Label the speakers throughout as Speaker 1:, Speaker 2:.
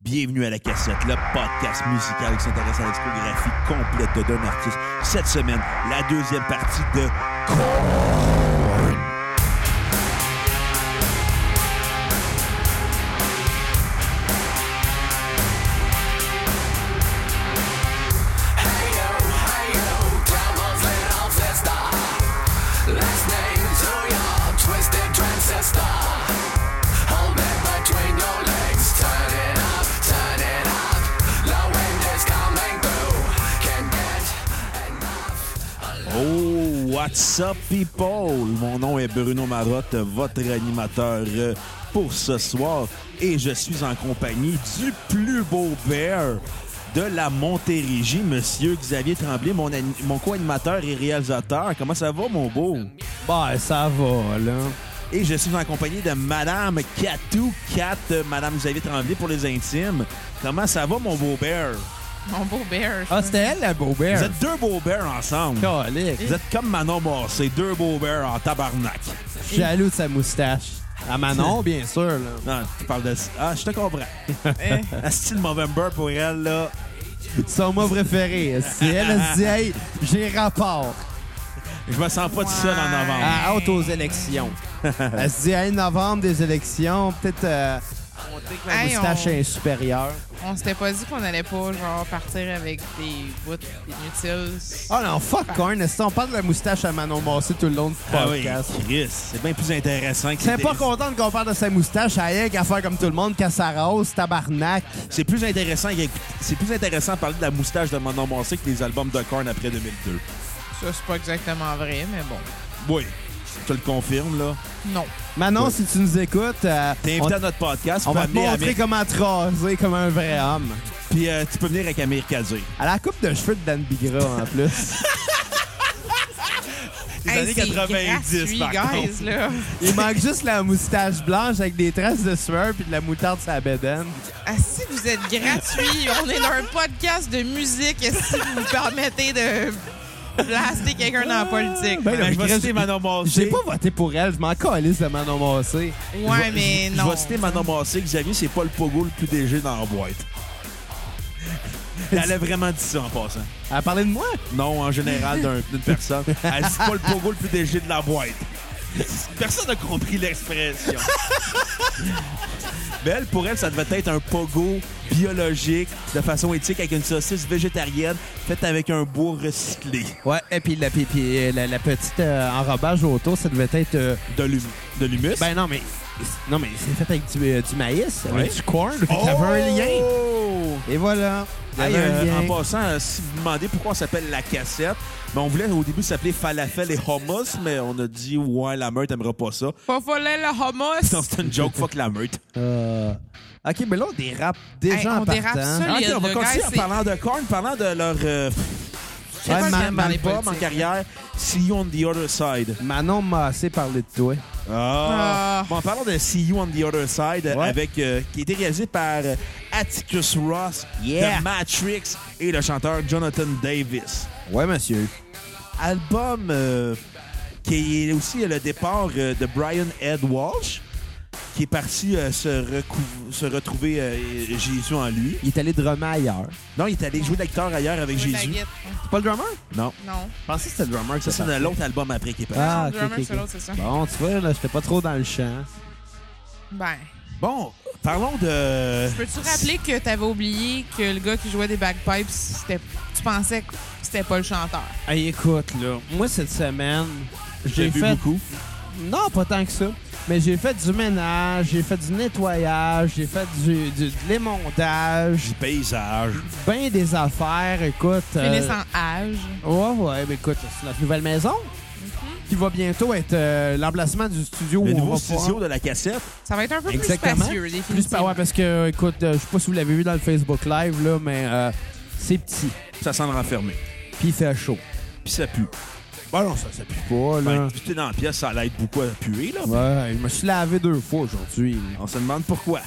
Speaker 1: Bienvenue à la cassette, le podcast musical qui s'intéresse à la discographie complète d'un artiste. Cette semaine, la deuxième partie de Oh, what's up, people? Mon nom est Bruno Marotte, votre animateur euh, pour ce soir, et je suis en compagnie du plus beau bear de la Montérégie, Monsieur Xavier Tremblay, mon, ani- mon co-animateur et réalisateur. Comment ça va, mon beau?
Speaker 2: Bah, ça va, là.
Speaker 1: Et je suis en compagnie de Madame Catou Cat, euh, Madame Xavier Tremblay pour les intimes. Comment ça va, mon beau bear?
Speaker 3: Mon beau bear.
Speaker 2: Ah, c'était elle, la beau bear.
Speaker 1: Vous êtes deux beaux bears ensemble.
Speaker 2: Calique.
Speaker 1: Vous êtes comme Manon Massé, deux beaux bears en tabarnak.
Speaker 2: Je suis jaloux de sa moustache. À Manon, bien sûr, là.
Speaker 1: Non, tu parles de... Ah, je te comprends. Hein?
Speaker 3: Eh,
Speaker 1: Un style Movember pour elle, là.
Speaker 2: Son mot préféré. Si elle elle se dit, hey, j'ai rapport
Speaker 1: Je me sens pas tout seul en novembre.
Speaker 2: à haute aux élections. Elle se dit, hey, novembre des élections, peut-être euh, la
Speaker 3: hey,
Speaker 2: moustache est
Speaker 3: ben, on
Speaker 2: supérieure.
Speaker 3: on s'était pas dit qu'on allait pas genre partir avec des bouts inutiles.
Speaker 2: Oh non, fuck, Corn. est-ce qu'on parle de la moustache à Manon Massé tout le long du
Speaker 1: Ah oui,
Speaker 2: podcast?
Speaker 1: Chris, c'est bien plus intéressant que
Speaker 2: C'est pas
Speaker 1: des-
Speaker 2: contente qu'on parle de sa moustache. Elle a à faire comme tout le monde, qu'elle s'arrose, tabarnak.
Speaker 1: C'est plus intéressant que- c'est plus intéressant de parler de la moustache de Manon Massé que des albums de Korn après 2002.
Speaker 3: Ça, c'est pas exactement vrai, mais bon.
Speaker 1: Oui, je te le confirme là.
Speaker 3: Non.
Speaker 2: Manon,
Speaker 1: Ouais.
Speaker 2: si tu nous écoutes, euh,
Speaker 1: T'es
Speaker 2: on-
Speaker 1: invité à notre podcast,
Speaker 2: On
Speaker 1: tu peux
Speaker 2: va te
Speaker 1: amener
Speaker 2: montrer
Speaker 1: Amir-
Speaker 2: comment te raser comme un vrai homme.
Speaker 1: puis euh, tu peux venir avec Amir Kazé.
Speaker 2: À la coupe de cheveux de Dan Bigra, en plus.
Speaker 1: Les
Speaker 3: Hey,
Speaker 1: années
Speaker 3: c'est
Speaker 1: 90
Speaker 3: gratuit,
Speaker 1: par contre.
Speaker 3: guys, là.
Speaker 2: Il manque juste la moustache blanche avec des traces de sueur puis de la moutarde sur la bédaine.
Speaker 3: Ah, si vous êtes gratuit, on est dans un podcast de musique. Est-ce que vous vous permettez de blaster quelqu'un dans la politique?
Speaker 2: Ben,
Speaker 1: Ben, je vais
Speaker 2: Chris,
Speaker 1: citer Manon Massé.
Speaker 2: J'ai pas voté pour elle, je m'en calisse de Manon Massé.
Speaker 3: ouais,
Speaker 1: Je-
Speaker 3: mais
Speaker 1: je-
Speaker 3: non.
Speaker 1: Je vais citer Manon Massé, Xavier, c'est pas le pogo le plus léger dans la boîte. Elle a vraiment dit ça en passant.
Speaker 2: Elle parlait de moi?
Speaker 1: Non, en général, d'un- d'une personne. Elle dit pas le pogo le plus léger de la boîte. Personne n'a compris l'expression. Mais elle, pour elle, ça devait être un pogo biologique, de façon éthique, avec une saucisse végétarienne, faite avec un bois recyclé
Speaker 2: Ouais, et puis la, puis- puis la- la petite euh, enrobage autour, ça devait être... euh,
Speaker 1: de l'hum- de l'humus.
Speaker 2: ben non, mais... Non, mais c'est fait avec du, euh, du maïs, avec
Speaker 1: Ouais.
Speaker 2: du corn. Fait que T'avais un lien.
Speaker 1: Oh!
Speaker 2: Et voilà.
Speaker 1: Hey,
Speaker 2: T'avais un
Speaker 1: euh,
Speaker 2: lien.
Speaker 1: en passant, euh, si vous demandez pourquoi on s'appelle la cassette, ben on voulait au début s'appeler falafel et hummus, mais on a dit ouais la meute aimera pas ça.
Speaker 3: Pas folle, le
Speaker 1: Non,
Speaker 3: homos.
Speaker 1: c'est une joke, fuck la meute.
Speaker 2: Euh, OK, mais là, on dérape déjà
Speaker 3: Hey,
Speaker 2: en
Speaker 3: on
Speaker 2: partant.
Speaker 3: dérape ça,
Speaker 1: Ah,
Speaker 3: les-
Speaker 1: ok, on va
Speaker 3: le
Speaker 1: continuer
Speaker 3: gars,
Speaker 1: en
Speaker 3: c'est-
Speaker 1: parlant de corn, parlant de leur euh,
Speaker 3: sais pas
Speaker 2: Ouais,
Speaker 3: ce
Speaker 2: ma-
Speaker 3: qu'il y a
Speaker 2: ma-
Speaker 3: dans les
Speaker 1: album en
Speaker 3: politiques.
Speaker 1: carrière, See You on the Other Side.
Speaker 2: Manon m'a assez parlé de toi.
Speaker 1: Ah.
Speaker 3: Ah.
Speaker 1: Bon, parlons de See You on the Other Side, euh,
Speaker 2: Ouais.
Speaker 1: avec, euh, qui a été réalisé par euh, Atticus Ross,
Speaker 2: Yeah.
Speaker 1: The Matrix et le chanteur Jonathan Davis.
Speaker 2: Ouais, monsieur.
Speaker 1: album euh, qui est aussi euh, le départ euh, de Brian Ed Walsh, qui est parti euh, se, recou- se retrouver euh, Jésus en lui.
Speaker 2: Il est allé drummer ailleurs.
Speaker 1: Non, il est allé jouer de la guitare ailleurs avec
Speaker 3: Pas de la
Speaker 1: Jésus.
Speaker 3: guette.
Speaker 2: C'est pas le drummer?
Speaker 1: Non,
Speaker 3: Non.
Speaker 2: Je pensais que c'était le drummer.
Speaker 1: ça c'est un autre album après qui est parti.
Speaker 2: Ah,
Speaker 3: Le
Speaker 2: ok,
Speaker 3: drummer,
Speaker 2: ok,
Speaker 3: c'est l'autre,
Speaker 2: ok.
Speaker 3: c'est ça.
Speaker 2: Bon, tu vois, là, j'étais pas trop dans le champ.
Speaker 3: Ben.
Speaker 1: Bon, parlons de...
Speaker 3: Peux-tu rappeler que t'avais oublié que le gars qui jouait des bagpipes, c'était, tu pensais que c'était pas le chanteur?
Speaker 2: Hey, écoute, là, moi, cette semaine, j'ai
Speaker 1: vu
Speaker 2: fait...
Speaker 1: beaucoup.
Speaker 2: Non, pas tant que ça. Mais j'ai fait du ménage, j'ai fait du nettoyage, j'ai fait du, du, de l'émondage,
Speaker 1: Du paysage.
Speaker 2: ben des affaires, écoute... euh,
Speaker 3: Finisse en âge.
Speaker 2: Ouais, ouais, mais écoute, c'est notre nouvelle maison
Speaker 3: Mm-hmm.
Speaker 2: qui va bientôt être euh, l'emplacement du studio
Speaker 1: Le
Speaker 2: où on
Speaker 1: nouveau
Speaker 2: va
Speaker 1: studio de la cassette.
Speaker 3: Ça va être un peu
Speaker 2: Exactement.
Speaker 3: plus spacieux,
Speaker 2: pouvoir- Plus par-
Speaker 3: définitivement.
Speaker 2: ouais, parce que, écoute, euh, je sais pas si vous l'avez vu dans le Facebook Live, là, mais euh, c'est petit,
Speaker 1: Ça semble renfermé.
Speaker 2: puis il fait chaud.
Speaker 1: Puis ça pue.
Speaker 2: Bah non, ça, ça pue pas,
Speaker 1: Ben,
Speaker 2: là.
Speaker 1: tu t'es dans la pièce, ça l'aide beaucoup à puer, là.
Speaker 2: Ouais, je me suis lavé deux fois aujourd'hui.
Speaker 1: On se demande pourquoi.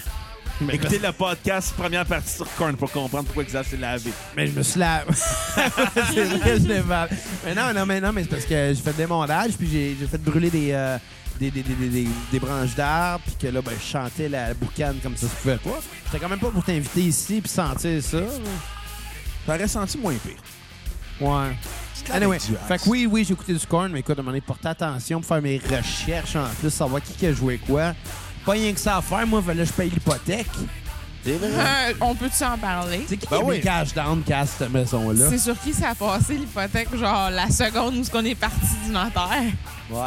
Speaker 2: Mais,
Speaker 1: Écoutez le podcast, première partie sur Korn pour comprendre pourquoi Xav s'est lavé.
Speaker 2: mais je me suis lavé. c'est vrai, je l'ai mal. Mais non, non, mais non, mais c'est parce que j'ai fait des montages, puis j'ai j'ai fait brûler des, euh, des, des, des, des, des- des branches d'arbre, puis que là, ben, je chantais la boucane comme ça se pouvait pas. C'était quand même pas pour t'inviter ici, puis sentir ça.
Speaker 1: T'aurais senti moins pire.
Speaker 2: Ouais. Anyway,
Speaker 1: du axe.
Speaker 2: fait que oui, oui, j'ai écouté du corn, mais écoute, à un moment donné, porter attention pour faire mes recherches en plus, savoir qui qui a joué quoi. Pas rien que ça à faire, moi, fallait que je paye l'hypothèque.
Speaker 1: C'est vrai.
Speaker 3: Euh, on peut-tu en parler?
Speaker 2: Tu sais, qui
Speaker 1: Ben
Speaker 2: a mis
Speaker 1: oui.
Speaker 2: le cash down, casse cette maison-là?
Speaker 3: C'est sur qui ça a passé l'hypothèque, genre la seconde où ce qu'on est parti du notaire?
Speaker 2: Ouais.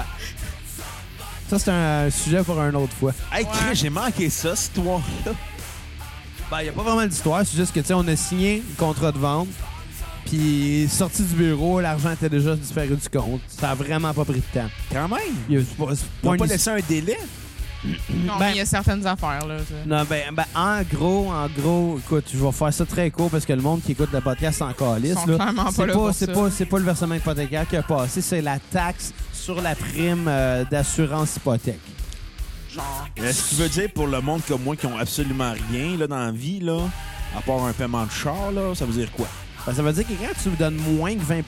Speaker 2: Ça, c'est un sujet pour une autre fois.
Speaker 1: Hey, Chris, j'ai manqué ça, cette histoire-là.
Speaker 2: Ben, il n'y a pas vraiment d'histoire. C'est juste que, tu sais, on a signé le contrat de vente. Puis, sorti du bureau, l'argent était déjà disparu du compte. Ça a vraiment pas pris de temps.
Speaker 1: Quand même.
Speaker 2: Il y a- c'est pas- c'est
Speaker 1: Ils
Speaker 2: pas
Speaker 1: n'ont
Speaker 2: une
Speaker 1: pas
Speaker 2: histoire-
Speaker 1: laissé un délai.
Speaker 3: Non,
Speaker 2: Ben-
Speaker 3: mais il y a certaines affaires, là. ça.
Speaker 2: Non, ben, ben, en gros, en gros, écoute, je vais faire ça très court parce que le monde qui écoute le podcast s'en calisse.
Speaker 3: Ils sont
Speaker 2: là.
Speaker 3: clairement pas
Speaker 2: C'est
Speaker 3: là
Speaker 2: pas,
Speaker 3: pour
Speaker 2: c'est
Speaker 3: ça.
Speaker 2: pas, c'est pas le versement hypothécaire qui a passé, c'est la taxe sur la prime euh, d'assurance hypothèque.
Speaker 3: Genre.
Speaker 1: Mais Euh, ce qui veut dire pour le monde comme moi qui ont absolument rien là, dans la vie, là, à part un paiement de char, là, ça veut dire quoi?
Speaker 2: Ben, ça veut dire que quand tu donnes moins que 20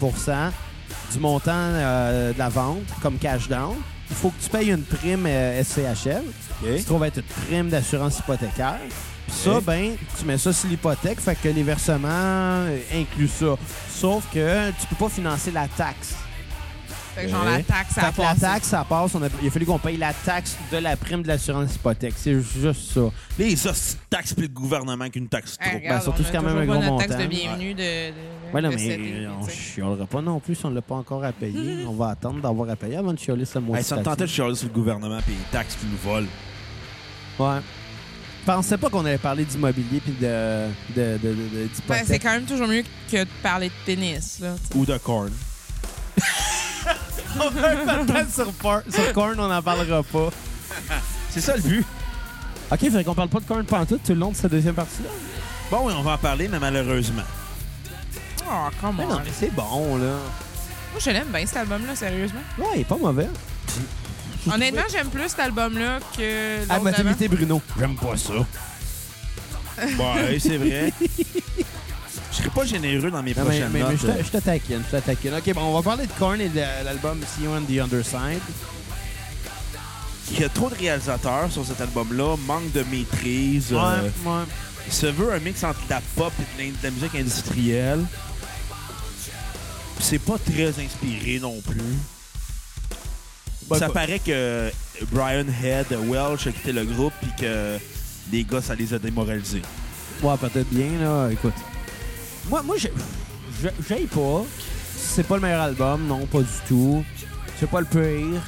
Speaker 2: du montant euh, de la vente comme cash down, il faut que tu payes une prime euh, SCHL, qui se trouve être une prime d'assurance hypothécaire. Puis ça,
Speaker 1: Ok.
Speaker 2: ben, tu mets ça sur l'hypothèque, fait que les versements euh, incluent ça. Sauf que tu peux pas financer la taxe.
Speaker 3: Fait que genre
Speaker 1: Ouais.
Speaker 3: la taxe, ça
Speaker 2: Fait
Speaker 3: a
Speaker 2: que la
Speaker 3: passé.
Speaker 2: taxe, ça passe. On a- il a fallu qu'on paye la taxe de la prime de l'assurance hypothèque. C'est juste ça.
Speaker 1: Les hosties de taxes plus de gouvernement qu'une taxe
Speaker 3: Hey,
Speaker 1: trop.
Speaker 3: regarde,
Speaker 2: Ben, surtout,
Speaker 3: on a
Speaker 2: c'est quand même
Speaker 3: toujours
Speaker 2: un
Speaker 3: pas
Speaker 2: gros
Speaker 3: notre taxe
Speaker 2: montant.
Speaker 3: de bienvenue de, de,
Speaker 2: Ouais, non,
Speaker 3: de
Speaker 2: mais euh,
Speaker 3: cet été,
Speaker 2: on
Speaker 3: tu sais.
Speaker 2: chialera pas non plus. On l'a pas encore à payer. on va attendre d'avoir à payer avant de chialer ce mois
Speaker 1: Hey, ça me tentait de chialer sur le gouvernement puis les taxes qui nous volent.
Speaker 2: Ouais. Je pensais pas qu'on allait parler d'immobilier puis de, de, de, de, de-
Speaker 3: Ben, c'est
Speaker 2: d'hypothèque.
Speaker 3: quand même toujours mieux que de parler de tennis, là. tu sais.
Speaker 1: Ou de corn.
Speaker 2: on a un podcast sur, par- sur Korn, on n'en parlera pas.
Speaker 1: C'est ça le but.
Speaker 2: OK, fait qu'on parle pas de Korn pantoute tout le long de cette deuxième partie-là.
Speaker 1: Bon, oui, on va en parler, mais malheureusement.
Speaker 3: Oh, comment?
Speaker 2: Mais Ben non,
Speaker 3: Moi,
Speaker 2: mais c'est bon, là.
Speaker 3: je l'aime bien, cet album-là, sérieusement.
Speaker 2: Ouais, il est pas mauvais.
Speaker 3: Honnêtement, j'aime plus cet album-là que l'autre
Speaker 2: Ah, ma
Speaker 3: d'avant.
Speaker 2: t'imiter Bruno.
Speaker 1: J'aime pas ça. ouais, c'est vrai. Je serais pas généreux dans mes
Speaker 2: Non, mais,
Speaker 1: prochaines
Speaker 2: mais- mais je
Speaker 1: notes.
Speaker 2: te- je te taquine, je te taquine. OK, bon, on va parler de Korn et de l'album See You on the Underside.
Speaker 1: Il y a trop de réalisateurs sur cet album-là, manque de maîtrise. euh,
Speaker 2: ouais.
Speaker 1: se veut un mix entre de la pop et de l'in- de la musique industrielle. C'est pas très inspiré non plus.
Speaker 2: Ben,
Speaker 1: ça
Speaker 2: pas-
Speaker 1: paraît que Brian Head, Welsh a quitté le groupe puis que les gars, ça les a démoralisés.
Speaker 2: Ouais, peut-être bien, là. Écoute. Moi, moi, j'ai- j'ai- j'aille pas. C'est pas le meilleur album, non, pas du tout. C'est pas le pire.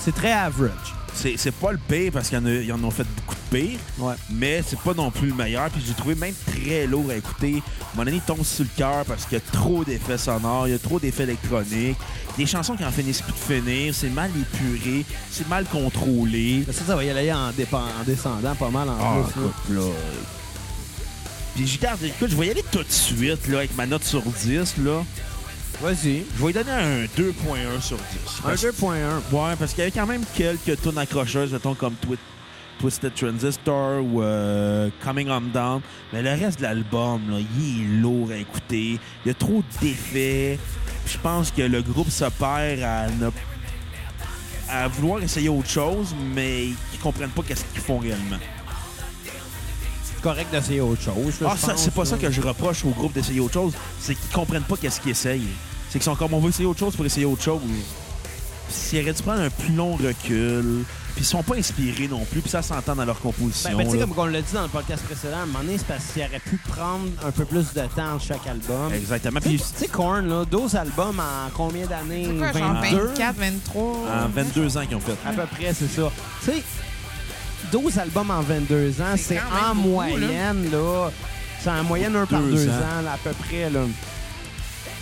Speaker 2: C'est très average.
Speaker 1: C'est c'est pas le pire parce qu'ils en, a- ils en ont fait beaucoup de pire,
Speaker 2: Ouais.
Speaker 1: mais c'est pas non plus le meilleur. Puis j'ai trouvé même très lourd à écouter. Mon ami tombe sur le cœur parce qu'il y a trop d'effets sonores, il y a trop d'effets électroniques. Des chansons qui en finissent plus de finir, c'est mal épuré, c'est mal contrôlé.
Speaker 2: Mais Ça, ça va y aller en, dépe- en descendant pas mal en
Speaker 1: Ah,
Speaker 2: plus, là.
Speaker 1: écoute, là. euh, Puis je garde, écoute, je vais y aller tout de suite, là, avec ma note sur 10, là.
Speaker 2: Vas-y.
Speaker 1: Je vais lui donner un 2.1 sur 10.
Speaker 2: Un
Speaker 1: Parce-
Speaker 2: 2.1.
Speaker 1: Ouais, parce qu'il y avait quand même quelques tunes accrocheuses, mettons, comme Twi- Twisted Transistor ou euh, Coming On Down. Mais le reste de l'album, là, il est lourd à écouter. Il y a trop d'effets. Puis Je pense que le groupe se perd à ne- à vouloir essayer autre chose, mais ils comprennent pas qu'est-ce qu'ils font réellement.
Speaker 2: C'est correct d'essayer autre chose. là,
Speaker 1: Ah,
Speaker 2: je
Speaker 1: ça,
Speaker 2: pense,
Speaker 1: c'est pas
Speaker 2: là.
Speaker 1: ça que je reproche au groupe d'essayer autre chose. C'est qu'ils comprennent pas qu'est-ce qu'ils essayent. C'est qu'ils sont comme on veut essayer autre chose pour essayer autre chose. S'ils auraient dû prendre un plus long recul, puis ils sont pas inspirés non plus, puis ça s'entend dans leur composition.
Speaker 2: Ben, ben, tu sais,
Speaker 1: là.
Speaker 2: comme on l'a dit dans le podcast précédent, à un moment donné, c'est parce qu'il aurait pu prendre un peu plus de temps entre chaque album.
Speaker 1: Exactement.
Speaker 2: Tu
Speaker 1: Puis
Speaker 2: sais, Korn, là, 12 albums en combien d'années?
Speaker 3: C'est quoi, genre
Speaker 2: 22?
Speaker 3: 24, 23?
Speaker 1: en 22 euh, ans qu'ils ont fait.
Speaker 2: À peu près, c'est ça. Tu sais, 12 albums en 22 ans,
Speaker 3: C'est
Speaker 2: c'est
Speaker 3: quand même
Speaker 2: en
Speaker 3: beaucoup,
Speaker 2: moyenne, là. C'est en moyenne un par
Speaker 1: Deux
Speaker 2: deux
Speaker 1: ans.
Speaker 2: ans, là, à peu près, là. À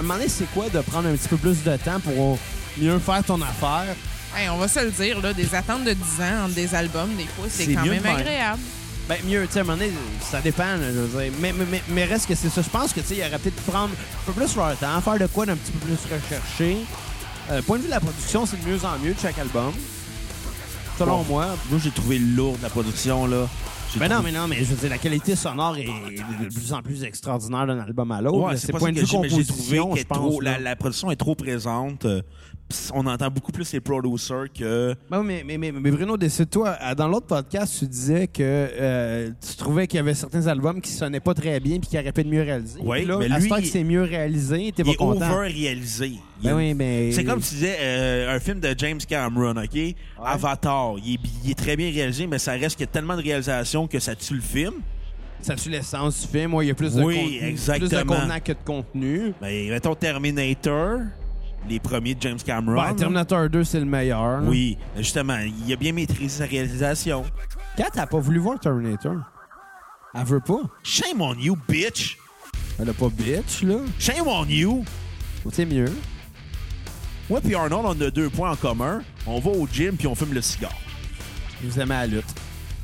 Speaker 2: un moment donné, c'est quoi de prendre un petit peu plus de temps pour mieux faire ton affaire?
Speaker 3: Hey, on va se le dire, là, des attentes de 10 ans entre des albums, des fois, c'est
Speaker 1: C'est
Speaker 3: quand
Speaker 1: mieux
Speaker 3: même
Speaker 1: de même.
Speaker 3: agréable.
Speaker 2: Ben, mieux, tu sais, à un moment donné, ça dépend, là, je veux dire. Mais, mais- mais- mais reste que c'est ça. Je pense que, tu sais, il aurait peut-être pu prendre un peu plus leur temps, faire de quoi d'un petit peu plus recherché. Euh, point de vue de la production, c'est de mieux en mieux de chaque album. Selon
Speaker 1: Bon.
Speaker 2: moi.
Speaker 1: Moi, j'ai trouvé lourde la production, là. J'ai
Speaker 2: Mais Ben non,
Speaker 1: trouvé-
Speaker 2: mais non, mais je veux dire, la qualité sonore est de plus en plus extraordinaire d'un album à l'autre.
Speaker 1: Ouais,
Speaker 2: Mais
Speaker 1: c'est pas
Speaker 2: point
Speaker 1: ça
Speaker 2: de
Speaker 1: que
Speaker 2: vue
Speaker 1: j'ai mais j'ai trouvé
Speaker 2: composition,
Speaker 1: qu'elle
Speaker 2: je
Speaker 1: est trop-
Speaker 2: pense.
Speaker 1: la,
Speaker 2: là.
Speaker 1: la production est trop présente. euh, pis on entend beaucoup plus les producers que...
Speaker 2: Ben oui, mais, mais, mais, mais Bruno, décide-toi. Euh, Dans l'autre podcast, tu disais que euh, tu trouvais qu'il y avait certains albums qui sonnaient pas très bien puis qui auraient pu être mieux réalisés.
Speaker 1: Ouais,
Speaker 2: Puis là,
Speaker 1: mais
Speaker 2: à
Speaker 1: lui,
Speaker 2: ce temps que
Speaker 1: il-
Speaker 2: c'est mieux réalisé, t'es
Speaker 1: Il
Speaker 2: pas
Speaker 1: est
Speaker 2: content.
Speaker 1: over-réalisé. Il
Speaker 2: Ben
Speaker 1: est-
Speaker 2: oui, mais...
Speaker 1: C'est comme tu disais, euh, un film de James Cameron, OK? Avatar, il est, il est très bien réalisé, mais ça reste qu'il y a tellement de réalisation que ça tue le film.
Speaker 2: Ça tue l'essence du film, ouais, il y a plus de
Speaker 1: Oui,
Speaker 2: contenu. Plus de
Speaker 1: exactement.
Speaker 2: contenant que de contenu.
Speaker 1: Ben, mettons Terminator, les premiers de James Cameron.
Speaker 2: Ben, Terminator 2, c'est le meilleur. là.
Speaker 1: Oui, justement, il a bien maîtrisé sa réalisation.
Speaker 2: Kat, elle a pas voulu voir Terminator. Elle veut pas.
Speaker 1: Shame on you, bitch!
Speaker 2: Elle a pas bitch, là.
Speaker 1: Shame on you!
Speaker 2: C'est mieux.
Speaker 1: Moi puis Arnold, on a deux points en commun. On va au gym puis on fume le cigare.
Speaker 2: Je vous aimez la lutte.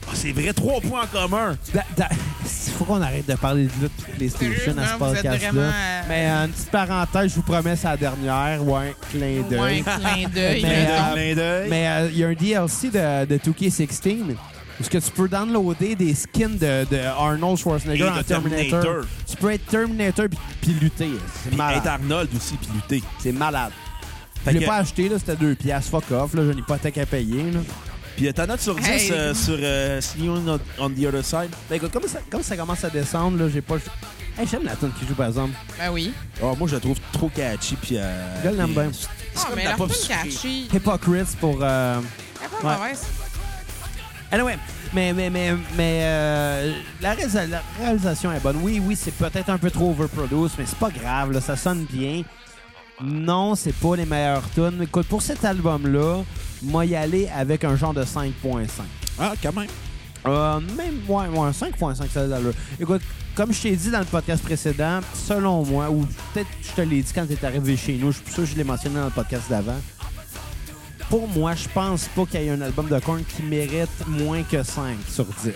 Speaker 1: Ah, c'est vrai, trois points en commun!
Speaker 2: Il faut qu'on arrête de parler de lutte et de PlayStation à
Speaker 3: Sérieux,
Speaker 2: ce
Speaker 3: non, vous êtes
Speaker 2: podcast-là.
Speaker 3: vraiment, euh,
Speaker 2: Mais euh, une petite parenthèse, je vous promets, c'est la dernière. Ouais, clin
Speaker 3: Ouais,
Speaker 2: d'œil.
Speaker 3: clin d'œil.
Speaker 2: Mais,
Speaker 3: mettons.
Speaker 2: euh,
Speaker 1: Clin d'œil.
Speaker 2: Mais euh, il y a un DLC de, de 2K16 où ce que tu peux downloader des skins de, de Arnold Schwarzenegger
Speaker 1: Et de
Speaker 2: en Terminator.
Speaker 1: Terminator.
Speaker 2: Tu peux être Terminator puis, puis lutter. C'est
Speaker 1: Puis être
Speaker 2: malade.
Speaker 1: Arnold aussi, puis lutter.
Speaker 2: C'est malade.
Speaker 1: Fait
Speaker 2: Je l'ai
Speaker 1: que-
Speaker 2: pas acheté, là, c'était 2 piastres. Fuck off, là, j'ai une hypothèque à payer. Là.
Speaker 1: Puis euh, ta note sur 10
Speaker 3: Hey.
Speaker 1: euh, sur euh, See You on, on the Other Side.
Speaker 2: Ben écoute, comme ça, comme ça commence à descendre, là, j'ai pas... Hey, j'aime la tune qui joue, par exemple.
Speaker 3: Ben oui.
Speaker 1: Ah, moi, je la trouve trop catchy. Puis, euh,
Speaker 2: Je l'aime
Speaker 1: puis-
Speaker 2: bien.
Speaker 1: C'est
Speaker 3: Ah,
Speaker 1: comme
Speaker 3: mais
Speaker 1: la
Speaker 3: leur
Speaker 1: pop
Speaker 3: tune
Speaker 1: sucrée.
Speaker 3: catchy.
Speaker 2: Hypocrites pour... Euh...
Speaker 3: Elle est pas
Speaker 2: Ouais.
Speaker 3: mauvaise.
Speaker 2: Anyway, mais, mais, mais, mais euh, la, réalisa- la réalisation est bonne. Oui, oui, c'est peut-être un peu trop overproduced, mais c'est pas grave, là, ça sonne bien. Non, c'est pas les meilleures tunes. Écoute, pour cet album-là, moi, y aller avec un genre de 5.5.
Speaker 1: Ah, quand même.
Speaker 2: Euh, même ouais, ouais, 5.5 ça a de l'allure. Écoute, comme je t'ai dit dans le podcast précédent, selon moi, ou peut-être je te l'ai dit quand t'es arrivé chez nous, je suis plus sûr que je l'ai mentionné dans le podcast d'avant. Pour moi, je pense pas qu'il y ait un album de Korn qui mérite moins que 5 sur 10.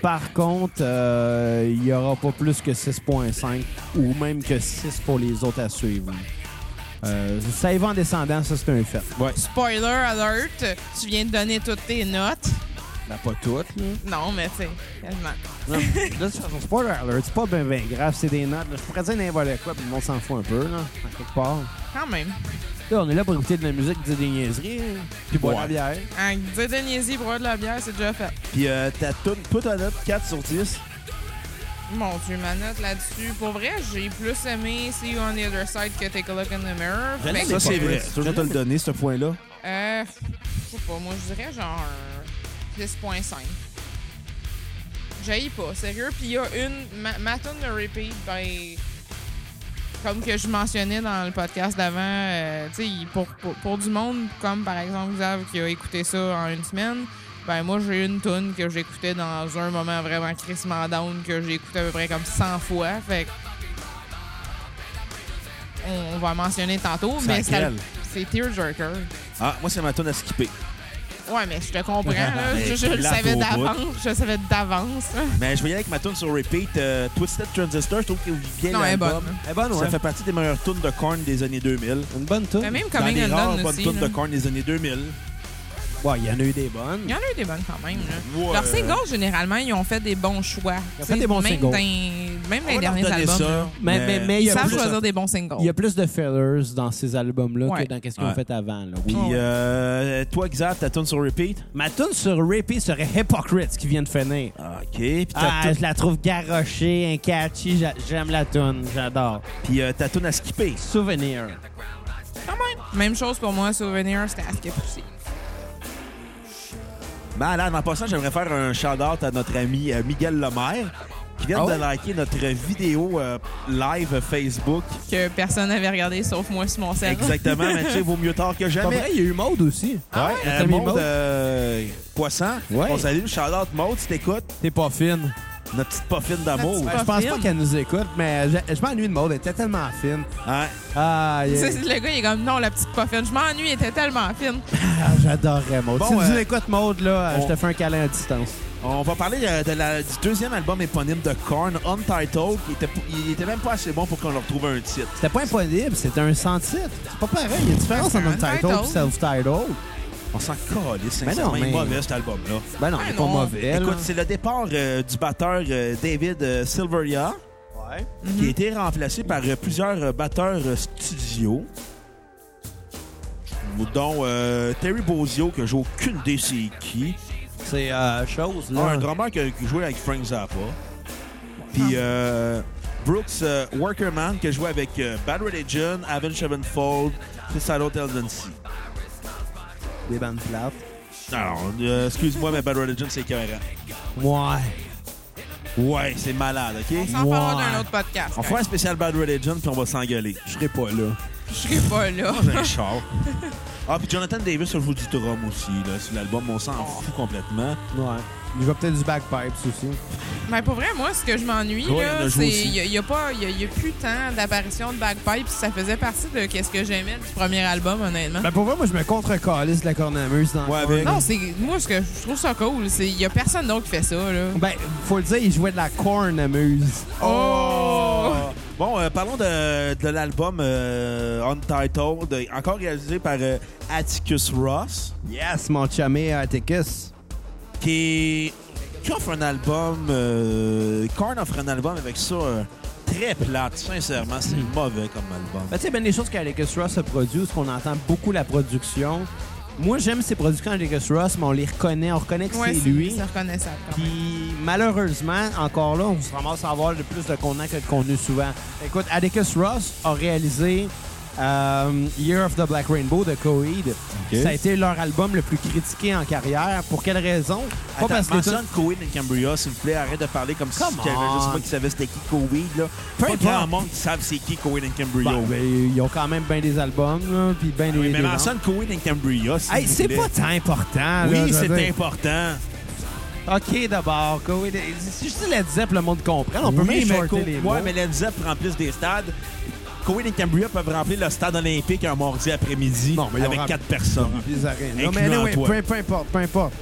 Speaker 2: Par contre, euh, il y aura pas plus que 6.5 ou même que 6 pour les autres à suivre. Euh, ça y va en descendant, ça c'est un fait. Ouais.
Speaker 3: Spoiler alert, tu viens de donner toutes tes notes.
Speaker 2: pas toutes, là.
Speaker 3: Non, mais tu sais, tellement.
Speaker 2: Non, mais là, c'est c'est pas alert, c'est pas bien grave, c'est des notes. là. Je pourrais dire n'importe quoi, puis le monde s'en fout un peu, là, à quelque part.
Speaker 3: Quand même.
Speaker 2: Là, on est là pour écouter de la musique, dire des niaiseries, hein, puis boire de
Speaker 1: Ouais.
Speaker 2: la bière.
Speaker 3: Hein, dire de niaiser, boire de la bière, c'est déjà fait.
Speaker 1: Puis euh, ta tune, toi, ta note 4 sur 10.
Speaker 3: Mon Dieu, ma note là-dessus. Pour vrai, j'ai plus aimé See You on the Other Side que Take a Look in the Mirror.
Speaker 1: Je
Speaker 3: Ben, Fait
Speaker 1: l'aime
Speaker 3: que,
Speaker 1: Ça, c'est vrai.
Speaker 2: Je
Speaker 1: Je vais te le donner, ce point-là.
Speaker 3: euh, je sais pas, moi, je dirais genre un 10.5. J'aille pas, sérieux. Puis il y a une, ma, ma tune de repeat, ben, comme que je mentionnais dans le podcast d'avant, euh, tu sais, pour, pour, pour du monde, comme par exemple Xav qui a écouté ça en une semaine, ben moi j'ai une tune que j'écoutais dans un moment vraiment crissement down que j'ai écouté à peu près comme 100 fois. Fait que on, on va mentionner tantôt,
Speaker 1: C'est
Speaker 3: mais ça-
Speaker 1: laquelle?
Speaker 3: c'est Tearjerker.
Speaker 1: Ah, moi, c'est ma tune à skipper.
Speaker 3: Ouais, mais je te comprends, là.
Speaker 1: Mais
Speaker 3: je, je
Speaker 1: tu
Speaker 3: le
Speaker 1: l'as
Speaker 3: savais
Speaker 1: au bout.
Speaker 3: d'avance. Je le savais d'avance.
Speaker 1: Mais je vais y aller avec ma tune sur repeat. euh, Twisted Transistor, je trouve qu'il vient
Speaker 3: Non, elle est
Speaker 1: l'album.
Speaker 3: bonne. hein.
Speaker 2: Eh bonne, ouais.
Speaker 1: Ça fait partie des meilleures tunes de Korn des années 2000.
Speaker 2: une bonne tune.
Speaker 3: Mais même
Speaker 1: Dans
Speaker 3: Coming
Speaker 1: les rares
Speaker 3: Undone
Speaker 1: bonnes
Speaker 3: aussi. hein.
Speaker 1: tunes de
Speaker 3: là.
Speaker 1: Korn des années 2000.
Speaker 2: Ouais, il y en a eu des bonnes.
Speaker 3: Il y en a eu des bonnes quand même. Là.
Speaker 1: Ouais.
Speaker 3: Leurs singles, généralement, ils ont fait des bons choix.
Speaker 2: Ils ont
Speaker 3: T'sais,
Speaker 2: fait des bons
Speaker 3: même
Speaker 2: singles.
Speaker 3: Dans, même dans
Speaker 1: On
Speaker 3: les
Speaker 1: va leur
Speaker 3: derniers
Speaker 1: donner
Speaker 3: albums.
Speaker 1: ça,
Speaker 3: là.
Speaker 2: Mais- mais- mais il y
Speaker 3: Ils
Speaker 2: a
Speaker 3: savent
Speaker 2: plus-
Speaker 3: choisir des bons singles.
Speaker 2: Il y a plus de fillers dans ces albums-là
Speaker 3: Ouais.
Speaker 2: que dans qu'est-ce qu'ils
Speaker 1: Ouais.
Speaker 2: ont fait avant. Là.
Speaker 1: Puis
Speaker 2: Oui.
Speaker 3: Ouais.
Speaker 1: euh, toi, Xav, ta tune sur repeat.
Speaker 2: Ma tune sur Rapey serait Hypocrite qui vient de finir.
Speaker 1: Ah, OK. Puis ta
Speaker 2: Ah,
Speaker 1: tune-
Speaker 2: je la trouve garochée, un catchy. j'a- J'aime la tune, j'adore.
Speaker 1: puis, euh, ta tune à skipper.
Speaker 2: Souvenir.
Speaker 3: Quand même. Même chose pour moi, Souvenir, c'était à skip aussi.
Speaker 1: Malade. Ben, En passant, j'aimerais faire un shout-out à notre ami euh, Miguel Lemaire qui vient
Speaker 2: Ah
Speaker 1: de liker notre vidéo euh, live Facebook.
Speaker 3: Que personne n'avait regardé sauf moi sur mon cerveau.
Speaker 1: Exactement, mais tu sais, vaut mieux tard que
Speaker 2: Pas
Speaker 1: jamais.
Speaker 2: vrai, il y a eu Maude aussi.
Speaker 1: Ouais,
Speaker 2: notre
Speaker 1: euh,
Speaker 2: ami
Speaker 1: Maude
Speaker 2: Ah Maude.
Speaker 1: euh, Poisson.
Speaker 2: Ouais.
Speaker 1: On salue, shout-out Maude, si t'écoutes.
Speaker 2: T'es pas fine.
Speaker 1: Notre petite poffine
Speaker 3: Notre
Speaker 1: d'amour.
Speaker 3: petite
Speaker 2: Ouais, Euh, je pense
Speaker 3: fine.
Speaker 2: pas qu'elle nous écoute, mais je, je m'ennuie de Maud. Elle était tellement fine.
Speaker 1: Hein?
Speaker 2: Ah, yeah.
Speaker 3: Ça, c'est- le gars, il est comme non, la petite pas fine. Je m'ennuie, elle était tellement fine.
Speaker 2: Ah, j'adorerais Maud.
Speaker 1: Bon,
Speaker 2: si tu
Speaker 1: euh,
Speaker 2: nous écoutes, Maud, là,
Speaker 1: on-
Speaker 2: je te fais un câlin à distance.
Speaker 1: On va parler euh, de la- du deuxième album éponyme de Korn, Untitled, qui était, il était même pas assez bon pour qu'on leur trouve un titre.
Speaker 2: C'était pas impossible, c'était un sans-titre. C'est pas pareil. Il y a une différence
Speaker 3: C'est
Speaker 2: entre
Speaker 3: un
Speaker 2: un title
Speaker 3: title.
Speaker 2: et self-title.
Speaker 1: On s'en calisse,
Speaker 2: Ben non,
Speaker 1: sincèrement. Il est
Speaker 2: mais-
Speaker 1: mauvais, cet album-là.
Speaker 2: Ben non,
Speaker 3: Ah
Speaker 2: il est pas
Speaker 3: non.
Speaker 2: mauvais.
Speaker 1: Écoute, c'est le départ euh, du batteur euh, David euh, Silveria,
Speaker 2: Ouais.
Speaker 1: qui a été remplacé par euh, plusieurs euh, batteurs euh, studio. Dont euh, Terry Bozio, que j'ai aucune idée c'est qui.
Speaker 2: C'est euh, chose, là.
Speaker 1: Un drummer qui a qui jouait avec Frank Zappa. Puis euh, Brooks euh, Workerman, qui a joué avec euh, Bad Religion, Avenged Sevenfold, Suicidal Tendency.
Speaker 2: Des bandes plates.
Speaker 1: Alors, euh, excuse-moi, mais Bad Religion, c'est écœurant.
Speaker 2: Ouais.
Speaker 1: Ouais, c'est malade, OK?
Speaker 3: On s'en
Speaker 2: Ouais.
Speaker 3: parlera d'un autre podcast.
Speaker 1: On fera un spécial Bad Religion, puis on va s'engueuler.
Speaker 2: Je serais pas là.
Speaker 3: Je serai pas là.
Speaker 1: Dans un char. Ah, puis Jonathan Davis a joué du drum aussi, là, sur l'album. On s'en fout complètement.
Speaker 2: Ouais. Il va peut-être du bagpipes aussi.
Speaker 3: Mais Ben, pour vrai, moi, ce que je m'ennuie,
Speaker 1: Ouais, il y en
Speaker 3: là,
Speaker 1: a
Speaker 3: c'est
Speaker 1: joué
Speaker 3: il
Speaker 1: aussi.
Speaker 3: n'y a, y a pas- y a- y a plus tant d'apparitions de bagpipes. Ça faisait partie de quest ce que j'aimais du premier album, honnêtement.
Speaker 2: Ben pour vrai, moi, je me contre-calisse de la cornemuse dans le
Speaker 1: Ouais,
Speaker 2: fond,
Speaker 1: avec-
Speaker 2: là.
Speaker 3: Non, c'est moi, ce que je trouve ça cool, c'est il n'y a personne d'autre qui fait ça. Là.
Speaker 2: Ben, faut le dire, il jouait de la cornemuse.
Speaker 3: Oh!
Speaker 1: Bon, euh, parlons de, de l'album euh, Untitled, euh, encore réalisé par euh, Atticus Ross,
Speaker 2: Yes, mon euh, chamé Atticus.
Speaker 1: qui, qui offre un album... Euh, Korn offre un album avec ça euh, très plate. Sincèrement, c'est mauvais comme album.
Speaker 2: Ben, tu sais, ben, les choses qu'Atticus Ross a produites, qu'on entend beaucoup la production. Moi, j'aime ses productions d'Atticus Ross, mais on les reconnaît. On reconnaît que
Speaker 3: Ouais,
Speaker 2: c'est lui.
Speaker 3: C'est reconnaissable quand même.
Speaker 2: Puis malheureusement, encore là, on se ramasse à avoir de plus de contenant que de contenu souvent. Écoute, Atticus Ross a réalisé euh, Year of the Black Rainbow de Coheed. Ça a été leur album le plus critiqué en carrière. Pour quelle raison?
Speaker 1: Attends,
Speaker 2: Pas parce que...
Speaker 1: mentionne Coheed et Cambria, s'il vous plaît. Arrête de parler comme si
Speaker 2: Come
Speaker 1: qu'il y avait juste
Speaker 2: on.
Speaker 1: moi qui savais c'était qui Coheed. Là.
Speaker 2: Peu
Speaker 1: Pas
Speaker 2: importe.
Speaker 1: grand monde qui savent c'est qui Coheed and Cambria.
Speaker 2: Bon, ben, ils ont quand même bien des albums, là, puis bien des...
Speaker 1: Ah Oui, mais
Speaker 2: des
Speaker 1: mentionne Coheed and Cambria, s'il
Speaker 2: ventes. Hey,
Speaker 1: vous
Speaker 2: c'est
Speaker 1: plaît.
Speaker 2: pas tant important. là,
Speaker 1: Oui,
Speaker 2: je veux
Speaker 1: c'est
Speaker 2: dire.
Speaker 1: important.
Speaker 2: OK, d'abord, Coheed. Si je dis Led Zepp, le monde comprend. On peut
Speaker 1: Oui,
Speaker 2: même
Speaker 1: mais
Speaker 2: shorter
Speaker 1: Co-
Speaker 2: les
Speaker 1: ouais,
Speaker 2: mots.
Speaker 1: mais Led Zepp remplissent des stades. Coheed and Cambria peuvent remplir le stade olympique un mardi après-midi
Speaker 2: Non, mais ils ont
Speaker 1: avec
Speaker 2: rempli-
Speaker 1: quatre personnes.
Speaker 2: des arènes.
Speaker 1: Incluant
Speaker 2: Non, mais anyway,
Speaker 1: toi.
Speaker 2: peu, peu importe, peu importe.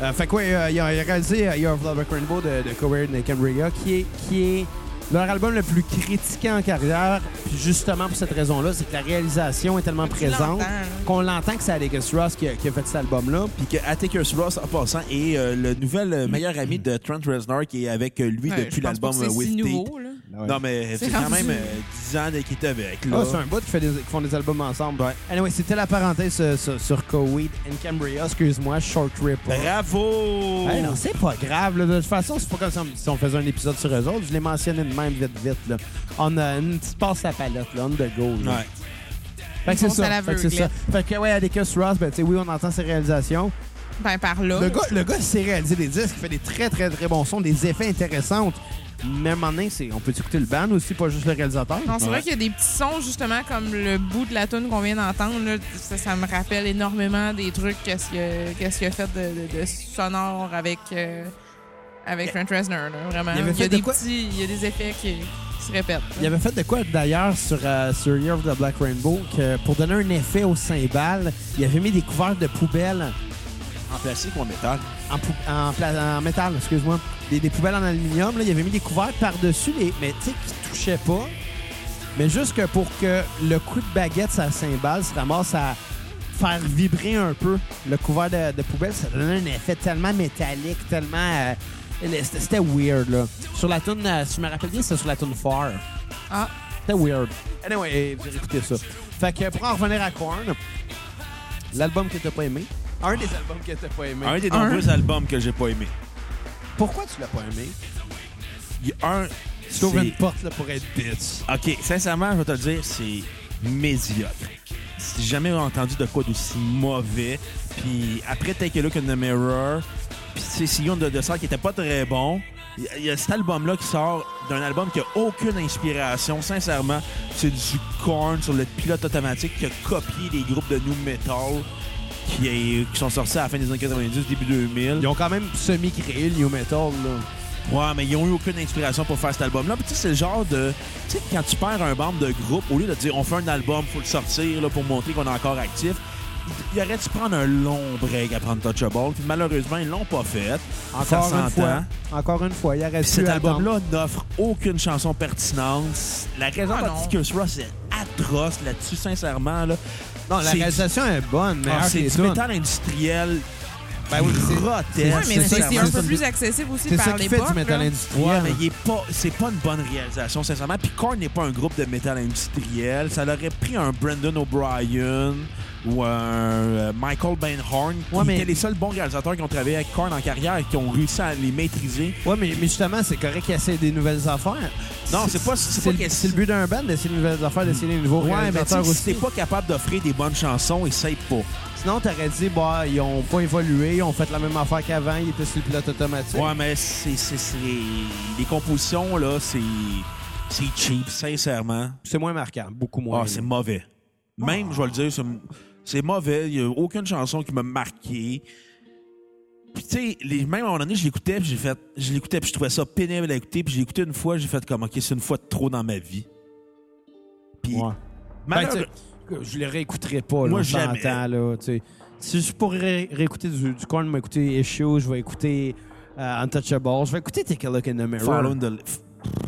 Speaker 2: Euh, fait quoi, il, a, il a réalisé euh, Year of the Black Rainbow de, de Coheed and Cambria, qui est, qui est leur album le plus critiqué en carrière. Puis justement, pour cette raison-là, c'est que la réalisation est tellement
Speaker 3: Tu
Speaker 2: présente
Speaker 3: l'entends,
Speaker 1: hein.
Speaker 3: là.
Speaker 2: qu'on l'entend que c'est Atticus Ross qui a, qui a fait cet album-là.
Speaker 1: Puis que Atticus Ross, en passant, est euh, le nouvel euh, meilleur ami de Trent Reznor qui est avec euh, lui
Speaker 3: Ouais, je
Speaker 1: depuis
Speaker 3: pense
Speaker 1: l'album
Speaker 3: pas que
Speaker 1: euh,
Speaker 3: c'est
Speaker 1: With
Speaker 3: si
Speaker 1: Teeth.
Speaker 3: nouveau, là.
Speaker 1: Non, mais
Speaker 3: C'est
Speaker 1: c'est quand
Speaker 3: rendu-
Speaker 1: même euh, 10 ans qu'il est avec. Là.
Speaker 2: Ah, c'est un bout qui, fait des, qui font des albums ensemble.
Speaker 1: Ouais.
Speaker 2: Anyway, c'était la parenthèse euh, sur, sur Coheed and Cambria. Excuse-moi, Short Trip.
Speaker 1: Bravo!
Speaker 2: Hey, non, c'est pas grave. là. De toute façon, c'est pas comme si on- si on faisait un épisode sur eux autres. Je l'ai mentionné de même vite, vite. Là. On a une petite passe à palette, là, on the go. là.
Speaker 1: Ouais.
Speaker 2: Fait que c'est
Speaker 3: Une passe à
Speaker 2: ça. Fait que c'est ça.
Speaker 3: l'aveuglette.
Speaker 2: Fait que, ouais, Atticus Ross, ben, tu sais, oui, on entend ses réalisations.
Speaker 3: Ben, par là.
Speaker 2: Le gars, le gars, il sait réaliser des disques, il fait des très, très, très bons sons, des effets intéressants. Même en c'est on peut écouter le band aussi, pas juste le réalisateur.
Speaker 3: Non, c'est
Speaker 1: Ouais.
Speaker 3: vrai qu'il y a des petits sons, justement, comme le bout de la tune qu'on vient d'entendre. là. Ça, ça me rappelle énormément des trucs qu'est-ce qu'il a, qu'est-ce qu'il a fait de, de- de sonore avec, euh, avec Trent Reznor. là, vraiment.
Speaker 2: Il
Speaker 3: Il
Speaker 2: avait
Speaker 3: y
Speaker 2: fait
Speaker 3: a
Speaker 2: de
Speaker 3: des
Speaker 2: quoi?
Speaker 3: petits, il y a des effets qui, qui se répètent.
Speaker 2: Il avait fait de quoi d'ailleurs sur, euh, sur Year of the Black Rainbow que pour donner un effet au cymbales, il avait mis des couverts de poubelles
Speaker 1: En plastique ou en métal?
Speaker 2: en, pou- en, pla- en métal, excuse-moi, des, des poubelles en aluminium. Là, il avait mis des couverts par-dessus, les, mais tu sais, qui touchaient pas. Mais juste que pour que le coup de baguette, sa cymbale, se ramasse à faire vibrer un peu le couvert de, de poubelle, ça donnait un effet tellement métallique, tellement. euh, le- c'était c'était weird, là. Sur la tune, euh, si je me rappelle bien, c'était sur la tune Far.
Speaker 3: Ah.
Speaker 2: C'était weird. Anyway, eh, j'ai écouté ça. Fait que pour en revenir à Korn, l'album que t'as pas aimé, un des albums que t'as pas aimé.
Speaker 1: Un des nombreux albums que j'ai pas aimé.
Speaker 2: Pourquoi tu l'as pas aimé?
Speaker 1: Il y a un.
Speaker 2: Tu ouvres une
Speaker 1: c'est-
Speaker 2: porte là, pour être bitch.
Speaker 1: Ok, sincèrement, je vais te le dire, c'est médiocre. J'ai jamais entendu de quoi d'aussi mauvais. Puis après Take a Look in the Mirror, puis c'est Sillon de Dessert qui était pas très bon. Il y a- il y a cet album-là qui sort d'un album qui a aucune inspiration. Sincèrement, c'est du corn sur le pilote automatique qui a copié des groupes de new metal qui, est- qui sont sortis à la fin des années 90, début 2000.
Speaker 2: Ils ont quand même semi-créé le New Metal. Là.
Speaker 1: Ouais, mais ils ont eu aucune inspiration pour faire cet album-là. Puis tu sais, c'est le genre de. Tu sais, quand tu perds un membre de groupe, au lieu de dire on fait un album, faut le sortir là, pour montrer qu'on est encore actif, il il aurait dû prendre un long break à prendre Touchable. Puis malheureusement, ils l'ont pas fait. Ça
Speaker 2: Encore
Speaker 1: s'entend.
Speaker 2: une fois. Encore une fois, il aurait
Speaker 1: Puis
Speaker 2: pu
Speaker 1: cet
Speaker 2: attendre.
Speaker 1: album-là n'offre aucune chanson pertinente. La raison
Speaker 3: Ah
Speaker 1: pour
Speaker 3: non.
Speaker 1: laquelle Atticus Ross est atroce là-dessus, sincèrement, là,
Speaker 2: Non, la
Speaker 1: C'est-
Speaker 2: réalisation est bonne, mais
Speaker 1: Ah,
Speaker 2: c'est
Speaker 1: c'est du métal industriel.
Speaker 2: Ben oui, c'est-
Speaker 1: grotesque.
Speaker 2: Ouais,
Speaker 3: Ouais, mais
Speaker 2: c'est
Speaker 3: c'est
Speaker 2: ça,
Speaker 3: c'est
Speaker 2: ça,
Speaker 3: un
Speaker 2: ça,
Speaker 3: peu plus accessible aussi
Speaker 2: C'est ça
Speaker 3: par
Speaker 2: qui fait
Speaker 3: l'époque.
Speaker 2: du métal
Speaker 3: là.
Speaker 1: Ouais,
Speaker 2: industriel.
Speaker 1: mais il est pas, c'est pas une bonne réalisation, sincèrement. Puis Korn n'est pas un groupe de métal industriel. Ça aurait pris un Brendan O'Brien ou un euh, Michael Bainhorn, qui
Speaker 2: Ouais, mais-
Speaker 1: étaient les seuls bons réalisateurs qui ont travaillé avec Korn en carrière et qui ont réussi à les maîtriser.
Speaker 2: Ouais, mais, mais justement, c'est correct qu'il essaie des nouvelles affaires.
Speaker 1: Non, c'est pas- c'est pas
Speaker 2: le-
Speaker 1: qu'elle-
Speaker 2: c'est le but d'un band d'essayer des nouvelles affaires, d'essayer des nouveaux
Speaker 1: Ouais, mais tu sais,
Speaker 2: réalisateurs
Speaker 1: si
Speaker 2: aussi.
Speaker 1: t'es pas capable d'offrir des bonnes chansons, essaye pas.
Speaker 2: Sinon, t'aurais dit, bah, ils ont pas évolué, ils ont fait la même affaire qu'avant, ils étaient sur le pilote automatique.
Speaker 1: Ouais, mais c'est, c'est, c'est- les compositions, là, c'est, c'est cheap, sincèrement.
Speaker 2: C'est moins marquant, beaucoup
Speaker 1: Ah,
Speaker 2: moins.
Speaker 1: c'est mauvais. Même, je vais
Speaker 3: Ah.
Speaker 1: le dire, c'est, c'est mauvais. Il n'y a aucune chanson qui m'a marqué. Puis, tu sais, les- même à un moment donné, je l'écoutais, puis j'ai fait, je l'écoutais, puis je trouvais ça pénible à écouter, puis je l'ai écouté une fois, j'ai fait comme, OK, c'est une fois de trop dans ma vie. Puis,
Speaker 2: Ouais. Ben,
Speaker 1: malheureux-
Speaker 2: tu sais, je le réécouterai pas, là,
Speaker 1: Moi,
Speaker 2: on
Speaker 1: jamais.
Speaker 2: s'entend, là, tu sais. Si je pourrais ré- réécouter du, du Korn, je vais écouter Issue, je vais écouter euh, Untouchable, je vais écouter Take a Look in the Mirror.
Speaker 1: Follow the...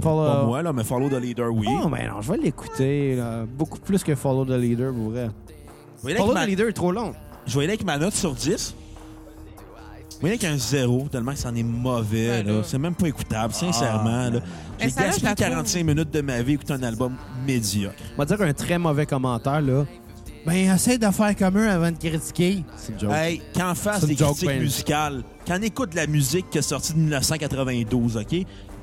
Speaker 2: Follow-
Speaker 3: Euh,
Speaker 1: Pas moi, là, mais Follow the Leader, oui.
Speaker 2: Oh, mais non, je vais l'écouter, là, beaucoup plus que Follow the Leader, pour vrai.
Speaker 1: Vous voyez, là, avec
Speaker 2: Follow the
Speaker 1: ma-
Speaker 2: Leader est trop long.
Speaker 1: Je vais y aller avec ma note sur 10. Vous voyez avec un 0, tellement que c'en est mauvais.
Speaker 3: Ouais,
Speaker 1: là.
Speaker 3: là. Ah,
Speaker 1: C'est même pas écoutable, sincèrement. là.
Speaker 3: Mais
Speaker 1: J'ai
Speaker 3: ça, là, je
Speaker 1: gaspillé
Speaker 3: la trouve-
Speaker 1: 45 minutes de ma vie écoutant un album médiocre.
Speaker 2: On va dire un très mauvais commentaire, là. Ben, essaye de faire comme eux avant de critiquer. C'est une joke.
Speaker 1: Hey, qu'en fasse
Speaker 2: C'est une
Speaker 1: des
Speaker 2: joke,
Speaker 1: critiques
Speaker 2: ben.
Speaker 1: musicales, qu'en écoute de la musique qui est sortie de 1992, OK?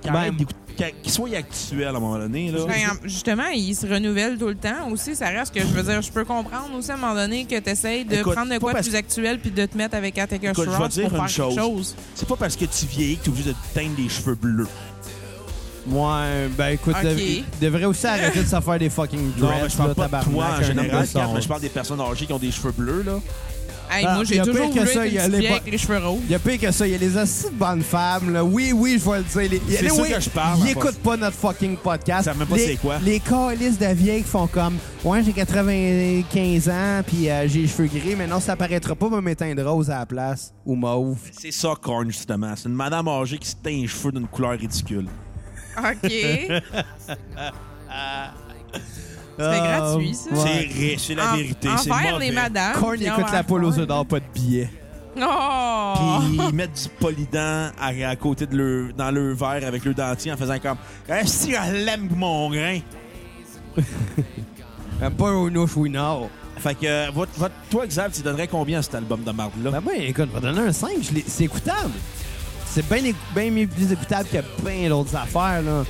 Speaker 1: Qu'en
Speaker 2: Ben.
Speaker 1: arrête d'écout- qu'à- Qu'il soit actuel à un moment donné. Là.
Speaker 3: Ben, en- justement, ils se renouvellent tout le temps aussi. Ça reste que je veux dire, je peux comprendre aussi à un moment donné que tu essayes de
Speaker 1: Écoute,
Speaker 3: prendre
Speaker 1: pas
Speaker 3: de quoi de
Speaker 1: parce-
Speaker 3: plus actuel puis de te mettre avec Attacker
Speaker 1: Écoute, je vais
Speaker 3: Shroud pour
Speaker 1: dire
Speaker 3: faire
Speaker 1: une
Speaker 3: quelque
Speaker 1: chose.
Speaker 3: chose.
Speaker 1: C'est pas parce que tu vieillis que tu es obligé de te teindre les cheveux bleus.
Speaker 2: Ouais, ben écoute,
Speaker 3: Ok.
Speaker 2: dev- il devrait aussi arrêter de se faire des fucking
Speaker 1: Non,
Speaker 2: dreads.
Speaker 1: mais je parle
Speaker 2: là,
Speaker 1: pas de
Speaker 2: tabarnak,
Speaker 1: toi
Speaker 2: un
Speaker 1: en
Speaker 2: homme
Speaker 1: général,
Speaker 2: de son.
Speaker 1: Kat, mais je parle des personnes âgées qui ont des cheveux bleus. là.
Speaker 3: Hey,
Speaker 2: Ah,
Speaker 3: moi,
Speaker 2: il y
Speaker 3: j'ai
Speaker 2: a
Speaker 3: toujours
Speaker 2: pire que
Speaker 3: voulu
Speaker 2: ça,
Speaker 3: être
Speaker 2: il y a
Speaker 3: une
Speaker 2: les
Speaker 3: petite
Speaker 2: bo-
Speaker 3: fille avec les cheveux roses.
Speaker 2: Il y a pire que ça, il y a les assis de bonnes femmes, là. Oui, oui, je vais le dire. Les,
Speaker 1: C'est ça
Speaker 2: oui,
Speaker 1: que je parle,
Speaker 2: Ils
Speaker 1: hein,
Speaker 2: écoutent pas notre fucking podcast.
Speaker 1: Ils savent même pas
Speaker 2: Les-
Speaker 1: c'est quoi.
Speaker 2: Les calices de vieilles qui font comme Ouais, j'ai 95 ans, puis euh, j'ai les cheveux gris, mais non, ça paraîtra pas, va m'éteindre rose à la place, ou mauve.
Speaker 1: C'est ça, Korn, justement. C'est une madame âgée qui se teint les cheveux d'une couleur ridicule.
Speaker 3: OK. C'était gratuit, ça.
Speaker 2: Ah, ouais.
Speaker 1: C'est riche, c'est la
Speaker 3: En-
Speaker 1: vérité.
Speaker 3: En
Speaker 1: c'est
Speaker 3: faire
Speaker 1: mauvais.
Speaker 3: les madames.
Speaker 2: Korn
Speaker 3: puis en
Speaker 2: écoute la
Speaker 3: faire-
Speaker 2: poule aux œufs
Speaker 3: hein.
Speaker 2: d'or, pas de billets.
Speaker 3: Oh!
Speaker 1: Puis ils mettent du polydent à, à côté de leur, dans leur verre avec leur dentier en faisant comme Est-ce que je l'aime mon grain?
Speaker 2: Même pas au nouf ou non.
Speaker 1: Fait que euh, votre, votre- toi, Xav, tu donnerais combien à cet album de marde-là?
Speaker 2: Ben moi, écoute, je vais donner un 5. je l'ai- C'est écoutable. C'est bien ben mieux- plus écoutable que bien d'autres affaires, là.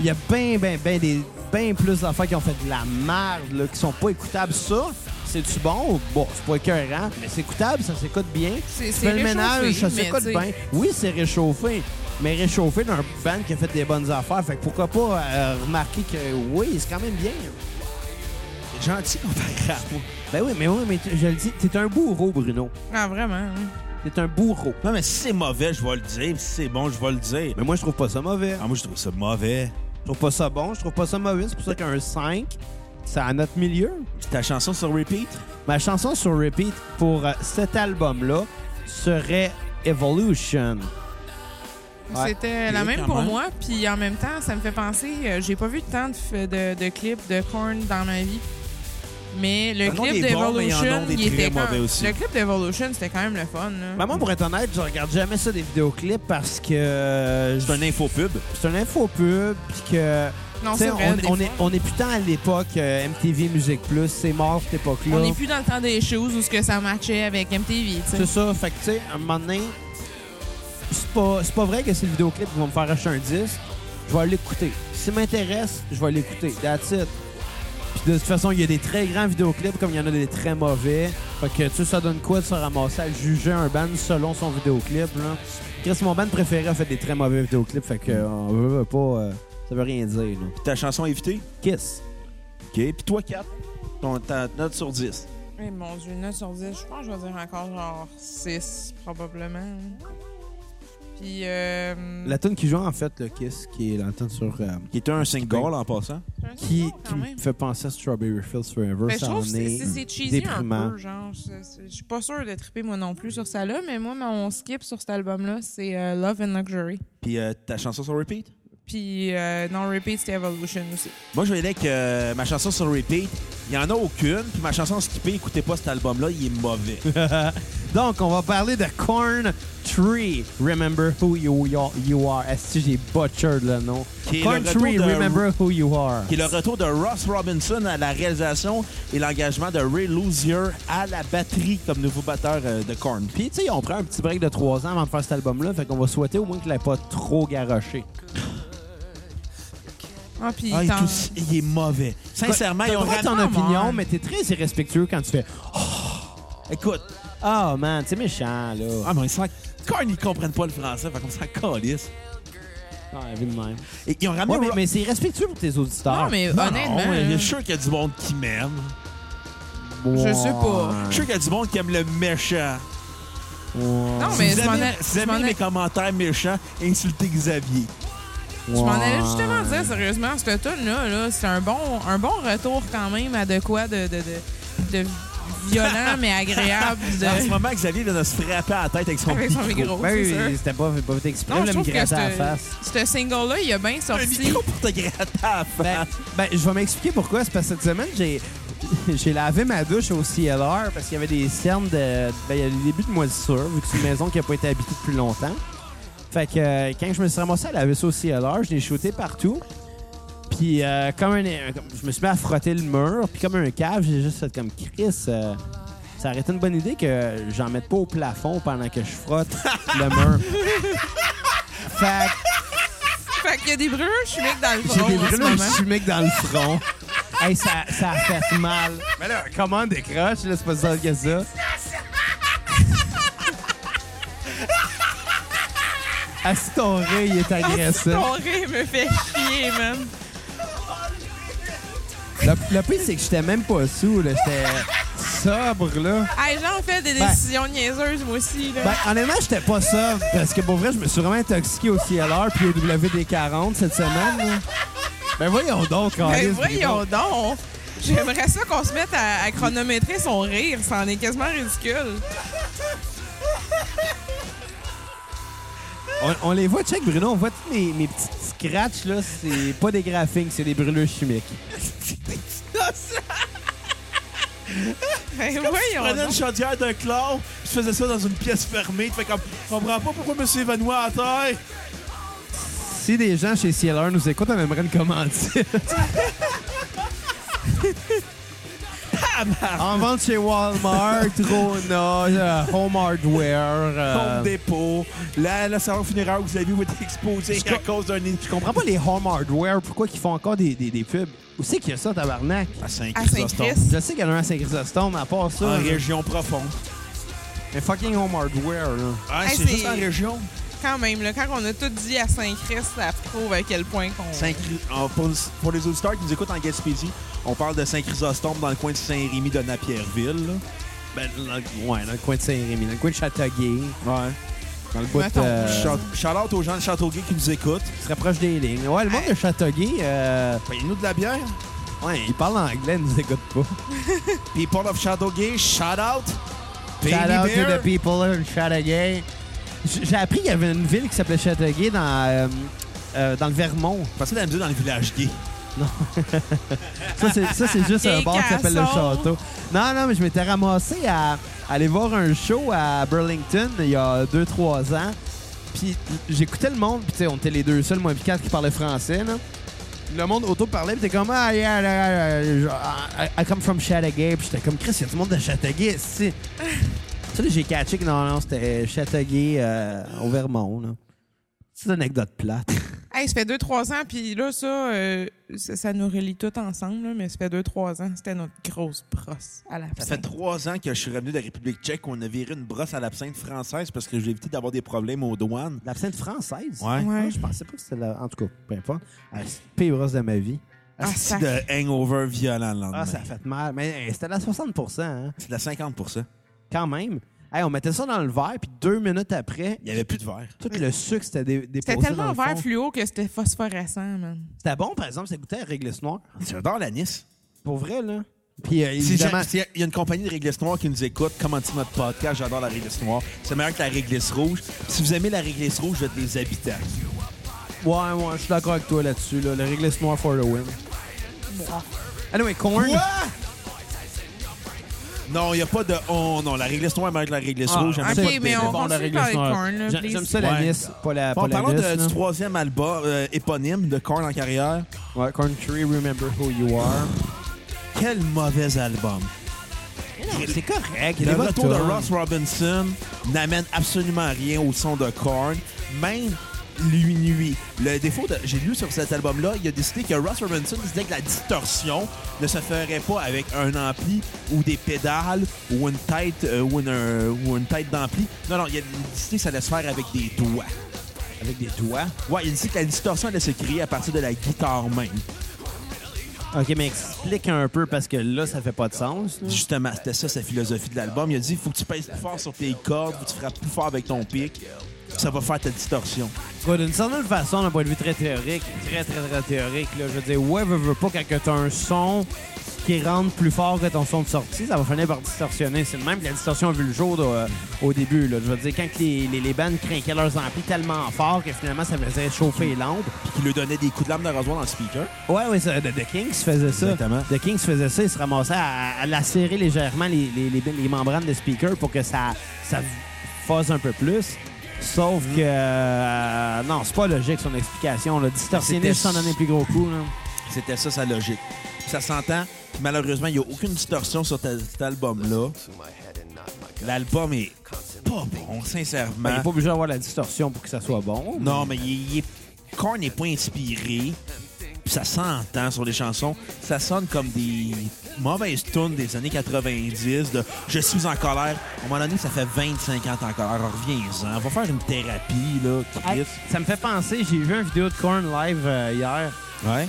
Speaker 2: Il y a bien, bien, bien des... bien plus d'affaires qui ont fait de la merde, là, qui sont pas écoutables. Ça, c'est-tu bon? Bon, c'est pas écœurant, mais c'est écoutable, ça s'écoute bien.
Speaker 3: C'est-
Speaker 2: Tu
Speaker 3: c'est
Speaker 2: fais le ménage,
Speaker 3: réchauffé,
Speaker 2: ça
Speaker 3: mais
Speaker 2: s'écoute
Speaker 3: t'sais-
Speaker 2: bien. Oui, c'est réchauffé, mais réchauffé d'un band qui a fait des bonnes affaires. Fait que pourquoi pas euh, remarquer que oui, c'est quand même bien.
Speaker 1: C'est gentil comparé à moi.
Speaker 2: Ben oui, mais oui, mais t- je le dis, t'es un bourreau, Bruno.
Speaker 3: Ah, vraiment.
Speaker 2: T'es un bourreau.
Speaker 1: Non, mais si c'est mauvais, je vais le dire. Si c'est bon, je vais le dire.
Speaker 2: Mais moi, je trouve pas ça mauvais.
Speaker 1: Ah, moi, je trouve ça mauvais.
Speaker 2: Je trouve pas ça bon, je trouve pas ça mauvais. C'est pour ça qu'un 5, c'est à notre milieu.
Speaker 1: Puis ta chanson sur repeat?
Speaker 2: Ma chanson sur repeat pour euh, cet album-là serait Evolution. Ouais.
Speaker 3: C'était
Speaker 1: Et
Speaker 3: la même
Speaker 1: quand
Speaker 3: pour
Speaker 1: même.
Speaker 3: moi. Puis en même temps, ça me fait penser, euh, j'ai pas vu tant de, f- de, de clips de Korn dans ma vie. Mais le
Speaker 1: Ils en ont
Speaker 3: clip
Speaker 1: des bons, mais ils en ont
Speaker 3: d'Evolution,
Speaker 1: des
Speaker 3: il
Speaker 1: très
Speaker 3: était quand-
Speaker 1: mauvais aussi. Bah,
Speaker 3: Le clip d'Evolution, c'était quand même le fun. là.
Speaker 2: Mais moi, pour être honnête, je regarde jamais ça des vidéoclips parce que euh,
Speaker 1: C'est un infopub.
Speaker 2: c'est un infopub puis que
Speaker 3: non,
Speaker 2: tu
Speaker 3: c'est
Speaker 2: sais,
Speaker 3: vrai. des
Speaker 2: on, on est
Speaker 3: fois.
Speaker 2: on est putain à l'époque euh, MTV Music Plus, c'est mort cette époque-là.
Speaker 3: On n'est plus dans le temps des choses où ce que ça matchait avec MTV. tu sais.
Speaker 2: C'est ça. Fait que, tu sais, à un moment donné, c'est pas, c'est pas vrai que c'est le vidéoclip qui va me faire acheter un disque. Je vais l'écouter. Si ça m'intéresse, je vais l'écouter. That's it. Puis de toute façon, il y a des très grands vidéoclips comme il y en a des très mauvais. Fait que, tu sais, ça donne quoi de se ramasser à juger un band selon son vidéoclip, là? Chris, mon band préféré a fait des très mauvais vidéoclips. Fait que, euh, on veut, veut pas... euh, ça veut rien dire, là.
Speaker 1: Puis ta chanson évitée?
Speaker 2: Kiss.
Speaker 1: OK. Puis toi, 4, ton, ta note sur 10.
Speaker 3: Eh, mon Dieu, 9 sur 10. Je pense que je vais dire encore genre 6, probablement. Puis. Euh,
Speaker 2: La tune qui joue, en fait, le Kiss, qui est la tune sur... euh,
Speaker 1: Qui était un single en passant.
Speaker 3: c'est un
Speaker 2: qui,
Speaker 3: son,
Speaker 2: qui
Speaker 3: quand même.
Speaker 2: me fait penser à Strawberry Fields Forever.
Speaker 3: Mais je
Speaker 2: ça
Speaker 3: trouve que
Speaker 2: en est
Speaker 3: c'est- c'est c'est cheesy
Speaker 2: déprimant.
Speaker 3: un peu, genre. c'est- c'est- Je suis pas sûre de triper moi non plus sur ça là, mais moi, mon skip sur cet album-là, c'est euh, Love and Luxury.
Speaker 1: Puis euh, ta chanson sur repeat?
Speaker 3: Puis euh, non repeat, c'était Evolution aussi.
Speaker 1: Moi, je vais dire que euh, ma chanson sur repeat, il n'y en a aucune. Puis ma chanson skippée, écoutez pas cet album-là, il est mauvais.
Speaker 2: Donc, on va parler de Corn Tree. Remember who you, are- you are. Est-ce que j'ai butchered le nom?
Speaker 1: Qui est le
Speaker 2: Corn
Speaker 1: retour
Speaker 2: Tree,
Speaker 1: de-
Speaker 2: remember who you are.
Speaker 1: qui est le retour de Ross Robinson à la réalisation et l'engagement de Ray Luzier à la batterie comme nouveau batteur euh, de Korn.
Speaker 2: Puis, tu sais, on prend un petit break de 3 ans avant de faire cet album-là. Fait qu'on va souhaiter au moins qu'il n'ait pas trop garoché.
Speaker 3: Ah, puis
Speaker 1: Ah, il, est
Speaker 3: t'en-
Speaker 1: tout- il est mauvais. Sincèrement,
Speaker 2: T'as
Speaker 1: ils
Speaker 2: le
Speaker 1: ont
Speaker 2: droit de ton
Speaker 1: ram-
Speaker 2: opinion,
Speaker 3: man.
Speaker 2: mais t'es très irrespectueux quand tu fais
Speaker 1: Écoute,
Speaker 2: « Ah, man, c'est méchant, là.
Speaker 1: ah, mais ils sont... Korn, ils comprennent pas le français, fait qu'on s'en calisse.
Speaker 2: Ah, vu de même.
Speaker 1: Et ils ont ramené...
Speaker 2: Ouais, mais,
Speaker 1: Ro-
Speaker 2: mais c'est respectueux pour tes auditeurs.
Speaker 3: Non, mais
Speaker 1: Non,
Speaker 3: honnêtement.
Speaker 1: non, mais je
Speaker 3: là,
Speaker 1: suis sûr qu'il y a du monde qui m'aime.
Speaker 3: je sais pas.
Speaker 1: Je suis sûr qu'il y a du monde qui aime le méchant.
Speaker 3: Non,
Speaker 1: Si
Speaker 3: mais
Speaker 1: vous
Speaker 3: je m'en
Speaker 1: aimez,
Speaker 3: ai-
Speaker 1: si vous
Speaker 3: je
Speaker 1: aimez
Speaker 3: m'en ai-
Speaker 1: mes commentaires méchants, insultez Xavier.
Speaker 3: Je m'en allais justement dire, sérieusement, ce tune-là, là, c'est un bon, un bon retour quand même à de quoi de, de, de, de violent mais agréable. de-
Speaker 1: En ce moment, Xavier vient de se frapper à la tête avec son
Speaker 3: Avec son micro,
Speaker 2: Ben
Speaker 3: c'est
Speaker 2: oui,
Speaker 3: sûr.
Speaker 2: c'était pas, pas fait exprès,
Speaker 3: Non,
Speaker 2: là,
Speaker 3: je
Speaker 2: me
Speaker 3: trouve que
Speaker 2: gratter à la
Speaker 3: ce,
Speaker 2: face.
Speaker 3: ce single-là, il a bien
Speaker 1: Un
Speaker 3: sorti.
Speaker 1: micro pour te gratter à la
Speaker 2: Ben,
Speaker 1: face.
Speaker 2: ben, je vais m'expliquer pourquoi. C'est parce que cette semaine, j'ai, j'ai lavé ma douche au CLR parce qu'il y avait des cernes de. Ben, il y a le début de moisissure, vu que c'est une maison qui n'a pas été habitée depuis longtemps. Fait que euh, quand je me suis ramassé à laver ça au CLR, je l'ai shooté partout. Puis euh, comme un, un- comme- je me suis mis à frotter le mur, puis comme un cave, j'ai juste fait comme Chris. euh, ça aurait été une bonne idée que j'en mette pas au plafond pendant que je frotte le mur. Fait que
Speaker 3: Fait qu'il y a des brûlures chimiques dans le
Speaker 2: j'ai
Speaker 3: front
Speaker 2: des
Speaker 3: en ce
Speaker 2: brûlures
Speaker 3: moment.
Speaker 2: chimiques dans le front. hey, ça, ça a fait mal. Mais là, comment décroche? Là, c'est pas ça que ça. Assis Ah, ton rire, il est agressant.
Speaker 3: Ton rire me fait chier, man.
Speaker 2: Le, le pire, c'est que j'étais même pas sous. là. J'étais sobre, là.
Speaker 3: Hey, j'en fais des
Speaker 2: Ben-
Speaker 3: décisions niaiseuses, moi aussi. Là.
Speaker 2: Ben, honnêtement, j'étais pas sobre. Parce que, pour vrai, je me suis vraiment intoxiqué au CLR puis au WD-40 cette semaine. là. Ben voyons donc,
Speaker 3: Ben,
Speaker 2: Alice,
Speaker 3: voyons donc. J'aimerais ça qu'on se mette à, à chronométrer son rire. Ça en est quasiment ridicule.
Speaker 2: On, on les voit, check Bruno, on voit tous mes, mes petits scratchs là, c'est pas des graphiques, c'est des brûlures chimiques.
Speaker 3: Ben,
Speaker 1: Je
Speaker 3: voyons
Speaker 1: prenais une
Speaker 3: donc.
Speaker 1: chaudière d'un chlore, je faisais ça dans une pièce fermée. Tu fais comme, je comprends pas pourquoi je me suis évanoui à terre.
Speaker 2: Si des gens chez CLR nous écoutent, on aimerait une commandite. en vente chez Walmart, Rona, euh, Home Hardware. euh,
Speaker 1: Compte dépôt. Là, le salon funéraire où vous avez vu être exposé
Speaker 2: Je
Speaker 1: à cause d'un Je
Speaker 2: Je comprends pas les Home Hardware, pourquoi ils font encore des, des, des pubs. Où c'est qu'il y a ça, tabarnak?
Speaker 1: À
Speaker 3: À Saint-Christ.
Speaker 2: Je sais qu'il y en a un à Saint-Chrysostome, à part ça.
Speaker 1: En
Speaker 2: là.
Speaker 1: région profonde.
Speaker 2: Mais fucking Home Hardware, là.
Speaker 1: Ah,
Speaker 3: Hey,
Speaker 1: c'est
Speaker 3: c'est-
Speaker 1: juste en région.
Speaker 3: Quand même, là, quand on a tout dit à Saint-Christ, ça prouve à quel point qu'on...
Speaker 1: Saint-Chry- en- pour, pour les auditeurs qui nous écoutent en Gaspésie, on parle de Saint-Chrysostome dans le coin de Saint-Rémy de Napierville. là. Ben, dans le-
Speaker 2: Ouais, dans le coin de Saint-Rémy, dans le coin de Châteauguay.
Speaker 1: ouais.
Speaker 2: Dans le bout de,
Speaker 3: Mettons,
Speaker 2: euh,
Speaker 1: Shout- shout out aux gens de Châteauguay qui nous écoutent.
Speaker 2: très proche des lignes. Ouais, le monde de Châteauguay, euh,
Speaker 1: Payez-nous Ben, de la bière.
Speaker 2: ouais, ils parlent anglais, ils nous écoutent pas.
Speaker 1: People of Châteauguay, shout out. Baby
Speaker 2: Shout out
Speaker 1: Bear.
Speaker 2: to the people of Châteauguay. J- J'ai appris qu'il y avait une ville qui s'appelait Châteauguay dans, euh, euh, dans le Vermont.
Speaker 1: Parce que la musique dans le village gay.
Speaker 2: Ça, c'est ça, c'est juste un
Speaker 3: Et
Speaker 2: bar qui s'appelle le
Speaker 3: Casson.
Speaker 2: Château. Non, non, mais je m'étais ramassé à aller voir un show à Burlington il y a 2-3 ans. Puis j'écoutais le monde, puis tu sais, on était les deux seuls, moi et quatre, qui parlaient français, là. Le monde autour parlait, puis t'es comme, ah, yeah, yeah, yeah, yeah, I, I come from Chateauguay. Puis j'étais comme, Chris, il y a du monde de Chateauguay ici. tu sais, j'ai catché que non, non, c'était Chateauguay euh, au Vermont, là. C'est une anecdote plate.
Speaker 3: Hey, ça fait 2-3 ans, puis là, ça, euh, ça, ça nous relie tout ensemble, là, mais ça fait 2-3 ans, c'était notre grosse brosse à la fin.
Speaker 1: Ça fait trois ans que je suis revenu de la République tchèque où on a viré une brosse à l'absinthe française parce que j'ai évité d'avoir des problèmes aux douanes.
Speaker 2: L'absinthe française?
Speaker 1: Ouais.
Speaker 3: Ouais.
Speaker 2: Ah, je pensais pas que c'était la. En tout cas, peu importe. Ah, c'est la pire brosse de ma vie.
Speaker 3: Ah,
Speaker 1: C'est
Speaker 3: sac.
Speaker 1: de hangover violent le lendemain.
Speaker 2: Ah, ça a fait mal. Mais euh, c'était la 60 hein.
Speaker 1: C'est de la 50
Speaker 2: quand même. Hey, on mettait ça dans le verre, puis deux minutes après,
Speaker 1: Il n'y avait plus de verre.
Speaker 2: tout le sucre, c'était dé- déposé.
Speaker 3: C'était
Speaker 2: dans
Speaker 3: tellement
Speaker 2: le fond.
Speaker 3: vert fluo que c'était phosphorescent, man.
Speaker 2: C'était bon, par exemple, ça goûtait à réglisse noire.
Speaker 1: J'adore l'anis.
Speaker 2: Pour vrai, là. Puis euh,
Speaker 1: Si
Speaker 2: évidemment.
Speaker 1: j'ai- s'il y a- il y a une compagnie de réglisse noire qui nous écoute, commentez notre podcast. J'adore la réglisse noire. C'est meilleur que la réglisse rouge. Si vous aimez la réglisse rouge, vous êtes des habitants.
Speaker 2: Ouais, ouais, je suis d'accord avec toi là-dessus. Là. Le réglisse noir for the win. Anyway, Ah, Korn.
Speaker 1: Non, il n'y a pas de on. Non, la réglisse noire avec la réglisse
Speaker 2: Ah,
Speaker 1: rouge. j'aime
Speaker 2: ok,
Speaker 1: pas de
Speaker 3: mais
Speaker 1: délai.
Speaker 3: on
Speaker 1: Bon,
Speaker 2: la
Speaker 3: continue de
Speaker 2: réglisse
Speaker 3: parler de
Speaker 2: noire.
Speaker 3: Korn, là,
Speaker 2: J'a-
Speaker 3: please.
Speaker 2: J'aime ça la
Speaker 1: Ouais.
Speaker 2: nice, pas la
Speaker 1: Bon,
Speaker 2: pas la
Speaker 1: parlons de-
Speaker 2: nice,
Speaker 1: du
Speaker 2: là.
Speaker 1: troisième album euh, éponyme de Korn en carrière.
Speaker 2: Ouais, Korn 3, Remember Who You Are.
Speaker 1: Quel mauvais album.
Speaker 2: C'est correct.
Speaker 1: Le retour de Ross Robinson n'amène absolument rien au son de Korn, même lui nuit. Le défaut, de- j'ai lu sur cet album-là, il a décidé que Ross Robinson disait que la distorsion ne se ferait pas avec un ampli ou des pédales ou une tête euh, ou, une, un- ou une tête d'ampli. Non, non, il a décidé que ça allait se faire avec des doigts.
Speaker 2: Avec des doigts.
Speaker 1: Ouais, il a dit que la distorsion allait se créer à partir de la guitare même.
Speaker 2: OK, mais explique un peu, parce que là, ça fait pas de sens. là.
Speaker 1: Justement, c'était ça sa philosophie de l'album. Il a dit, faut que tu pèses plus fort sur tes cordes, faut que tu frappes plus fort avec ton pic, ça va faire ta distorsion.
Speaker 2: Quoi, d'une certaine façon, d'un point de vue très théorique, très, très, très théorique, là, je veux dire, ouais, veux, veux pas, quand que t'as un son qui rentre plus fort que ton son de sortie, ça va finir par distorsionner. C'est le même que la distorsion a vu le jour là, euh, au début. Là. Je veux dire, quand que les, les, les bandes craquaient leurs amplis tellement fort que finalement, ça faisait chauffer les lampes.
Speaker 1: qui lui donnait des coups de lame de rasoir dans le speaker.
Speaker 2: Ouais, oui, ça, The, The Kings faisait ça.
Speaker 1: Exactement.
Speaker 2: The Kings faisait ça, ils se ramassaient à, à lacérer légèrement les, les, les, les membranes des speakers pour que ça, ça fasse un peu plus. Sauf que. euh, non, c'est pas logique son explication. Là. Distorsionner
Speaker 1: C'était-
Speaker 2: juste en donner un plus gros coup. Là.
Speaker 1: C'était ça sa logique. Puis ça s'entend. Puis Malheureusement, il n'y a aucune distorsion sur ta- cet album-là. L'album est pas bon,
Speaker 2: Ben, il
Speaker 1: sincèrement.
Speaker 2: est pas obligé d'avoir la distorsion pour que ça soit bon.
Speaker 1: Non, mais il, il est... Korn n'est pas inspiré. Puis ça s'entend sur les chansons. Ça sonne comme des mauvaises tunes des années 90 de « Je suis en colère ». À un moment donné, ça fait 25 ans que t'es en colère. Reviens-en. Va faire une thérapie, là,
Speaker 2: Hey,
Speaker 1: Chris.
Speaker 2: ça me fait penser, j'ai vu une vidéo de Korn live euh, hier.
Speaker 1: Ouais.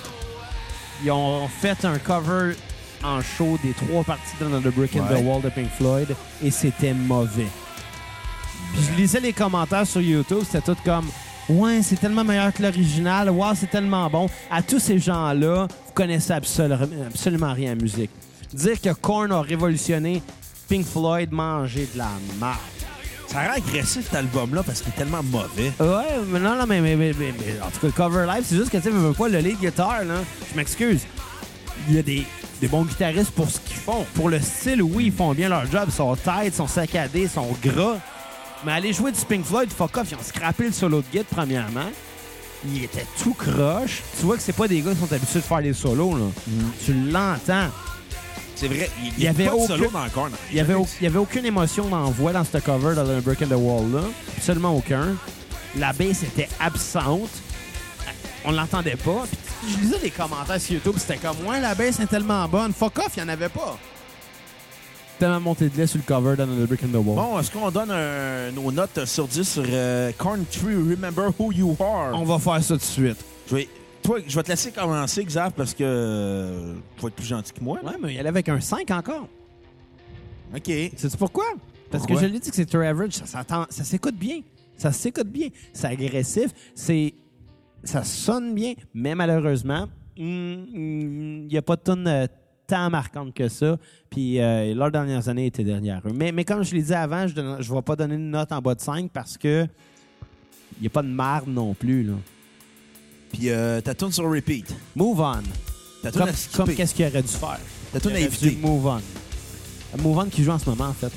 Speaker 2: Ils ont fait un cover en show des trois parties de The Brick and
Speaker 1: Ouais.
Speaker 2: the Wall de Pink Floyd et c'était mauvais. Puis je lisais les commentaires sur YouTube, c'était tout comme Ouais, c'est tellement meilleur que l'original, wow, c'est tellement bon. À tous ces gens-là, vous connaissez absolument, absolument rien à la musique. Dire que Korn a révolutionné Pink Floyd, manger de la merde.
Speaker 1: Ça rend agressif, cet album-là, parce qu'il est tellement mauvais.
Speaker 2: Ouais, mais non, non, mais, mais, mais- mais- mais- en tout cas, le cover live, c'est juste que tu sais, veux veux pas le lead guitar, là. Je m'excuse. Il y a des, des bons guitaristes pour ce qu'ils font. Pour le style, oui, ils font bien leur job. Ils sont tight, sont saccadés, sont gras. Mais aller jouer du Pink Floyd, fuck off, ils ont scrappé le solo de guide, premièrement. Il était tout croche. Tu vois que c'est pas des gars qui sont habitués de faire des solos, là. Tu l'entends.
Speaker 1: C'est vrai, il
Speaker 2: Il y
Speaker 1: y
Speaker 2: avait
Speaker 1: avait pas de
Speaker 2: aucun-
Speaker 1: solo dans le corps. non.
Speaker 2: Il n'y avait, au- il y avait aucune émotion d'envoi dans ce cover dans le Break in the Wall, là. Absolument aucun. La baisse était absente. On l'entendait pas. Puis je lisais les commentaires sur YouTube, c'était comme Ouais, la baisse est tellement bonne. Fuck off, il n'y en avait pas. Tellement monté de lait sur le cover dans le Break in the Wall.
Speaker 1: Bon, est-ce qu'on donne un- nos notes sur 10 sur euh, Corn Tree Remember Who You Are?
Speaker 2: On va faire ça tout de suite.
Speaker 1: Je, vais, toi, je vais te laisser commencer, Xav, parce que euh, faut être plus gentil que moi. là.
Speaker 2: Ouais, mais il y allait avec un 5 encore.
Speaker 1: OK.
Speaker 2: Sais-tu pourquoi? Parce
Speaker 1: Pourquoi?
Speaker 2: que je l'ai dit que c'est très average. Ça, s'entend- ça s'écoute bien. Ça s'écoute bien. C'est agressif. C'est, ça sonne bien. Mais malheureusement, il n'y a pas de tonne euh, tant marquante que ça. Puis euh, leurs dernières années étaient derrière eux. Mais, mais comme je l'ai dit avant, je ne vais pas donner une note en bas de 5 parce que il n'y a pas de marde non plus. là.
Speaker 1: Puis euh, ta tune sur repeat.
Speaker 2: Move on.
Speaker 1: Ta tune
Speaker 2: Comme,
Speaker 1: à
Speaker 2: comme
Speaker 1: skipper.
Speaker 2: qu'est-ce qu'il aurait dû faire?
Speaker 1: Ta tune à
Speaker 2: Il aurait dû
Speaker 1: éviter.
Speaker 2: Move on. Move on qui joue en ce moment, en fait.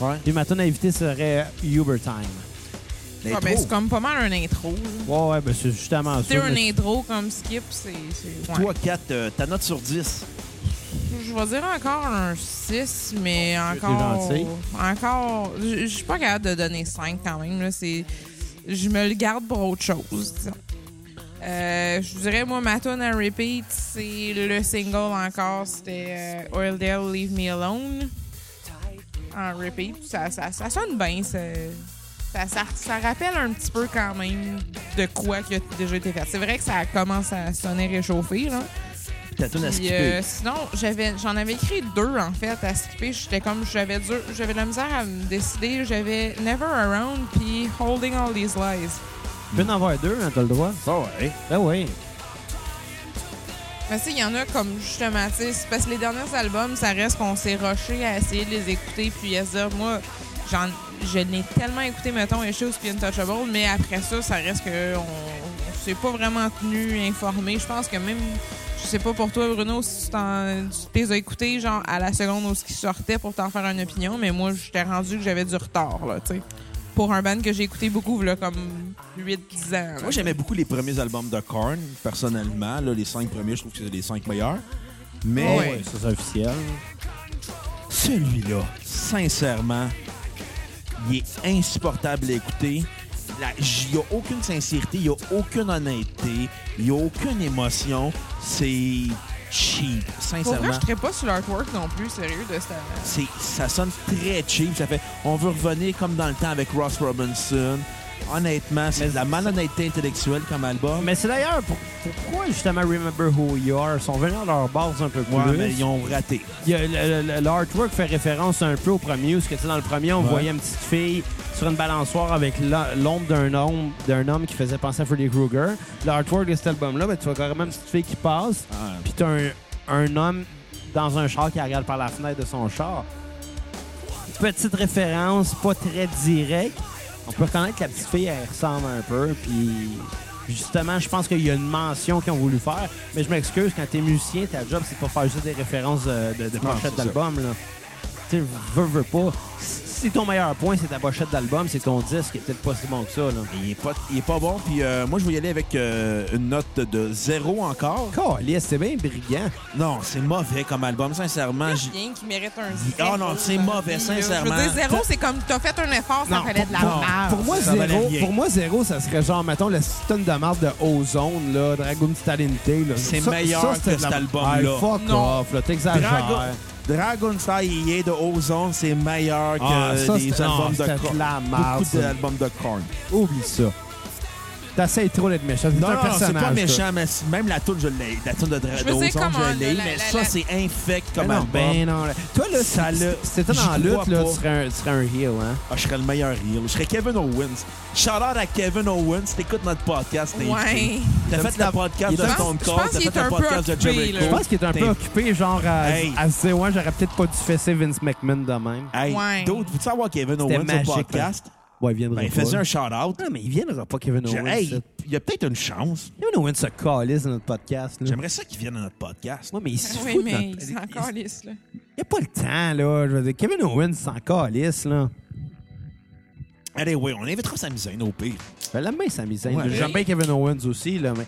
Speaker 1: Ouais.
Speaker 2: Puis ma tune à éviter serait Uber Time.
Speaker 3: Ah,
Speaker 1: L'intro.
Speaker 3: ben, c'est comme pas mal un intro. là.
Speaker 2: Ouais, ouais, ben c'est justement
Speaker 3: Tu sais,
Speaker 2: ça.
Speaker 3: un
Speaker 2: mais-
Speaker 3: intro comme skip, c'est. c'est- ouais.
Speaker 1: Toi, Kat, euh, ta note sur 10.
Speaker 3: Je vais dire encore un 6, mais encore.
Speaker 2: gentil.
Speaker 3: Encore. Je je suis pas capable de donner 5 quand même. Là. C'est- Je me le garde pour autre chose. disons. Euh, je dirais, moi, ma tune à repeat, c'est le single encore. C'était euh, Oil Dale, Leave Me Alone. En repeat. Ça, ça, ça sonne bien. Ça, ça, ça- ça rappelle un petit peu quand même de quoi qui a déjà été fait. C'est vrai que ça commence à sonner réchauffé. Là.
Speaker 1: Ta tune à
Speaker 3: Puis,
Speaker 1: skipper.
Speaker 3: euh, sinon, j'avais, j'en avais écrit deux en fait à skipper. J'étais comme j'avais dur, j'avais de la misère à me décider. J'avais Never Around puis Holding All These Lies.
Speaker 2: Tu peux en avoir deux, hein, t'as le droit.
Speaker 1: Ah ouais.
Speaker 2: Ben oui.
Speaker 3: Mais tu sais, il y en a comme justement, tu sais, c'est parce que les derniers albums, ça reste qu'on s'est rushé à essayer de les écouter puis à se dire, moi, j'en, je n'ai tellement écouté, mettons, Issues puis Untouchable, mais après ça, ça reste que on, on s'est pas vraiment tenu informé. Je pense que même, je sais pas pour toi, Bruno, si tu t'en- tu les as écoutés, genre, à la seconde où ce qui sortait pour t'en faire une opinion, mais moi, j'étais rendu que j'avais du retard, là, tu sais. Pour un band que j'ai écouté beaucoup, là, comme 8-10 ans. là.
Speaker 1: Moi, j'aimais beaucoup les premiers albums de Korn, personnellement. Là, les cinq premiers, je trouve que c'est les cinq meilleurs. Mais
Speaker 3: Ouais.
Speaker 2: Oh, Ça, c'est officiel.
Speaker 1: celui-là, sincèrement, il est insupportable à écouter. La- j- Il n'y a aucune sincérité, il n'y a aucune honnêteté, il n'y a aucune émotion. C'est cheap,
Speaker 3: Pour vrai,
Speaker 1: sincèrement.
Speaker 3: je serais pas sur l'artwork non plus, sérieux, de cette...
Speaker 1: C'est- ça sonne très cheap. Ça fait, on veut revenir comme dans le temps avec Ross Robinson. Honnêtement, c'est de la malhonnêteté intellectuelle comme album.
Speaker 2: Mais c'est d'ailleurs pour- pourquoi justement Remember Who You Are sont venus à leur base un peu plus.
Speaker 1: Ouais, mais ils ont raté.
Speaker 2: Il y a- le- le- L'artwork fait référence un peu au premier, où ce que tu sais, dans le premier, on
Speaker 1: Ouais.
Speaker 2: voyait une petite fille sur une balançoire avec la- l'ombre d'un homme, d'un homme qui faisait penser à Freddy Krueger. L'artwork de cet album-là, ben, tu vois carrément une petite fille qui passe,
Speaker 1: Ah,
Speaker 2: puis t'as un, un homme dans un char qui la regarde par la fenêtre de son char. Petite référence, pas très directe. On peut reconnaître que la petite fille, elle ressemble un peu, puis justement, je pense qu'il y a une mention qu'ils ont voulu faire. Mais je m'excuse, quand t'es musicien, ta job, c'est pas faire juste des références euh, de, de
Speaker 1: Non,
Speaker 2: pochettes
Speaker 1: c'est ça.
Speaker 2: d'album, là. Tu sais, veux, veux pas. Si ton meilleur point, c'est ta pochette d'album, c'est ton disque, qui est peut-être pas si bon que ça, là.
Speaker 1: Il est pas, il est pas bon. Puis euh, moi, je vais y aller avec euh, une note de zéro encore.
Speaker 2: Calice, c'est bien brillant.
Speaker 1: Non, c'est mauvais comme album,
Speaker 2: Ah,
Speaker 1: sincèrement. J-
Speaker 3: Rien qui mérite un
Speaker 1: Ah non,
Speaker 3: zéro
Speaker 1: c'est
Speaker 3: dans la
Speaker 1: mauvais,
Speaker 3: vie, là.
Speaker 1: sincèrement.
Speaker 3: Je veux dire, zéro, c'est comme t'as fait un effort, ça
Speaker 2: Non,
Speaker 3: fallait de la
Speaker 2: pour-
Speaker 1: non.
Speaker 3: marge.
Speaker 2: Pour moi,
Speaker 1: ça valait
Speaker 2: zéro,
Speaker 1: rien.
Speaker 2: pour moi, zéro, ça serait genre, mettons, la tonne de marde de Ozone, là, Dragon Stalinité. là.
Speaker 1: C'est
Speaker 2: Ça-
Speaker 1: meilleur
Speaker 2: ça, c'était
Speaker 1: que
Speaker 2: de la-
Speaker 1: cet album-là.
Speaker 2: Hey, fuck
Speaker 3: Non.
Speaker 2: off, là, t'exagères.
Speaker 1: Dragon- Dragon Style EA de Ozone, c'est meilleur que
Speaker 2: Ah, ça,
Speaker 1: les
Speaker 2: c'était- non,
Speaker 1: albums
Speaker 2: c'était
Speaker 1: de Korn.
Speaker 2: de la merde,
Speaker 1: Beaucoup
Speaker 2: ça.
Speaker 1: d'albums de Korn.
Speaker 2: Oublie ça. T'essayes trop d'être méchant. T'es
Speaker 1: Non,
Speaker 2: un
Speaker 1: non, c'est
Speaker 2: personnage.
Speaker 1: pas
Speaker 2: toi.
Speaker 1: méchant, mais c- même la toune, je l'ai. La toune de Dragon
Speaker 3: Je veux dire, comment,
Speaker 1: je l'ai,
Speaker 3: là, la-
Speaker 1: mais
Speaker 3: la-
Speaker 1: ça,
Speaker 3: la-
Speaker 1: c'est infect
Speaker 2: Mais
Speaker 1: comme
Speaker 2: non,
Speaker 1: album.
Speaker 2: ben non, là. Toi, là,
Speaker 1: Ça,
Speaker 2: si-
Speaker 1: là,
Speaker 2: si t'étais dans
Speaker 1: j'y crois
Speaker 2: la lutte, là,
Speaker 1: pas.
Speaker 2: tu serais, un, tu serais un heel, hein?
Speaker 1: Ah, je serais le meilleur heel. Je serais Kevin Owens. Shout out à Kevin Owens. T'écoutes notre podcast. t'es invité.
Speaker 3: Ouais.
Speaker 1: T'as fait le podcast
Speaker 2: Il
Speaker 1: de
Speaker 2: est-
Speaker 1: Stone
Speaker 3: je
Speaker 1: Cold.
Speaker 3: pense
Speaker 1: T'as
Speaker 3: qu'il
Speaker 1: fait
Speaker 3: est
Speaker 1: le
Speaker 3: un peu
Speaker 1: podcast de
Speaker 3: occupé,
Speaker 1: Jericho.
Speaker 3: là.
Speaker 2: Je pense qu'il est un
Speaker 1: T'es-
Speaker 2: peu occupé, genre, à,
Speaker 1: Hey.
Speaker 2: à se dire, ouais, j'aurais peut-être pas dû fesser Vince McMahon de même.
Speaker 1: Hey,
Speaker 3: Ouais.
Speaker 1: d'autres, veux-tu savoir Kevin
Speaker 2: C'était
Speaker 1: Owens
Speaker 2: magique,
Speaker 1: au podcast?
Speaker 2: Ouais, il viendra
Speaker 1: Ben,
Speaker 2: pas.
Speaker 1: faisait un shout-out.
Speaker 2: Non, mais il viendra pas, Kevin
Speaker 1: Je-
Speaker 2: Owens.
Speaker 1: Hey,
Speaker 2: ça.
Speaker 1: il y a peut-être une chance.
Speaker 2: Kevin Owens se calisse dans notre podcast. là.
Speaker 1: J'aimerais ça qu'il vienne à notre podcast.
Speaker 2: Ouais, mais il se
Speaker 3: Oui,
Speaker 2: fout de
Speaker 3: mais
Speaker 2: notre-
Speaker 3: c'est encore lisse, là.
Speaker 2: Il n'y a pas le temps, là. Je veux dire, Kevin Owens, c'est encore lisse, là.
Speaker 1: Allez, oui, on invitera sa misaine au pire.
Speaker 2: Ben, la main, ça m'isane.
Speaker 1: Ouais,
Speaker 2: J'aime bien Kevin Owens aussi, là, mais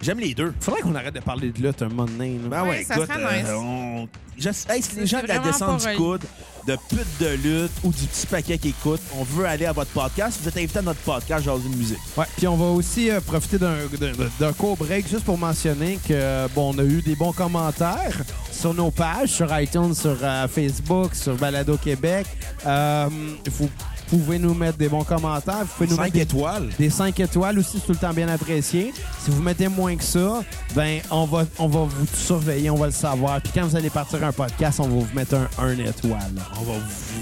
Speaker 1: J'aime les deux.
Speaker 2: faudrait qu'on arrête de parler de lutte un moment donné, là.
Speaker 1: Ben
Speaker 3: Ouais,
Speaker 1: ouais,
Speaker 3: ça
Speaker 1: écoute,
Speaker 3: serait nice.
Speaker 1: on- je- hey, si les
Speaker 3: C'est
Speaker 1: gens de la
Speaker 3: vraiment
Speaker 1: descente
Speaker 3: pas
Speaker 1: du coude, de pute de lutte ou du petit paquet qui écoute, on veut aller à votre podcast. Vous êtes invité à notre podcast Jaser de musique.
Speaker 2: Ouais, puis on va aussi euh, profiter d'un- d'un d'un court break juste pour mentionner que euh, bon, on a eu des bons commentaires sur nos pages, sur iTunes, sur euh, Facebook, sur Balado Québec. Euh, vous pouvez nous mettre des bons commentaires, vous pouvez nous
Speaker 1: Cinq
Speaker 2: mettre des-
Speaker 1: étoiles.
Speaker 2: Des 5 étoiles aussi, c'est tout le temps bien apprécié. Si vous mettez moins que ça, ben on va, on va vous surveiller, on va le savoir. Puis quand vous allez partir un podcast, on va vous mettre un 1 étoile.
Speaker 1: On va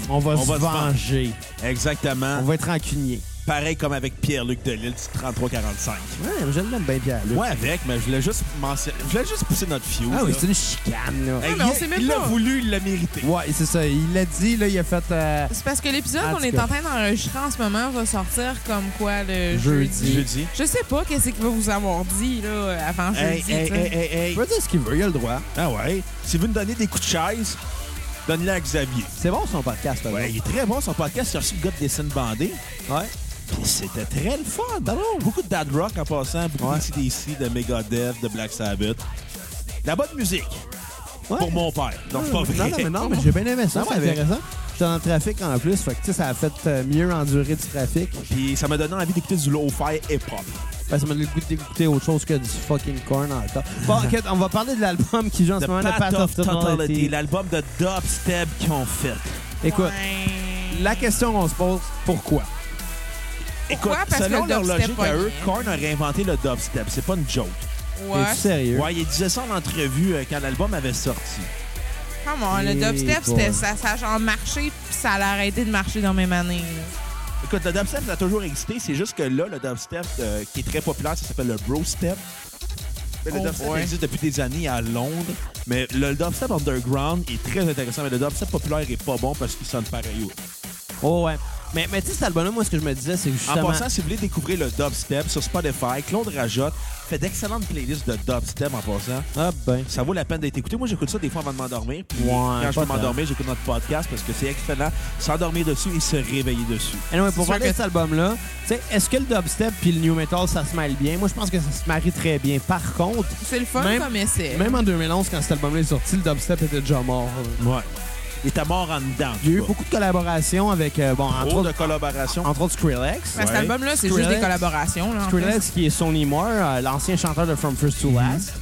Speaker 2: On va
Speaker 1: On
Speaker 2: se
Speaker 1: va se
Speaker 2: venger. Ah.
Speaker 1: Exactement.
Speaker 2: On va être rancunier.
Speaker 1: Pareil comme avec Pierre-Luc Delisle du 3345.
Speaker 2: Ouais, je l'aime bien, Pierre.
Speaker 1: Moi avec, mais je voulais juste mentionner- je voulais juste pousser notre fio.
Speaker 2: Ah oui, c'est une chicane, là.
Speaker 3: Ah, mais on sait même
Speaker 1: il l'a
Speaker 3: pas.
Speaker 1: voulu, il l'a mérité.
Speaker 2: Ouais, c'est ça. Il l'a dit, là, il a fait euh,
Speaker 3: C'est parce que l'épisode
Speaker 2: En
Speaker 3: qu'on
Speaker 2: tout
Speaker 3: est
Speaker 2: cas.
Speaker 3: en train d'enregistrer en ce moment va sortir comme quoi le
Speaker 2: Jeudi.
Speaker 3: jeudi.
Speaker 1: Jeudi.
Speaker 3: Je sais pas qu'est-ce qu'il va vous avoir dit là, avant
Speaker 1: Hey,
Speaker 3: jeudi.
Speaker 1: hey,
Speaker 3: tu sais.
Speaker 1: hey, hey, hey.
Speaker 2: Il peut dire ce qu'il veut, il a le droit.
Speaker 1: Ah ouais. Si vous me donnez des coups de chaise, donnez-les à Xavier.
Speaker 2: C'est bon son podcast, là.
Speaker 1: Ouais, il est très bon son podcast. Il a reçu le gars de Dessin Bandé.
Speaker 2: Ouais. Ah
Speaker 1: Puis C'était très le fun. Beaucoup de dad rock en passant. Beaucoup
Speaker 2: Ouais.
Speaker 1: de CDC, de Megadeth, de Black Sabbath. De la bonne musique
Speaker 2: Ouais.
Speaker 1: pour mon père. Donc, c'est pas vrai.
Speaker 2: Non, non, mais non, mais j'ai bien aimé ça.
Speaker 1: Non,
Speaker 2: C'est
Speaker 1: mais avec-
Speaker 2: intéressant. J'étais dans le trafic en plus, fait que tu sais, ça a fait euh, mieux endurer du trafic.
Speaker 1: Puis ça m'a donné envie d'écouter du low-fi hip-hop.
Speaker 2: Parce que Ben, ça m'a donné le goût d'écouter autre chose que du fucking corn en temps. Bon, ok, on va parler de l'album qui joue en
Speaker 1: The
Speaker 2: ce moment, The Path of Totality.
Speaker 1: l'album de dubstep qu'ils ont fait.
Speaker 2: Écoute,
Speaker 3: Ouais.
Speaker 2: la question qu'on se pose, pourquoi?
Speaker 1: Écoute,
Speaker 3: Parce que
Speaker 1: selon
Speaker 3: le
Speaker 1: leur
Speaker 3: dubstep
Speaker 1: logique à eux,
Speaker 3: pognait.
Speaker 1: Korn a réinventé le dubstep. C'est pas une joke.
Speaker 3: Ouais.
Speaker 2: Es-tu sérieux?
Speaker 1: Ouais, il disait ça en entrevue euh, quand l'album avait sorti.
Speaker 3: Come on, le
Speaker 2: Hey, boy.
Speaker 3: dubstep, c'était ça, ça a genre marché, puis ça a arrêté de marcher dans mes années. là.
Speaker 1: Écoute, le dubstep, ça a toujours existé. C'est juste que là, le dubstep, euh, qui est très populaire, ça s'appelle le bro step. Mais le
Speaker 3: Oh
Speaker 1: dubstep
Speaker 3: boy.
Speaker 1: existe depuis des années à Londres. Mais le dubstep underground est très intéressant. Mais le dubstep populaire est pas bon parce qu'il sonne pareil. ouais.
Speaker 2: Oh ouais. Mais, mais tu sais, cet album-là, moi, ce que je me disais, c'est que
Speaker 1: En
Speaker 2: justement...
Speaker 1: passant, si vous voulez découvrir le dubstep sur Spotify, Claude Rajotte fait d'excellentes playlists de dubstep en passant.
Speaker 2: Ah ben...
Speaker 1: Ça vaut la peine d'être écouté. Moi, j'écoute ça des fois avant de m'endormir. Puis
Speaker 2: Ouais,
Speaker 1: quand je
Speaker 2: pas
Speaker 1: peux
Speaker 2: tant.
Speaker 1: m'endormir, j'écoute notre podcast parce que c'est excellent. S'endormir dessus et se réveiller dessus.
Speaker 2: Anyway, pour
Speaker 3: C'est sûr
Speaker 2: parler de
Speaker 3: que-
Speaker 2: cet album-là, tu sais, est-ce que le dubstep puis le new metal, ça se mêle bien? Moi, je pense que ça se marie très bien. Par contre,
Speaker 3: C'est le fun
Speaker 2: Même-
Speaker 3: comme essai.
Speaker 2: même
Speaker 4: en 2011, quand cet album-là est sorti, le dubstep était déjà mort.
Speaker 1: Ouais. Il était mort en dedans. en
Speaker 2: il y a eu
Speaker 1: tout cas.
Speaker 2: beaucoup de collaborations avec, euh, bon, entre,
Speaker 1: Trop
Speaker 2: autres,
Speaker 1: de collaboration.
Speaker 2: entre autres Skrillex.
Speaker 3: Parce que
Speaker 1: Ouais.
Speaker 3: Cet album-là, c'est
Speaker 2: Skrillex.
Speaker 3: juste des collaborations. Là, en fait.
Speaker 2: Skrillex, qui est Sonny Moore, euh, l'ancien chanteur de From First
Speaker 3: Mhm.
Speaker 2: to Last,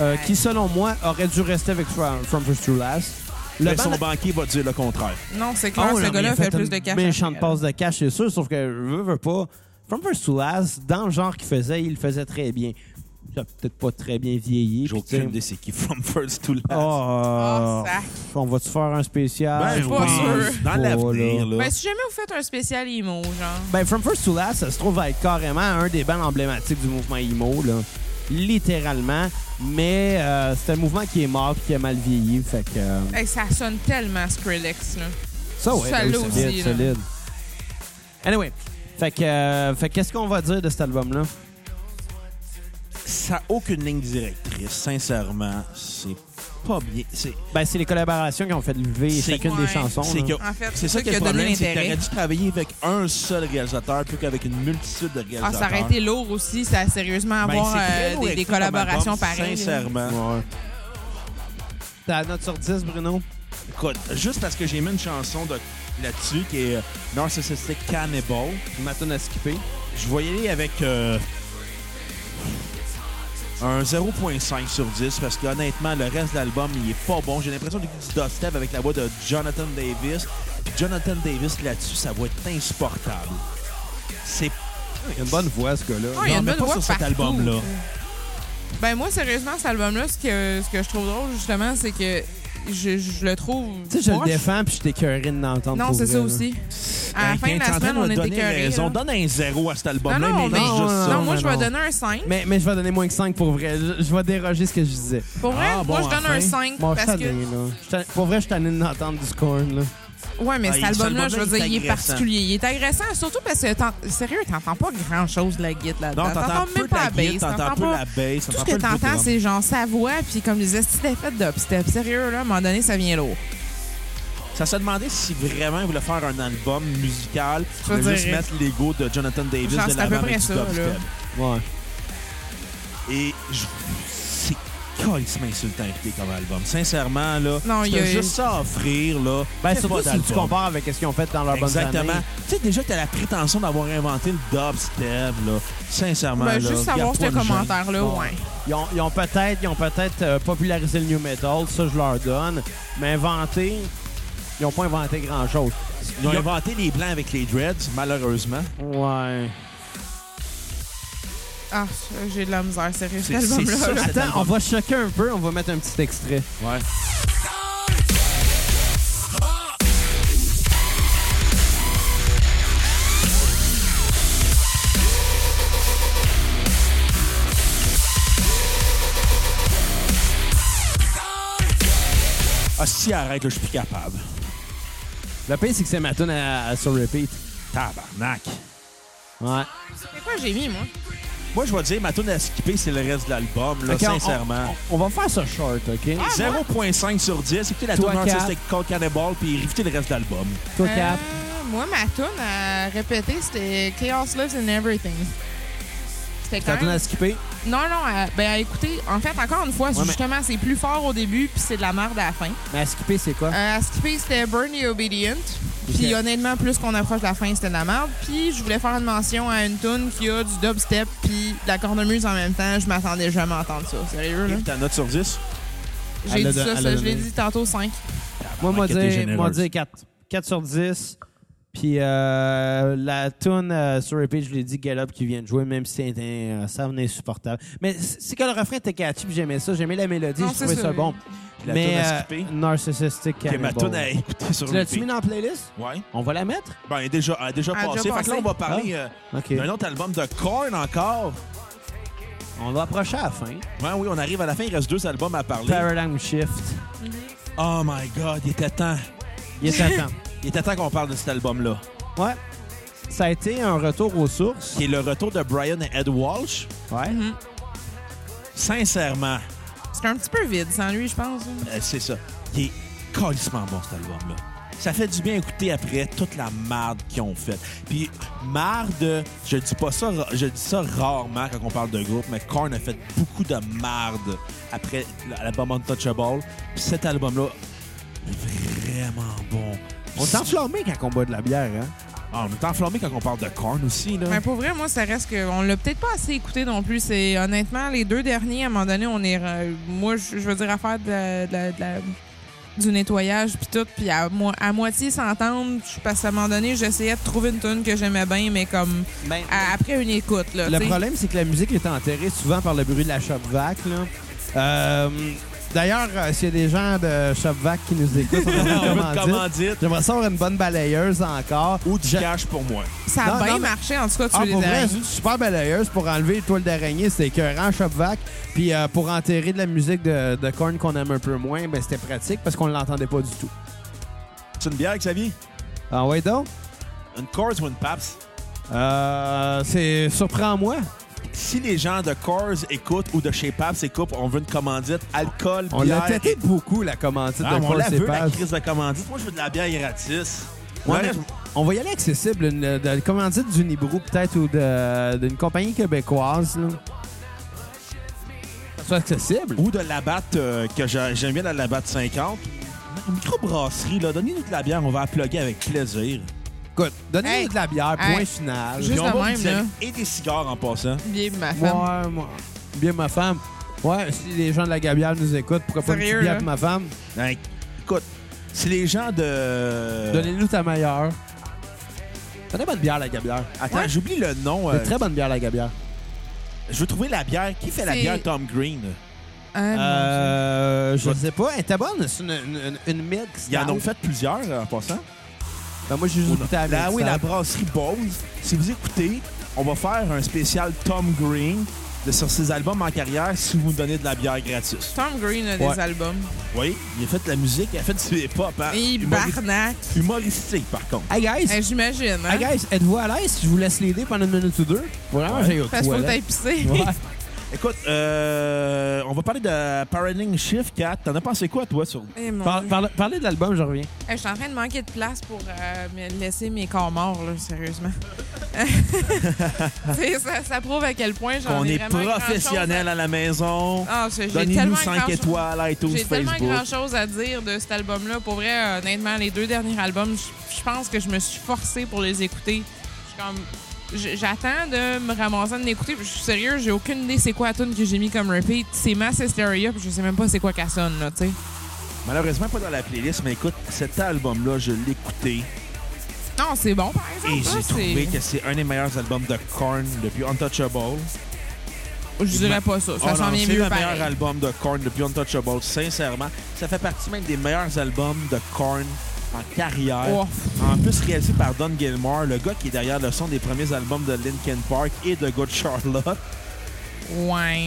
Speaker 2: euh,
Speaker 3: Ouais.
Speaker 2: qui, selon moi, aurait dû rester avec From, From First to Last. Le
Speaker 3: Ben,
Speaker 1: Mais
Speaker 2: band-
Speaker 1: son banquier va dire le contraire.
Speaker 3: Non, c'est
Speaker 2: Ah
Speaker 3: clair,
Speaker 2: ouais,
Speaker 3: ce
Speaker 2: non, mais il
Speaker 3: gars-là
Speaker 2: a
Speaker 3: fait,
Speaker 2: fait
Speaker 3: plus
Speaker 2: une
Speaker 3: de cash.
Speaker 2: belle
Speaker 3: après,
Speaker 2: champ de
Speaker 3: là.
Speaker 2: passe de cash, c'est sûr, sauf que veux, veux pas. From First to Last, dans le genre qu'il faisait, il le faisait très bien. Il a peut-être pas très bien vieilli.
Speaker 1: J'ai
Speaker 2: puis tu sais-
Speaker 1: aucune idée c'est qui. From first to last.
Speaker 2: Oh,
Speaker 3: Oh, sac.
Speaker 2: on va-tu faire un spécial?
Speaker 1: Ah, Ben
Speaker 3: suis pas
Speaker 1: oui,
Speaker 3: sûr.
Speaker 1: dans l'avenir, là.
Speaker 3: Ben, si jamais vous faites un spécial emo, genre.
Speaker 2: Ben, From First to Last, ça se trouve à être carrément un des bands emblématiques du mouvement emo, là. Littéralement. Mais euh, c'est un mouvement qui est mort puis qui a mal vieilli. Fait que. euh,
Speaker 3: Hey, ça sonne tellement Skrillex, là.
Speaker 2: ça, ouais,
Speaker 3: ça
Speaker 2: ben,
Speaker 3: l'a
Speaker 2: solide,
Speaker 3: aussi, là.
Speaker 2: solide. Anyway. Fait que, euh, fait que qu'est-ce qu'on va dire de cet album-là?
Speaker 1: Ça n'a aucune ligne directrice. Sincèrement, c'est pas bien. C'est
Speaker 2: Ben, c'est les collaborations qui ont fait lever
Speaker 1: C'est-
Speaker 2: chacune des
Speaker 3: Ouais.
Speaker 2: chansons.
Speaker 1: c'est
Speaker 2: là.
Speaker 1: que-
Speaker 3: En fait,
Speaker 1: c'est ça qui est
Speaker 3: a
Speaker 1: le
Speaker 3: donné
Speaker 1: problème. C'est que t'aurais
Speaker 3: l'intérêt.
Speaker 1: dû travailler avec un seul réalisateur plutôt qu'avec une multitude de
Speaker 3: Ah,
Speaker 1: réalisateurs.
Speaker 3: ça aurait été lourd aussi, ça, sérieusement,
Speaker 1: Ben,
Speaker 3: avoir
Speaker 1: c'est très
Speaker 3: euh,
Speaker 1: lourd
Speaker 3: des,
Speaker 1: écrit
Speaker 3: des
Speaker 1: comme album,
Speaker 3: collaborations pareilles. là.
Speaker 1: Sincèrement.
Speaker 2: Ouais. T'as la note sur 10, Bruno?
Speaker 1: Écoute, juste parce que j'ai mis une chanson de là-dessus qui est euh, Narcissistic Cannibal,
Speaker 2: Ma tonne à skipper.
Speaker 1: je vais y aller avec euh, un 0.5 sur 10 parce que honnêtement, le reste de l'album, il est pas bon. J'ai l'impression d'écouter du dubstep avec la voix de Jonathan Davis. Puis Jonathan Davis là-dessus, ça va être insupportable. C'est
Speaker 4: Il a une bonne voix, ce gars-là.
Speaker 3: Ouais, il y
Speaker 1: Non,
Speaker 3: a une
Speaker 1: mais
Speaker 3: bonne
Speaker 1: pas
Speaker 3: voix
Speaker 1: sur cet
Speaker 3: partout.
Speaker 1: album-là.
Speaker 3: Ben moi, sérieusement, cet album-là, ce que, ce que je trouve drôle, justement, c'est que je, je le trouve.
Speaker 2: Tu sais, je le
Speaker 3: proche.
Speaker 2: défends puis je t'écœurine d'entendre.
Speaker 3: Non,
Speaker 2: pour
Speaker 3: c'est
Speaker 2: vrai,
Speaker 3: ça
Speaker 2: là.
Speaker 3: aussi. À la
Speaker 1: Hey,
Speaker 3: fin de la
Speaker 1: Quentin
Speaker 3: semaine, on
Speaker 1: va
Speaker 3: est
Speaker 1: donner
Speaker 3: écœurés.
Speaker 1: raison.
Speaker 3: là.
Speaker 1: Donne un zéro à cet album-là,
Speaker 3: Non, non,
Speaker 1: mais
Speaker 3: mais-
Speaker 1: juste
Speaker 2: non,
Speaker 1: ça.
Speaker 3: Non, moi,
Speaker 2: mais
Speaker 3: je vais
Speaker 2: non.
Speaker 3: donner un 5.
Speaker 2: Mais, mais je vais donner moins que 5 pour vrai. Je, je vais déroger ce que je disais.
Speaker 3: Pour vrai,
Speaker 1: Ah,
Speaker 3: moi,
Speaker 1: bon,
Speaker 3: je donne
Speaker 1: enfin.
Speaker 3: un 5
Speaker 2: Bon, je suis
Speaker 3: parce que.
Speaker 2: tanné, là. Je suis tanné- Pour vrai, je suis tanné d'entendre du scorn, là.
Speaker 3: Ouais, mais
Speaker 1: Ah,
Speaker 3: cet
Speaker 1: il- cet
Speaker 3: album-là, je
Speaker 1: album-là,
Speaker 3: veux dire,
Speaker 1: il est
Speaker 3: il est
Speaker 1: agressant.
Speaker 3: particulier. Il est agressant, surtout parce que, t'en- sérieux, t'entends pas grand-chose de la guitare là-dedans.
Speaker 1: Non, t'entends peu
Speaker 3: même
Speaker 1: de
Speaker 3: pas
Speaker 1: la
Speaker 3: la
Speaker 1: guitare,
Speaker 3: bass.
Speaker 1: t'entends
Speaker 3: T'entends
Speaker 1: peu
Speaker 3: pas.
Speaker 1: la bass,
Speaker 3: Tout ce
Speaker 1: t'entends
Speaker 3: que
Speaker 1: peu le beat
Speaker 3: t'entends,
Speaker 1: drum.
Speaker 3: c'est genre sa voix, puis comme les estis d'effets d'upstep. Sérieux, là, à un moment donné, ça vient lourd.
Speaker 1: Ça se demandait si vraiment ils voulaient faire un album musical,
Speaker 3: Je
Speaker 1: mais
Speaker 3: dirais.
Speaker 1: juste mettre l'ego de Jonathan Davis
Speaker 3: Genre,
Speaker 1: de
Speaker 3: c'est à
Speaker 1: l'avant
Speaker 3: peu près
Speaker 1: avec du
Speaker 3: ça,
Speaker 1: dubstep.
Speaker 3: là.
Speaker 2: Ouais.
Speaker 1: Et je- c'est calissement insultant à écouter comme album. Sincèrement, là,
Speaker 3: Non,
Speaker 1: tu
Speaker 3: il y
Speaker 1: as
Speaker 3: a-
Speaker 1: juste ça à offrir, là.
Speaker 2: Ben,
Speaker 1: Fais
Speaker 2: surtout
Speaker 1: pas
Speaker 2: si tu
Speaker 1: d'album.
Speaker 2: compares avec ce qu'ils ont fait dans leur bonne années.
Speaker 1: Exactement. Tu sais, déjà, t'as la prétention d'avoir inventé le dubstep, là. Sincèrement,
Speaker 3: Ben,
Speaker 1: là.
Speaker 3: juste savoir
Speaker 1: garde-toi
Speaker 3: ce
Speaker 1: une gêne.
Speaker 3: commentaire-là,
Speaker 2: Bon.
Speaker 3: ouais.
Speaker 2: Ils ont, ils ont peut-être ils ont peut-être euh, popularisé le new metal, ça je leur donne, mais inventé, ils ont pas inventé grand-chose.
Speaker 1: Ils ont inventé les blancs avec les dreads, malheureusement.
Speaker 2: Ouais.
Speaker 3: Ah, ça, j'ai de la misère, sérieux, cet
Speaker 1: C'est- c'est ça.
Speaker 3: album-là. là.
Speaker 2: Attends, on va choquer un peu, on va mettre un petit extrait.
Speaker 1: Ouais. Ah, si, arrête, là, je suis plus capable.
Speaker 2: Le pire, c'est que c'est ma tune à, à sur repeat.
Speaker 1: Tabarnak.
Speaker 2: Ouais.
Speaker 3: C'est quoi j'ai mis, moi?
Speaker 1: Moi, je vais dire, ma tune à skipper, c'est le reste de l'album, là,
Speaker 2: Ok, on-
Speaker 1: sincèrement. Ah,
Speaker 2: On, va faire ça short, OK?
Speaker 1: 0.5 sur 10, écoutez la tune
Speaker 2: Ah, Toi, Hein? Kat.
Speaker 1: artistique Cold Cannibal, puis évitez le reste de l'album.
Speaker 2: Toi,
Speaker 3: Euh,
Speaker 2: Cap.
Speaker 3: moi, ma tune à répéter, c'était Chaos Lives in Everything. C'était
Speaker 2: Ta
Speaker 3: quand
Speaker 2: tune
Speaker 1: hein?
Speaker 3: même...
Speaker 2: à skipper?
Speaker 3: Non, non, à- ben écoutez, en fait, encore une fois,
Speaker 2: mais-
Speaker 3: justement, c'est plus fort au début, puis c'est de la merde à la fin.
Speaker 2: Mais à skipper, c'est quoi?
Speaker 3: Euh, à skipper, c'était Burn the Obedient. Puis
Speaker 2: Ok.
Speaker 3: honnêtement, plus qu'on approche de la fin, c'était de la merde. Puis je voulais faire une mention à une tune qui a du dubstep puis de la cornemuse en même temps. Je m'attendais jamais à entendre ça. Sérieux, là?
Speaker 1: Et ta note sur 10?
Speaker 3: J'ai
Speaker 2: Elle
Speaker 3: dit
Speaker 2: l'a don-
Speaker 3: ça,
Speaker 2: elle
Speaker 3: ça,
Speaker 2: l'a
Speaker 3: je l'ai
Speaker 2: donné.
Speaker 3: dit tantôt 5.
Speaker 2: Moi, moi,
Speaker 1: T'es
Speaker 2: dire,
Speaker 1: généreuse.
Speaker 2: moi, dire 4. 4 sur 10. Puis euh, la tune euh, sur repeat, je l'ai dit, Galop qui vient de jouer, même si c'était euh, ça venait insupportable. Mais c- c'est que le refrain était catchy, puis j'aimais ça. J'aimais la mélodie,
Speaker 3: Non,
Speaker 2: je
Speaker 3: c'est
Speaker 2: trouvais
Speaker 3: ça,
Speaker 2: ça
Speaker 3: oui.
Speaker 2: bon.
Speaker 1: La
Speaker 2: mais
Speaker 1: tune à
Speaker 2: euh,
Speaker 1: skipper,
Speaker 2: Narcissistic
Speaker 1: qui est ma
Speaker 2: Cannibal.
Speaker 1: tune à écouter sur
Speaker 2: Tu
Speaker 1: le
Speaker 2: l'as-tu mis dans la playlist?
Speaker 1: Ouais.
Speaker 2: On va la mettre?
Speaker 1: Ben, elle est déjà, elle est déjà
Speaker 3: Elle a
Speaker 1: passée.
Speaker 3: déjà
Speaker 1: Fait que là,
Speaker 3: passé.
Speaker 1: on va parler euh,
Speaker 2: Ah, OK.
Speaker 1: d'un autre album de Korn encore.
Speaker 2: On va approcher à la fin.
Speaker 1: Ouais, oui, on arrive à la fin. Il reste deux albums à parler.
Speaker 2: Paradigm Shift.
Speaker 1: Oh my God, il était temps.
Speaker 2: Il est à temps.
Speaker 1: Il était temps qu'on parle de cet album-là.
Speaker 5: Ouais. Ça a été un retour aux sources.
Speaker 1: Qui est le retour de Brian et Ed Walsh.
Speaker 5: Ouais.
Speaker 3: Mhm.
Speaker 1: Sincèrement,
Speaker 3: C'était un petit peu vide sans lui, je pense. hein. là.
Speaker 1: euh, c'est ça. Qui est calissement bon, cet album-là. Ça fait du bien écouter après toute la marde qu'ils ont faite. Puis, marde, je dis pas ça, ra- je dis ça rarement quand on parle de groupe, mais Korn a fait beaucoup de marde après l'album Untouchable. Puis cet album-là, vraiment bon.
Speaker 2: On s'est enflammé quand on boit de la bière, hein?
Speaker 1: Ah, on est enflammé quand on parle de Korn aussi, là.
Speaker 3: Mais Ben, pour vrai, moi, ça reste que. On l'a peut-être pas assez écouté non plus. C'est honnêtement, les deux derniers, à un moment donné, on est. re- Moi, je je veux dire, à faire de la- de la- de la- du nettoyage, puis tout, puis à, mo- à moitié s'entendre, je- parce qu'à un moment donné, j'essayais de trouver une tune que j'aimais bien, mais comme
Speaker 5: Ben,
Speaker 3: à- après une écoute,
Speaker 1: Euh,
Speaker 3: là.
Speaker 5: Le
Speaker 3: tu sais.
Speaker 5: problème, c'est que la musique est enterrée souvent par le bruit de la shop vac. là. Euh,
Speaker 2: D'ailleurs, euh, s'il y a des gens de Shopvac qui nous écoutent, on a
Speaker 1: On veut
Speaker 2: une
Speaker 1: une
Speaker 2: commandite.
Speaker 1: commandite
Speaker 2: J'aimerais ça avoir une bonne balayeuse encore.
Speaker 1: ou du cash pour moi.
Speaker 3: Ça a
Speaker 2: Non,
Speaker 3: bien
Speaker 2: non, mais-
Speaker 3: marché, en tout cas, tu
Speaker 2: Ah,
Speaker 3: les
Speaker 2: pour vrai,
Speaker 3: derniers.
Speaker 2: c'est une super balayeuse pour enlever les toiles d'araignée, c'était écœurant, Shopvac. Puis euh, pour enterrer de la musique de, de Korn qu'on aime un peu moins, ben, c'était pratique parce qu'on l'entendait pas du tout.
Speaker 1: C'est une bière, Xavier?
Speaker 2: Ah ouais donc?
Speaker 1: Une Coors ou une Paps?
Speaker 2: Euh, c'est surprends-moi.
Speaker 1: Si les gens de Coors écoutent ou de chez Paps écoutent, on veut une commandite, alcool,
Speaker 2: On l'a
Speaker 1: bière.
Speaker 2: têté beaucoup, la commandite
Speaker 1: Ah,
Speaker 2: de
Speaker 1: on
Speaker 2: Paul
Speaker 1: la veut, la
Speaker 2: Cépage.
Speaker 1: crise de commandite. Moi, je veux de la bière gratis.
Speaker 2: Ouais,
Speaker 1: Ouais,
Speaker 2: mais on va y aller accessible, une, de la commandite du Nibrou peut-être ou de- d'une compagnie québécoise. Là. Ça soit accessible.
Speaker 1: Ou de la batte euh, que j'a- j'aime bien, la labatte 50. Une microbrasserie, là. Donnez-nous de la bière, on va la plugger avec plaisir.
Speaker 2: Écoute, donnez-nous
Speaker 3: Hey,
Speaker 2: de la bière,
Speaker 3: hey,
Speaker 2: point final.
Speaker 3: Juste
Speaker 1: Puis on
Speaker 3: de
Speaker 1: va
Speaker 3: même,
Speaker 1: vous aller-
Speaker 3: là.
Speaker 1: Et des cigares en passant.
Speaker 3: Bien, ma femme.
Speaker 2: Ouais, moi, bien ma femme. Ouais, si les gens de la Gabiale nous écoutent, pourquoi pas une
Speaker 3: Sérieux, hein?
Speaker 2: petite bière
Speaker 3: là?
Speaker 2: pour ma femme?
Speaker 1: Hey, Hein? écoute, si les gens de...
Speaker 2: Donnez-nous ta meilleure. T'as des bonnes bières, la Gabière.
Speaker 1: Attends,
Speaker 3: Ouais.
Speaker 1: j'oublie le nom.
Speaker 2: T'as
Speaker 1: euh,
Speaker 2: des très bonne bière, la Gabière.
Speaker 1: Je veux trouver la bière. Qui fait la
Speaker 3: C'est-
Speaker 1: bière Tom Green?
Speaker 3: Ah, mon Dieu.
Speaker 2: Euh, je sais pas. Elle était bonne. C'est une, une, une- une mix.
Speaker 1: Ils en ont fait plusieurs euh, en passant.
Speaker 2: Ben, moi, j'ai juste goûté à la
Speaker 3: Ah
Speaker 1: Là, ah
Speaker 2: mix,
Speaker 1: oui,
Speaker 2: hein.
Speaker 1: la brasserie Bose. Si vous écoutez, on va faire un spécial Tom Green de, sur ses albums en carrière si vous me donnez de la bière gratis.
Speaker 3: Tom Green a
Speaker 1: Ouais.
Speaker 3: des albums.
Speaker 1: Oui, il a fait de la musique, il a fait du hip-hop.
Speaker 2: Ah,
Speaker 1: Hein?
Speaker 3: Et
Speaker 1: Humori-
Speaker 3: Barnac.
Speaker 1: Humoristique, par contre.
Speaker 2: Hey, guys.
Speaker 3: Eh, J'imagine. Hein?
Speaker 2: Hey, guys, êtes-vous à l'aise si je vous laisse l'aider pendant une minute ou deux? Vraiment,
Speaker 1: Ouais.
Speaker 2: j'ai au
Speaker 3: Parce qu'il faut
Speaker 2: toilette.
Speaker 3: t'épicer.
Speaker 2: Ouais.
Speaker 1: Écoute, euh, on va parler de Parenting Shift 4. T'en as pensé quoi, toi, sur...
Speaker 3: Eh, mon
Speaker 5: par-
Speaker 3: Dieu.
Speaker 5: parle- parlez de l'album, je reviens.
Speaker 3: Eh, je suis en train de manquer de place pour euh, me laisser mes corps morts, là, sérieusement. C'est- ça, ça prouve à quel point j'en
Speaker 1: Qu'on
Speaker 3: ai
Speaker 1: est
Speaker 3: vraiment grand-chose à-
Speaker 1: professionnel à la maison.
Speaker 3: Ah, j'ai j'ai
Speaker 1: Donnez-nous
Speaker 3: tellement
Speaker 1: 5
Speaker 3: grand-chose-
Speaker 1: étoiles à iTunes,
Speaker 3: J'ai tellement
Speaker 1: Facebook.
Speaker 3: grand chose à dire de cet album-là. Pour vrai, honnêtement, les deux derniers albums, je- je pense que je me suis forcée pour les écouter. Je suis comme- j- J'attends de me ramasser de l'écouter. puis Je suis sérieux, j'ai aucune idée c'est quoi la tune que j'ai mis comme repeat. C'est Mass Hysteria, puis je sais même pas c'est quoi qu'elle sonne, là, tu sais.
Speaker 1: Malheureusement, pas dans la playlist, mais écoute, cet album-là, je l'ai écouté.
Speaker 3: Non, c'est bon, par exemple.
Speaker 1: Et
Speaker 3: hein,
Speaker 1: j'ai
Speaker 3: c'est-
Speaker 1: trouvé que c'est un des meilleurs albums de Korn depuis Untouchable.
Speaker 3: Je dirais pas ça. Ça
Speaker 1: Oh non,
Speaker 3: sent bien
Speaker 1: c'est
Speaker 3: mieux
Speaker 1: le meilleur
Speaker 3: pareil.
Speaker 1: album de Korn depuis Untouchable, sincèrement. Ça fait partie même des meilleurs albums de Korn en carrière.
Speaker 3: Oh,
Speaker 1: En plus réalisé par Don Gilmore, le gars qui est derrière le son des premiers albums de Linkin Park et de Good Charlotte.
Speaker 3: ouais.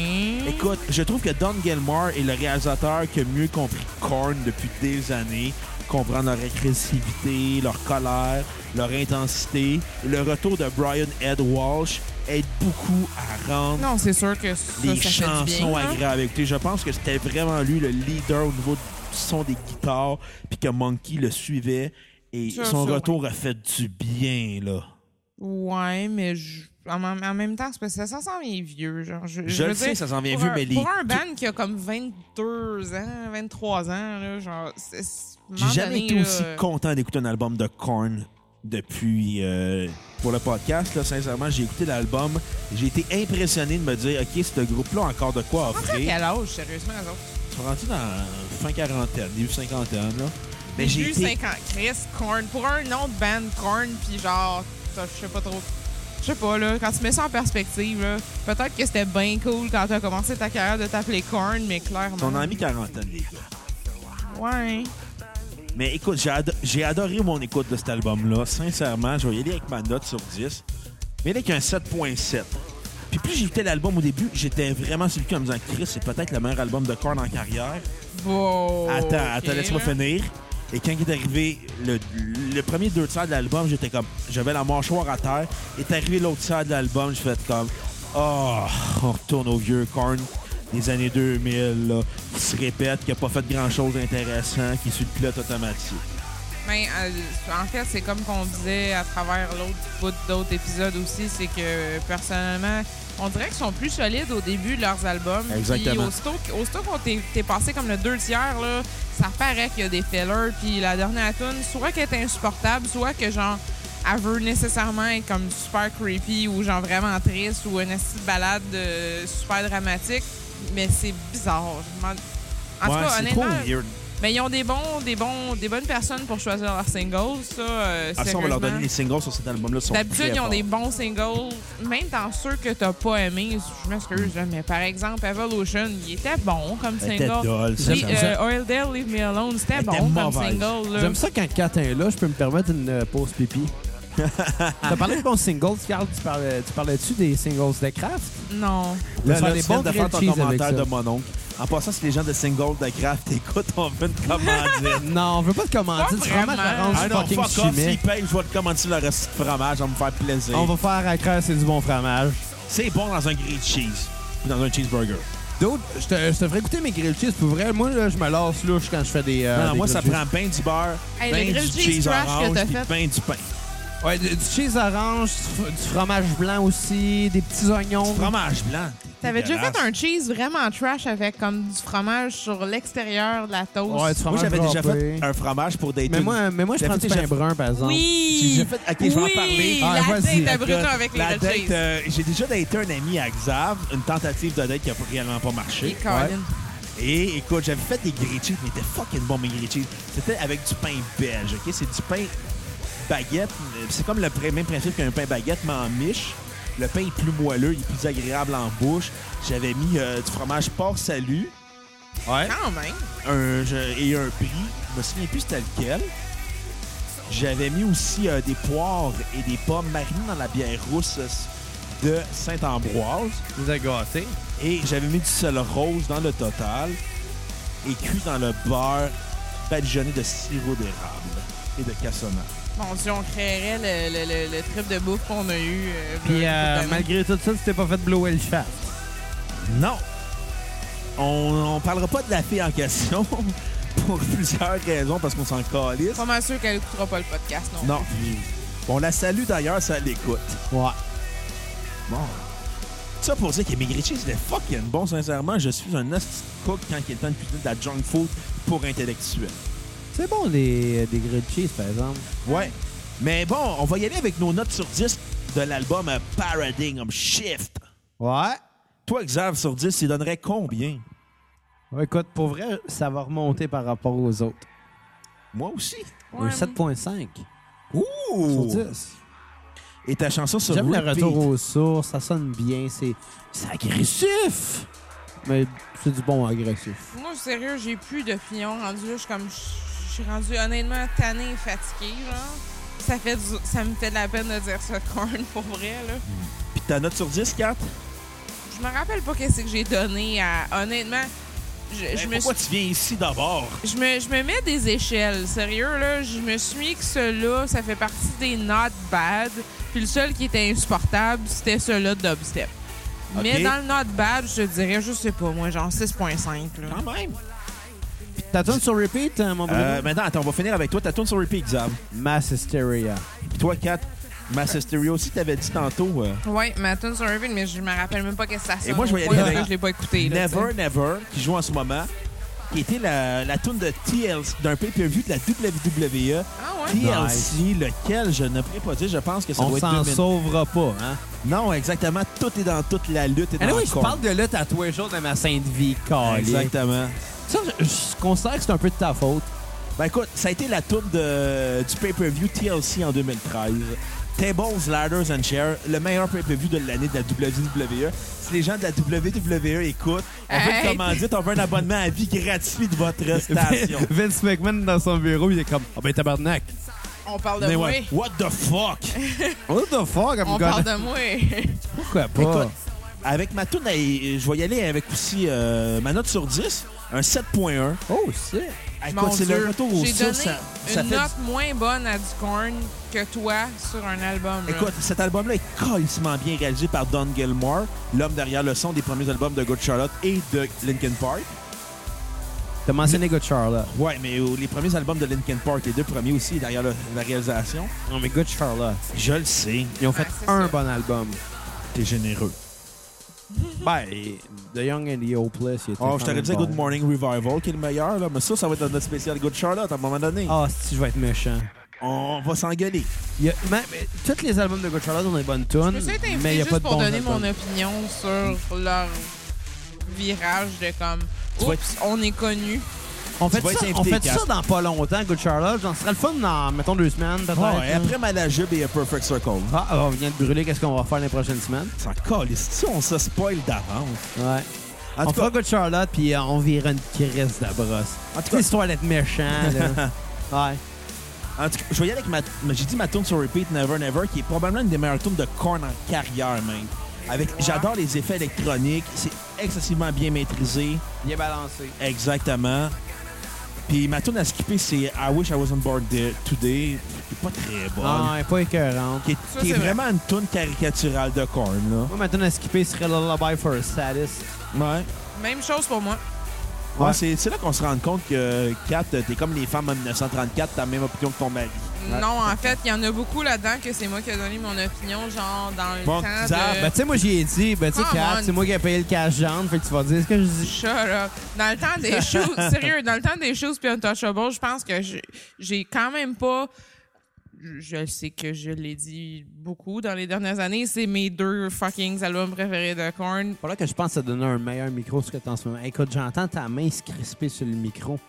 Speaker 1: Écoute, je trouve que Don Gilmore est le réalisateur qui a mieux compris Korn depuis des années. Comprendre leur agressivité, leur colère, leur intensité. Le retour de Brian Ed Walsh aide beaucoup à rendre
Speaker 3: Non, c'est sûr que ça,
Speaker 1: les
Speaker 3: ça fait du
Speaker 1: chansons
Speaker 3: bien. hein.
Speaker 1: agréables à écouter. Je pense que c'était vraiment lui le leader au niveau du son des guitares, puis que Monkey le suivait. Et
Speaker 3: Ça,
Speaker 1: son
Speaker 3: ça,
Speaker 1: retour a fait du bien, là.
Speaker 3: Ouais, mais je- en, même- en même temps, c'est parce que ça sent bien vieux. Genre, je,
Speaker 1: Je,
Speaker 3: je veux
Speaker 1: le sais,
Speaker 3: dire,
Speaker 1: ça s'en vient
Speaker 3: pour
Speaker 1: vieux,
Speaker 3: un,
Speaker 1: mais les.
Speaker 3: pour un band qui a comme 22 ans, 23 ans, là, genre, c'est- c'est- à un
Speaker 1: J'ai
Speaker 3: moment
Speaker 1: jamais
Speaker 3: donné,
Speaker 1: été
Speaker 3: là,
Speaker 1: aussi
Speaker 3: euh,
Speaker 1: content d'écouter un album de Korn depuis. euh, pour le podcast, là, sincèrement, j'ai écouté l'album. J'ai été impressionné de me dire, OK, ce groupe-là a encore de quoi
Speaker 3: rendu à
Speaker 1: offrir.
Speaker 3: quel âge, sérieusement, eux autres?
Speaker 1: Ils sont rendus dans fin quarantaine, début cinquantaine, là. Mais j'ai
Speaker 3: J'ai eu
Speaker 1: été
Speaker 3: 50 Chris Korn. Pour un nom de band, Korn, puis genre, ça, je sais pas trop. Je sais pas, là, quand tu mets ça en perspective, là, peut-être que c'était bien cool quand t'as commencé ta carrière de t'appeler Korn, mais clairement.
Speaker 1: Ton ami quarantaine, les gars.
Speaker 3: Ouais.
Speaker 1: Mais écoute, j'ai, ado- j'ai adoré mon écoute de cet album-là. Sincèrement, je vais y aller avec ma note sur 10. Mais avec un 7.7. Puis plus j'écoutais l'album au début, j'étais vraiment sur le cul en me disant Chris, c'est peut-être le meilleur album de Korn en carrière.
Speaker 3: Wow.
Speaker 1: attends, attends,
Speaker 3: ok,
Speaker 1: laisse-moi
Speaker 3: là.
Speaker 1: finir. Et quand il est arrivé, le, le premier deux tiers de l'album, j'étais comme. J'avais la mâchoire à terre. Est arrivé l'autre tiers de l'album, j'ai fait comme. Oh, on retourne au vieux corn des années 2000, là, qui se répète, qui n'a pas fait grand-chose d'intéressant, qui est sur le pilote automatique.
Speaker 3: Mais euh, en fait, c'est comme qu'on disait à travers l'autre bout d'autres épisodes aussi, c'est que personnellement, on dirait qu'ils sont plus solides au début de leurs albums.
Speaker 1: Exactement.
Speaker 3: Puis aussitôt, qu- aussitôt qu'on t'est t'est passé comme le deux tiers, là, ça paraît qu'il y a des fillers. Puis la dernière tune, soit qu'elle est insupportable, soit que genre elle veut nécessairement être comme super creepy ou genre vraiment triste ou une petite balade euh, super dramatique. Mais c'est bizarre. Je m'en- En tout
Speaker 1: Ouais,
Speaker 3: cas,
Speaker 1: c'est trop
Speaker 3: honnêtement,
Speaker 1: weird.
Speaker 3: mais ils ont des bons, des bons, des bonnes personnes pour choisir leurs singles, ça. euh,
Speaker 1: À Ah, ça, on va leur donner
Speaker 3: sérieusement.
Speaker 1: les singles sur cet album-là. sont
Speaker 3: D'habitude,
Speaker 1: très
Speaker 3: ils ont
Speaker 1: forts.
Speaker 3: des bons singles, même dans ceux que t'as pas aimé. Je m'excuse, là, mais par exemple, Evolution, il était bon comme
Speaker 1: Elle était
Speaker 3: single.
Speaker 1: dolle, ça,
Speaker 3: Puis
Speaker 1: ça-
Speaker 3: euh, Oil Dale, Leave Me Alone, c'était
Speaker 1: Elle
Speaker 3: bon
Speaker 1: était
Speaker 3: comme
Speaker 1: mauvaise.
Speaker 3: single. là.
Speaker 2: J'aime ça quand Kat est là, je peux me permettre une euh, pause pipi. T'as parlé de bons singles, Carl. Tu parlais- tu parlais-tu des singles de Kraft?
Speaker 3: Non.
Speaker 1: Là,
Speaker 2: Tu
Speaker 1: là,
Speaker 2: fais des
Speaker 1: tu viens
Speaker 2: bons
Speaker 1: de faire
Speaker 2: grilled
Speaker 1: ton
Speaker 2: cheese avec
Speaker 1: commentaire
Speaker 2: ça.
Speaker 1: de mon oncle. En passant, si les gens de single de Kraft écoutent, on veut une commandite.
Speaker 2: Non, on veut pas de commandite.
Speaker 3: Pas
Speaker 2: C'est vraiment
Speaker 3: vraiment.
Speaker 2: la
Speaker 1: ah non,
Speaker 2: fucking
Speaker 1: fuck off, s'ils
Speaker 2: chimique.
Speaker 1: payent, je vais te commander le reste de fromage, on va me faire plaisir.
Speaker 2: On va faire à cœur, c'est du bon fromage.
Speaker 1: C'est bon dans un grilled cheese ou dans un cheeseburger.
Speaker 2: D'autres, je te, je te ferais goûter mes grilled cheese. Pour vrai, moi, là, je me lasse louche quand je fais des. euh,
Speaker 1: Non, non,
Speaker 2: des
Speaker 1: moi, ça
Speaker 2: grilled
Speaker 1: prend ben du beurre,
Speaker 3: Hey,
Speaker 1: ben
Speaker 3: le grilled
Speaker 1: du
Speaker 3: cheese
Speaker 1: cheese
Speaker 3: trash que
Speaker 1: orange,
Speaker 3: t'as
Speaker 1: puis
Speaker 3: fait.
Speaker 1: ben du pain.
Speaker 2: cheese. Ouais, du, du cheese orange, du, f- du fromage blanc aussi, des petits oignons.
Speaker 1: Fromage blanc.
Speaker 3: T'avais déjà fait
Speaker 1: Dégueulasse.
Speaker 3: un cheese vraiment trash avec comme du fromage sur l'extérieur de la toast.
Speaker 2: Ouais, du
Speaker 1: Moi,
Speaker 2: fromage
Speaker 1: j'avais déjà
Speaker 2: râpé.
Speaker 1: fait un fromage pour dater.
Speaker 2: Mais moi, mais moi je
Speaker 1: La
Speaker 2: prends du
Speaker 1: petite
Speaker 2: pain
Speaker 1: chef-
Speaker 2: brun, par exemple.
Speaker 1: J'ai
Speaker 3: Oui!
Speaker 1: déjà fait- ok, je vais en
Speaker 3: oui,
Speaker 1: parler.
Speaker 2: Ah,
Speaker 3: la
Speaker 2: vas-y.
Speaker 3: date à Bruno avec les
Speaker 1: La
Speaker 3: grilled
Speaker 1: date,
Speaker 3: cheese.
Speaker 1: euh, j'ai déjà daté un ami à Xav, une tentative de date qui n'a réellement pas
Speaker 3: Et
Speaker 1: marché.
Speaker 3: Colin.
Speaker 1: Et écoute, j'avais fait des grilled cheese, mais c'était fucking bon mes grilled cheese. C'était avec du pain belge, ok? C'est du pain baguette. Euh, C'est comme le pr- même principe qu'un pain baguette, mais en miche. Le pain est plus moelleux, il est plus agréable en bouche. J'avais mis euh, du fromage port salut
Speaker 2: Ouais.
Speaker 3: Quand même.
Speaker 1: un, je- et un prix. Je me souviens plus c'était lequel. J'avais mis aussi euh, des poires et des pommes marinées dans la bière rousse de Saint-Ambroise.
Speaker 2: Vous avez gâté.
Speaker 1: Et j'avais mis du sel rose dans le total et cuit dans le beurre badigeonné de sirop d'érable et de cassonade.
Speaker 3: Bon, si on créerait le, le- le- le trip de bouffe qu'on a eu. euh,
Speaker 2: Puis
Speaker 3: voilà,
Speaker 2: euh,
Speaker 3: toute l'année.
Speaker 2: malgré tout ça, tu t'es pas fait blower le chat.
Speaker 1: Non! On, on parlera pas de la fille en question pour plusieurs raisons parce qu'on s'en calisse.
Speaker 3: Pas mal sûr qu'elle écoutera pas le podcast, non?
Speaker 1: Non. On la salue d'ailleurs, ça l'écoute.
Speaker 2: Ouais.
Speaker 1: Bon. Ça pour dire que mes grilled cheese, c'était fucking bon, sincèrement. Je suis un asti de cook quand il est temps de cuisiner de la junk food pour intellectuels.
Speaker 2: C'est bon, des, des grilled cheese, par exemple.
Speaker 1: Ouais. Mais bon, on va y aller avec nos notes sur 10 de l'album euh, Paradigm Shift.
Speaker 2: Ouais.
Speaker 1: Toi, Xav, sur 10, il donnerait combien?
Speaker 2: Ouais, Écoute, pour vrai, ça va remonter par rapport aux autres.
Speaker 1: Moi aussi.
Speaker 3: Ouais,
Speaker 2: Un 7.5
Speaker 1: Ouh!
Speaker 2: sur 10.
Speaker 1: Et ta chanson sur
Speaker 2: J'aime le
Speaker 1: repeat.
Speaker 2: retour aux sources, ça sonne bien, c'est c'est agressif. Mais c'est du bon agressif.
Speaker 3: Moi, sérieux, j'ai plus d'opinion. Rendu là, je suis comme. Je suis rendu honnêtement tanné et fatigué, genre. Ça, fait du- ça me fait de la peine de dire ça, Corn, pour vrai, là.
Speaker 1: Puis ta note sur 10, 4?
Speaker 3: Je me rappelle pas qu'est-ce que j'ai donné à. Honnêtement, je,
Speaker 2: Ben,
Speaker 3: je me
Speaker 1: Ben, pourquoi tu viens ici d'abord?
Speaker 3: Je me, je me mets des échelles, sérieux, là. Je me suis mis que ceux-là, ça fait partie des not bad. Puis le seul qui était insupportable, c'était ceux-là de dubstep.
Speaker 1: Ok.
Speaker 3: Mais dans le not bad, je te dirais, je sais pas, moi, genre 6.5, là.
Speaker 1: Quand même.
Speaker 2: T'as tourné sur repeat, hein, mon
Speaker 1: Euh,
Speaker 2: Bruno?
Speaker 1: maintenant, attends, on va finir avec toi. Ta tourne sur repeat, Xav.
Speaker 2: Mass Hysteria.
Speaker 1: Puis toi, 4, Master Stereo aussi, t'avais dit tantôt... euh,
Speaker 3: Ouais, ma tune sur Irving, mais je me rappelle même pas qu'est-ce que ça sonne.
Speaker 1: moi, je vais y
Speaker 3: au
Speaker 1: aller
Speaker 3: point
Speaker 1: avec
Speaker 3: que Je l'ai pas écouté, là.
Speaker 1: Never Never, qui joue en ce moment, qui était la, la toune de TLC, d'un pay-per-view de la E. WWE.
Speaker 3: tu sais. Ah ouais?
Speaker 1: TLC, lequel je ne pourrais pas dire, je pense que ça
Speaker 2: On
Speaker 1: doit être
Speaker 2: s'en
Speaker 1: 2000.
Speaker 2: sauvera pas, hein?
Speaker 1: Non, exactement, tout est dans toute la lutte et dans
Speaker 2: Alors
Speaker 1: le
Speaker 2: oui, je
Speaker 1: corps.
Speaker 2: parle de lutte à tous les jours de ma sainte vie, calée.
Speaker 1: Exactement.
Speaker 2: Ça, je, je considère que c'est un peu de ta faute.
Speaker 1: Ben écoute, ça a été la toune de, du pay-per-view TLC en 2013. Tables, Ladders and Chairs, le meilleur pay-per-view de l'année de la WWE. Si les gens de la WWE écoutent, on veut
Speaker 3: Hey.
Speaker 1: une commandite, on veut un abonnement à vie gratuit de votre station.
Speaker 2: Vince McMahon dans son bureau, il est comme Ah ben tabarnak!
Speaker 3: On parle de
Speaker 1: Mais
Speaker 3: moi.
Speaker 1: ouais, what the fuck?
Speaker 2: What the fuck, I'm
Speaker 3: On
Speaker 2: gonna-
Speaker 3: parle de moi.
Speaker 2: Pourquoi
Speaker 1: Écoute,
Speaker 2: pas?
Speaker 1: Avec ma toune, elle- je vais y aller avec aussi euh, ma note sur 10, un 7.1.
Speaker 2: Oh, c'est.
Speaker 3: Mon
Speaker 1: Écoute, c'est
Speaker 3: Dieu,
Speaker 1: le retour au
Speaker 3: J'ai
Speaker 1: ça,
Speaker 3: donné
Speaker 1: ça,
Speaker 3: une
Speaker 1: ça fait...
Speaker 3: note moins bonne à Ducorn que toi sur un album. là.
Speaker 1: Écoute, cet album-là est colissement bien réalisé par Don Gilmore, l'homme derrière le son des premiers albums de Good Charlotte et de Linkin Park.
Speaker 2: T'as mentionné Good Charlotte.
Speaker 1: Ouais, mais euh, les premiers albums de Linkin Park, les deux premiers aussi, derrière le- la réalisation.
Speaker 2: Non, mais Good Charlotte.
Speaker 1: Je le sais,
Speaker 2: Ils ont
Speaker 3: Ouais,
Speaker 2: fait
Speaker 3: c'est
Speaker 2: un
Speaker 3: ça.
Speaker 2: bon album.
Speaker 1: t'es généreux.
Speaker 2: Ben, et The Young and the Hopeless, il était
Speaker 1: Oh,
Speaker 2: quand
Speaker 1: je t'aurais
Speaker 2: même
Speaker 1: dit
Speaker 2: bon.
Speaker 1: Good Morning Revival qui est le meilleur, là, mais ça, ça va être notre spécial Good Charlotte à un moment donné.
Speaker 2: Ah, si je vais être méchant.
Speaker 1: On va s'engueuler.
Speaker 2: Il y a- mais- mais tous les albums de Good Charlotte ont des bonnes tunes,
Speaker 3: Je sais t'inviter
Speaker 2: mais il n'y a
Speaker 3: juste
Speaker 2: pas de
Speaker 3: pour
Speaker 2: bons
Speaker 3: donner
Speaker 2: albums.
Speaker 3: mon opinion sur leur virage de comme
Speaker 1: vas
Speaker 3: Oups, on est connu.
Speaker 2: On
Speaker 1: Tu
Speaker 2: fait,
Speaker 1: vas
Speaker 2: ça,
Speaker 1: être
Speaker 2: on
Speaker 1: invité,
Speaker 2: fait ça
Speaker 1: Cass.
Speaker 2: dans pas longtemps, Good Charlotte. Genre, ce serait le fun dans, mettons, deux semaines, peut-être.
Speaker 1: Ouais,
Speaker 2: là.
Speaker 1: après Malajub et A Perfect Circle.
Speaker 2: Ah, on vient de brûler qu'est-ce qu'on va faire les prochaines semaines.
Speaker 1: Ça colle. Si on se spoil d'avance.
Speaker 2: Ouais.
Speaker 1: En
Speaker 2: on
Speaker 1: tout
Speaker 2: fera
Speaker 1: cas,
Speaker 2: Good Charlotte, puis euh, on vira une crise de la brosse.
Speaker 1: en tout
Speaker 2: C'est
Speaker 1: cas,
Speaker 2: histoire d'être méchant, là. Ouais.
Speaker 1: en tout cas, je vais y aller avec ma. mais J'ai dit ma tune sur Repeat Never Never, qui est probablement une des meilleures tunes de Korn en carrière, même. Avec, J'adore les effets électroniques. C'est excessivement bien maîtrisé.
Speaker 2: Bien balancé.
Speaker 1: Exactement. Puis ma tune à skipper, c'est I Wish I Wasn't Born There- Today. Qui est pas très bonne.
Speaker 2: Non, Ah, elle est pas écœurante.
Speaker 1: Qui est,
Speaker 3: Ah, Ça,
Speaker 1: qui est
Speaker 3: c'est vrai.
Speaker 1: vraiment une tune caricaturale de Korn, là.
Speaker 2: Moi, maintenant, à skipper serait Lullaby for a Sadist.
Speaker 1: Ouais.
Speaker 3: Même chose pour moi.
Speaker 1: Ouais,
Speaker 2: Ouais.
Speaker 1: c'est c'est là qu'on se rend compte que, Kat, t'es comme les femmes en 1934, t'as la même opinion que ton mari.
Speaker 3: Non, en fait, il y en a beaucoup là-dedans que c'est moi qui ai donné mon opinion, genre dans le
Speaker 1: Bon,
Speaker 3: temps
Speaker 1: tu
Speaker 3: de...
Speaker 1: dis, ah,
Speaker 2: Ben, tu sais, moi, j'y ai dit, ben, tu sais,
Speaker 3: Come
Speaker 2: Kat,
Speaker 3: on.
Speaker 2: c'est moi qui ai payé le cash jante, fait que tu vas dire ce que je dis.
Speaker 3: Shut up. Dans le temps des choses, sérieux, dans le temps des choses puis Untouchable, je pense que je- j'ai quand même pas. Je sais que je l'ai dit beaucoup dans les dernières années, c'est mes deux fucking albums préférés de Korn.
Speaker 2: Faudrait que je pense à donner un meilleur micro sur ce que t'as en ce moment. Écoute, j'entends ta main se crisper sur le micro.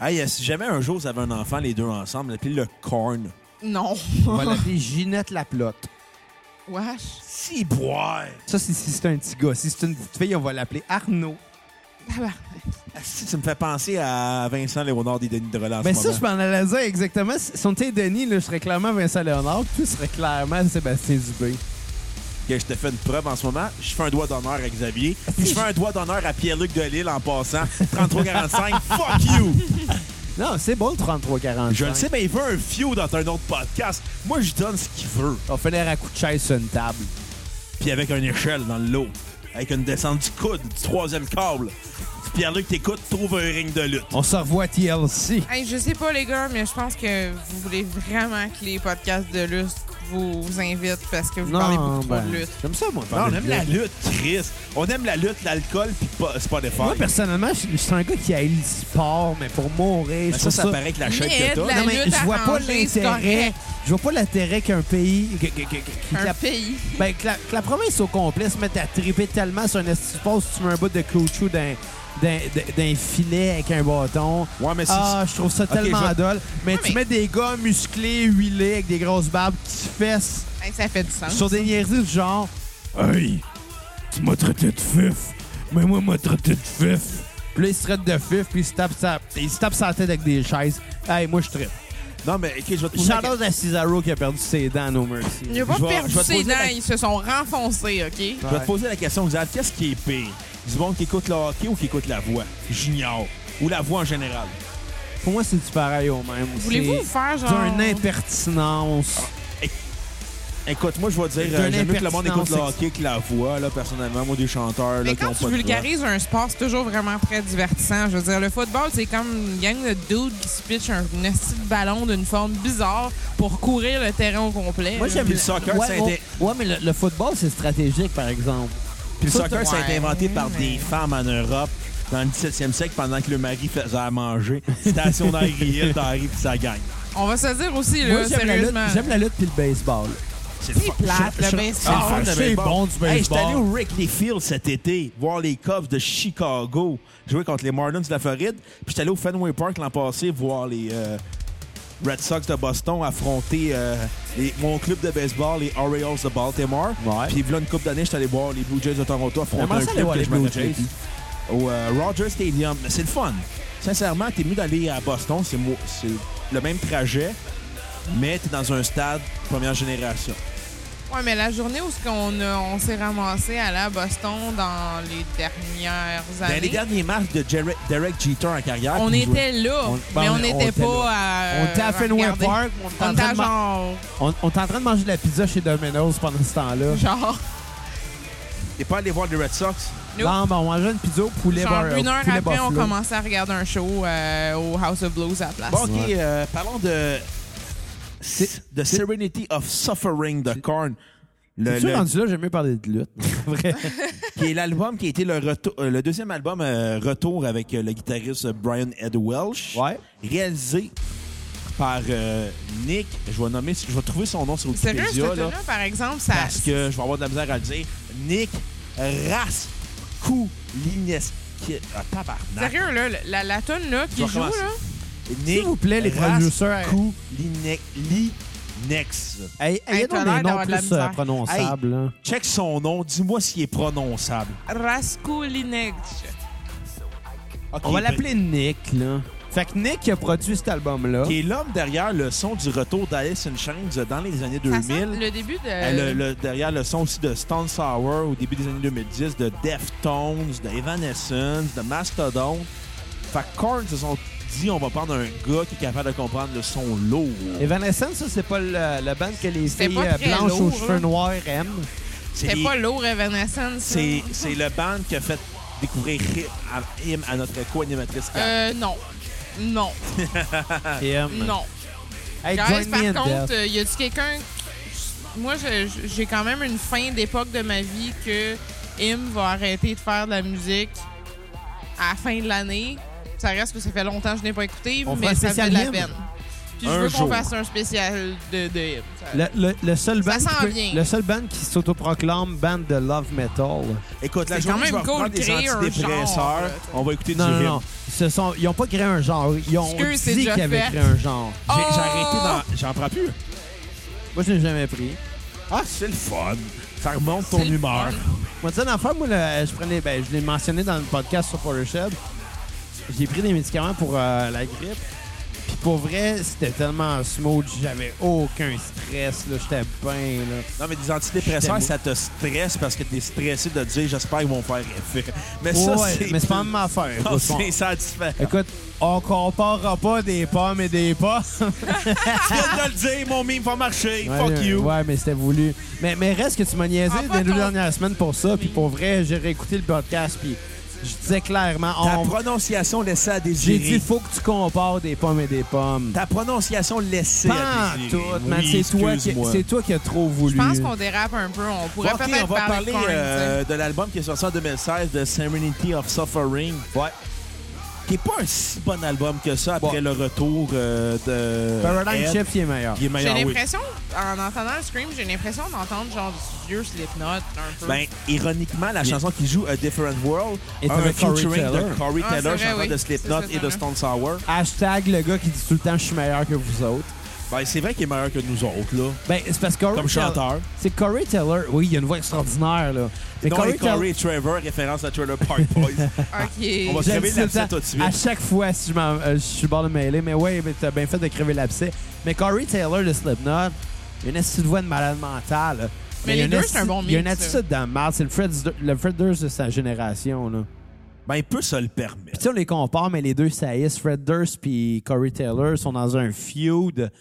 Speaker 1: Hey, euh, si jamais un jour vous avez un enfant, les deux ensemble, puis le corn.
Speaker 3: Non.
Speaker 2: On va l'appeler Ginette Laplotte.
Speaker 3: Wesh.
Speaker 1: Si boire!
Speaker 2: Ça, c'est si c'est un petit gars. Si c'est une petite fille, on va l'appeler Arnaud.
Speaker 3: Tabarnak.
Speaker 1: Ah, Si tu me fais penser à Vincent Léonard des Denis de Relance.
Speaker 2: Ben ça, je m'en allais dire exactement. Si son thé Denis, là, je serais clairement Vincent Léonard, puis tu serais clairement Sébastien Dubé.
Speaker 1: que je te fais une preuve en ce moment. Je fais un doigt d'honneur à Xavier. Puis je fais un doigt d'honneur à Pierre-Luc Delisle en passant. 33-45, fuck you!
Speaker 2: Non, c'est beau le 33-40.
Speaker 1: Je le sais, mais il veut un few dans un autre podcast. Moi, je donne ce qu'il veut.
Speaker 2: On fait l'air à coups de chaise sur une table.
Speaker 1: Puis avec une échelle dans le lot. Avec une descente du coude, du troisième câble. Si Pierre-Luc t'écoute, trouve un ring de lutte.
Speaker 2: On se revoit à TLC.
Speaker 3: Hey, je sais pas, les gars, mais je pense que vous voulez vraiment que les podcasts de lutte vous invitent parce que vous parlez beaucoup
Speaker 1: ben.
Speaker 3: trop de lutte.
Speaker 2: J'aime ça, moi,
Speaker 1: Non,
Speaker 2: parler
Speaker 1: on
Speaker 2: de
Speaker 1: aime
Speaker 2: lutte.
Speaker 1: la lutte, Chris. On aime la lutte, l'alcool, puis pas- Spotify.
Speaker 2: Moi, personnellement, je je suis un gars qui a le sport, mais pour mourir,
Speaker 1: Mais Ben,
Speaker 2: je
Speaker 1: ça,
Speaker 2: trouve
Speaker 1: ça,
Speaker 2: ça...
Speaker 1: paraît que la chaîne
Speaker 3: Mais
Speaker 1: que
Speaker 3: de la-
Speaker 1: t'as.
Speaker 2: Non, mais
Speaker 3: lutte
Speaker 2: je vois pas
Speaker 3: arrangée, c'est
Speaker 2: l'intérêt.
Speaker 3: correct.
Speaker 2: Je vois pas l'intérêt qu'un pays... que- que- que- que- que
Speaker 3: Un
Speaker 2: la-
Speaker 3: pays.
Speaker 2: Ben, que la, que la province au complet se mette à triper tellement sur un esti de passe, tu mets un bout de caoutchouc d'un, d'un, d'un- d'un filet avec un bâton.
Speaker 1: Ouais, mais c'est.
Speaker 2: Ah, je trouve ça tellement
Speaker 1: je vais-
Speaker 2: dole. Mais
Speaker 3: Ouais,
Speaker 2: tu
Speaker 3: mais-
Speaker 2: mets des gars musclés, huilés, avec des grosses barbes qui fessent
Speaker 3: Hey, ça fait du sens.
Speaker 2: sur des niaiseries du genre.
Speaker 6: Hein? Hey, tu m'as traité de fif. Mais moi, m'a traité de fif.
Speaker 2: Puis là, ils se traitent de fif, puis ils se tapent sa, ils se tapent sa tête avec des chaises. Hey, moi, je trippe.
Speaker 1: Non, mais ok, je vais te poser. la-
Speaker 2: J'adore à Cesaro qui a perdu ses dents, no mercy.
Speaker 3: Ils n'ont pas
Speaker 1: Je vais-
Speaker 3: perdu
Speaker 1: je vais te
Speaker 3: ses
Speaker 1: poser
Speaker 3: dents,
Speaker 1: la-
Speaker 3: ils se sont renfoncés, OK?
Speaker 1: Je vais te poser la question, Xav. Qu'est-ce qui est pire? Du monde qui écoute le hockey ou qui écoute la voix? J'ignore. Ou la voix en général.
Speaker 2: Pour moi, c'est du pareil au même.
Speaker 3: Voulez-vous vous faire
Speaker 2: C'est
Speaker 3: genre.
Speaker 2: d'une impertinence.
Speaker 1: Écoute, moi, je vais dire,
Speaker 2: De
Speaker 1: euh, j'aime mieux que le monde écoute le
Speaker 2: l'impertinence
Speaker 1: hockey que la voix, là, personnellement. Moi, des chanteurs, là,
Speaker 3: Mais
Speaker 1: qui ont
Speaker 3: quand
Speaker 1: pas
Speaker 3: tu
Speaker 1: de voix.
Speaker 3: vulgarises un sport, c'est toujours vraiment très divertissant. Je veux dire, le football, c'est comme une gang de dudes qui se pitchent un un esti de ballon d'une forme bizarre pour courir le terrain au complet.
Speaker 2: Moi,
Speaker 3: là.
Speaker 2: j'aime
Speaker 1: Puis le soccer,
Speaker 2: ouais,
Speaker 1: ça a
Speaker 2: on-
Speaker 1: été-
Speaker 2: ouais, mais le, le football, c'est stratégique, par exemple.
Speaker 1: Puis le soccer, ça a été
Speaker 3: Ouais,
Speaker 1: inventé par
Speaker 3: mais-
Speaker 1: des femmes en Europe dans le 17e siècle pendant que le mari faisait à manger. Station d'Henry Hill, d'Henry, puis ça gagne.
Speaker 3: On va se dire aussi, là,
Speaker 2: Moi, j'aime la lutte,
Speaker 3: sérieusement.
Speaker 2: j'aime la lutte puis le baseball.
Speaker 1: C'est le
Speaker 3: C'est
Speaker 1: fun.
Speaker 3: plate, le baseball.
Speaker 1: Ah,
Speaker 2: Ah,
Speaker 1: le
Speaker 2: c'est
Speaker 1: baseball.
Speaker 2: bon du
Speaker 1: Hey, j'étais
Speaker 2: baseball.
Speaker 1: allé au Wrigley Field cet été voir les Cubs de Chicago jouer contre les Marlins de la Floride. Puis j'étais allé au Fenway Park l'an passé voir les euh, Red Sox de Boston affronter euh, les- mon club de baseball, les Orioles de Baltimore.
Speaker 2: Ouais.
Speaker 1: Puis voilà une coupe d'années, j'étais allé voir les Blue Jays de Toronto affronter
Speaker 2: Comment
Speaker 1: un
Speaker 2: ça,
Speaker 1: club
Speaker 2: aller voir
Speaker 1: que
Speaker 2: les
Speaker 1: je me
Speaker 2: Blue
Speaker 1: rappelais
Speaker 2: Jays?
Speaker 1: plus. Au euh, Rogers Stadium. Mais C'est le fun. Sincèrement, t'es mieux d'aller à Boston. C'est mo- c'est le même trajet, mais t'es dans un stade première génération.
Speaker 3: Ouais, mais la journée où ce qu'on a- on s'est ramassé à la Boston dans les dernières années,
Speaker 1: Dans Ben, les derniers matchs de Derek, Derek Jeter en carrière,
Speaker 3: on
Speaker 1: puis il jouait-
Speaker 3: était là,
Speaker 2: On-
Speaker 3: mais
Speaker 2: ben,
Speaker 3: on
Speaker 2: on- on
Speaker 3: n'était
Speaker 2: était
Speaker 3: pas à.
Speaker 2: on était à Fenway
Speaker 3: regarder.
Speaker 2: Park, on était
Speaker 3: On
Speaker 2: en
Speaker 3: était
Speaker 2: train
Speaker 3: à
Speaker 2: de man-
Speaker 3: genre.
Speaker 2: on- on était en train de manger de la pizza chez Domino's pendant ce temps-là.
Speaker 3: Genre.
Speaker 1: T'es pas allé voir les Red Sox?
Speaker 3: Nope.
Speaker 2: Non, ben, on mangeait une pizza au poulet
Speaker 3: Genre
Speaker 2: bar- au
Speaker 3: une heure
Speaker 2: poulet
Speaker 3: après, on
Speaker 2: buffalo.
Speaker 3: commençait à regarder un show euh, au House of Blues à la place.
Speaker 1: Bon, OK, euh, parlons de... The Serenity of Suffering de Korn. Le,
Speaker 2: Tu
Speaker 1: le-
Speaker 2: rendu là, j'aime mieux parler de lutte. Vrai.
Speaker 1: qui est l'album qui a été le, retour- euh, le deuxième album euh, retour avec euh, le guitariste Brian Ed Welsh,
Speaker 2: Ouais.
Speaker 1: réalisé par euh, Nick. Je vais nommer, je vais trouver son nom sur
Speaker 3: Sérieux, cette
Speaker 1: Wikipédia là,
Speaker 3: tune-là, par exemple, ça.
Speaker 1: parce que je vais avoir de la misère à le dire. Nick Raskulineski. Ah, tabarnak.
Speaker 3: Sérieux, là, la, la tune là
Speaker 1: Je
Speaker 3: qui
Speaker 1: vais
Speaker 3: joue,
Speaker 1: recommencer.
Speaker 3: là.
Speaker 1: Nick
Speaker 2: S'il vous plaît, les producteurs.
Speaker 1: Raskulinex.
Speaker 2: Hey,
Speaker 3: Hey,
Speaker 2: hey,
Speaker 3: t'as
Speaker 2: a
Speaker 3: l'air
Speaker 2: des noms
Speaker 3: d'avoir de la
Speaker 2: plus
Speaker 3: misère.
Speaker 2: euh, prononçables. là.
Speaker 1: Check son nom, dis-moi s'il est prononçable.
Speaker 3: Raskulinec.
Speaker 2: On va l'appeler Nick, là. Fait que Nick qui a produit cet album-là.
Speaker 1: Qui est l'homme derrière le son du retour d'Alice in Chains dans les années
Speaker 3: Ça sent
Speaker 1: 2000.
Speaker 3: le début de.
Speaker 1: Euh, le- le- derrière le son aussi de Stone Sour au début des années 2010, de Deftones, de Evanescence, de Mastodon. Fait que Korn se sont dit on va prendre un gars qui est capable de comprendre le son lourd.
Speaker 2: Evanescence, ça, c'est pas le, le band que les
Speaker 3: C'est
Speaker 2: filles
Speaker 3: pas
Speaker 2: euh,
Speaker 3: très
Speaker 2: blanches aux
Speaker 3: lourd, hein. là.
Speaker 2: cheveux noirs aiment.
Speaker 1: C'est
Speaker 3: C'était pas lourd, Evanescence. là.
Speaker 1: c'est- c'est le band qui a fait découvrir Him à, Him à notre co-animatrice.
Speaker 3: Euh, non. Non. Ah.
Speaker 2: Et, euh,
Speaker 3: Non.
Speaker 2: Hey,
Speaker 3: Guys,
Speaker 2: Join
Speaker 3: par
Speaker 2: Me in
Speaker 3: contre,
Speaker 2: Death.
Speaker 3: euh, y a-tu quelqu'un. qui- Moi, je- je- j'ai quand même une fin d'époque de ma vie que Im va arrêter de faire de la musique à la fin de l'année. Ça reste que ça fait longtemps que je n'ai pas écouté,
Speaker 2: On fera
Speaker 3: mais
Speaker 2: un
Speaker 3: ça fait de
Speaker 2: spécial
Speaker 3: la
Speaker 2: Im.
Speaker 3: peine. Puis je
Speaker 1: Un
Speaker 3: veux qu'on
Speaker 1: jour.
Speaker 3: fasse un spécial de, de Im. Ça-
Speaker 2: Le, le- le seul
Speaker 3: Ça
Speaker 2: band
Speaker 3: s'en
Speaker 2: qui peut-
Speaker 3: vient.
Speaker 2: le seul band qui s'autoproclame band de love metal.
Speaker 1: Écoute, la
Speaker 3: c'est quand
Speaker 1: journée, je
Speaker 3: même
Speaker 1: vais
Speaker 3: cool
Speaker 1: reprendre
Speaker 3: de
Speaker 1: des
Speaker 3: créer un Oh! genre, là,
Speaker 1: antidépresseurs.
Speaker 3: t'sais.
Speaker 1: On va écouter
Speaker 2: Non,
Speaker 1: du
Speaker 2: non,
Speaker 1: Him.
Speaker 2: non. Ce sont, ils ont pas créé un genre. Ils ont
Speaker 3: Excuse, c'est
Speaker 2: dit
Speaker 3: déjà
Speaker 2: qu'ils avaient
Speaker 3: fait.
Speaker 2: créé un genre.
Speaker 1: J'ai j'ai
Speaker 3: Oh!
Speaker 1: arrêté dans... J'en prends plus.
Speaker 2: Moi, je l'ai jamais pris.
Speaker 1: Ah, c'est le fun. Ça remonte ton
Speaker 3: C'est le
Speaker 1: humeur.
Speaker 3: fun.
Speaker 2: Moi, tu sais, dans le fond, moi, le- je prenais, ben, je l'ai mentionné dans le podcast sur Powershed. J'ai pris des médicaments pour euh, la grippe. Puis pour vrai, c'était tellement smooth, j'avais aucun stress, là, j'étais bien, là.
Speaker 1: Non, mais des antidépresseurs,
Speaker 2: Je
Speaker 1: ça te stresse parce que t'es stressé de dire j'espère qu'ils vont faire effet. Mais ça,
Speaker 2: Ouais,
Speaker 1: c'est.
Speaker 2: mais c'est pas ma affaire.
Speaker 1: Non,
Speaker 2: Écoute,
Speaker 1: c'est satisfait.
Speaker 2: on- Écoute, on comparera pas des pommes et des pommes.
Speaker 1: Tu viens de le dire, mon mime va marcher. Fuck
Speaker 2: Ouais,
Speaker 1: you.
Speaker 2: Ouais, mais c'était voulu. Mais, mais reste que tu m'as niaisé
Speaker 3: Ah,
Speaker 2: dans
Speaker 3: pas
Speaker 2: les deux
Speaker 3: ton-
Speaker 2: dernières semaines pour ça. Puis pour vrai, j'ai réécouté le podcast. Puis je disais clairement,
Speaker 1: Ta
Speaker 2: on-
Speaker 1: prononciation laissée à
Speaker 2: j'ai dit,
Speaker 1: désirer.
Speaker 2: faut que tu compares des pommes et des pommes.
Speaker 1: Ta prononciation laissée
Speaker 2: Pas
Speaker 1: à
Speaker 2: en
Speaker 1: désirer.
Speaker 2: tout, man.
Speaker 1: Oui,
Speaker 2: c'est toi, qui-
Speaker 1: excuse-moi.
Speaker 2: c'est toi qui as trop voulu.
Speaker 3: Je pense qu'on dérape un peu. On pourrait
Speaker 1: Bon, OK,
Speaker 3: peut-être
Speaker 1: on va
Speaker 3: parler,
Speaker 1: parler
Speaker 3: de Korn,
Speaker 1: euh, de l'album qui est sorti en 2016, de Serenity of Suffering. Ouais. Qui est pas un si bon album que ça après le
Speaker 2: Bon.
Speaker 1: retour euh, de.
Speaker 2: Paradigm
Speaker 1: Ed,
Speaker 2: Shift, il est meilleur.
Speaker 1: qui est
Speaker 3: tu sais.
Speaker 1: meilleur,
Speaker 3: J'ai
Speaker 1: oui.
Speaker 3: l'impression, en entendant le scream, j'ai l'impression d'entendre genre du vieux Slipknot un peu.
Speaker 1: Ben, ironiquement, la chanson qui joue A Different World
Speaker 2: Est
Speaker 1: a un
Speaker 2: avec Corey
Speaker 1: featuring de
Speaker 2: Taylor.
Speaker 1: Corey
Speaker 3: Ah, c'est
Speaker 1: Taylor,
Speaker 3: vrai,
Speaker 1: chanteur
Speaker 3: oui.
Speaker 1: de
Speaker 3: C'est
Speaker 1: Slipknot
Speaker 3: ça,
Speaker 1: et de
Speaker 3: ça.
Speaker 1: Stone Sour.
Speaker 2: Hashtag le gars qui dit tout le temps, je suis meilleur que vous autres.
Speaker 1: Ben, c'est vrai qu'il est meilleur que nous autres, là,
Speaker 2: Ben, c'est parce que Corey
Speaker 1: comme
Speaker 2: Taylor-
Speaker 1: chanteur.
Speaker 2: C'est Corey Taylor. Oui, il a une voix extraordinaire, là. Mais
Speaker 1: Non,
Speaker 2: Corey
Speaker 1: et
Speaker 2: Taylor-
Speaker 1: Corey et Trevor, référence à Trailer Park Boys. On va
Speaker 3: OK.
Speaker 2: J'aime
Speaker 1: crever
Speaker 2: ça le
Speaker 1: l'abcès
Speaker 2: temps.
Speaker 1: tout de suite.
Speaker 2: À chaque fois, si je, m'en- euh, je suis bord de mêlée, mais ouais, mais t'as bien fait de crever l'abcès. Mais Corey Taylor de Slipknot, il a une astuce de voix de malade mentale. là. il
Speaker 3: Mais
Speaker 2: a
Speaker 3: les
Speaker 2: une
Speaker 3: deux,
Speaker 2: esti-
Speaker 3: c'est un bon
Speaker 2: Il y a une
Speaker 3: mix, ça.
Speaker 2: attitude de marde. C'est le Fred, le Fred Durst de sa génération. Là.
Speaker 1: ben, il peut se le
Speaker 2: Puis tu
Speaker 1: permettre.
Speaker 2: sais, on les compare, mais les deux saillissent. Fred Durst puis Corey Taylor sont dans un feud.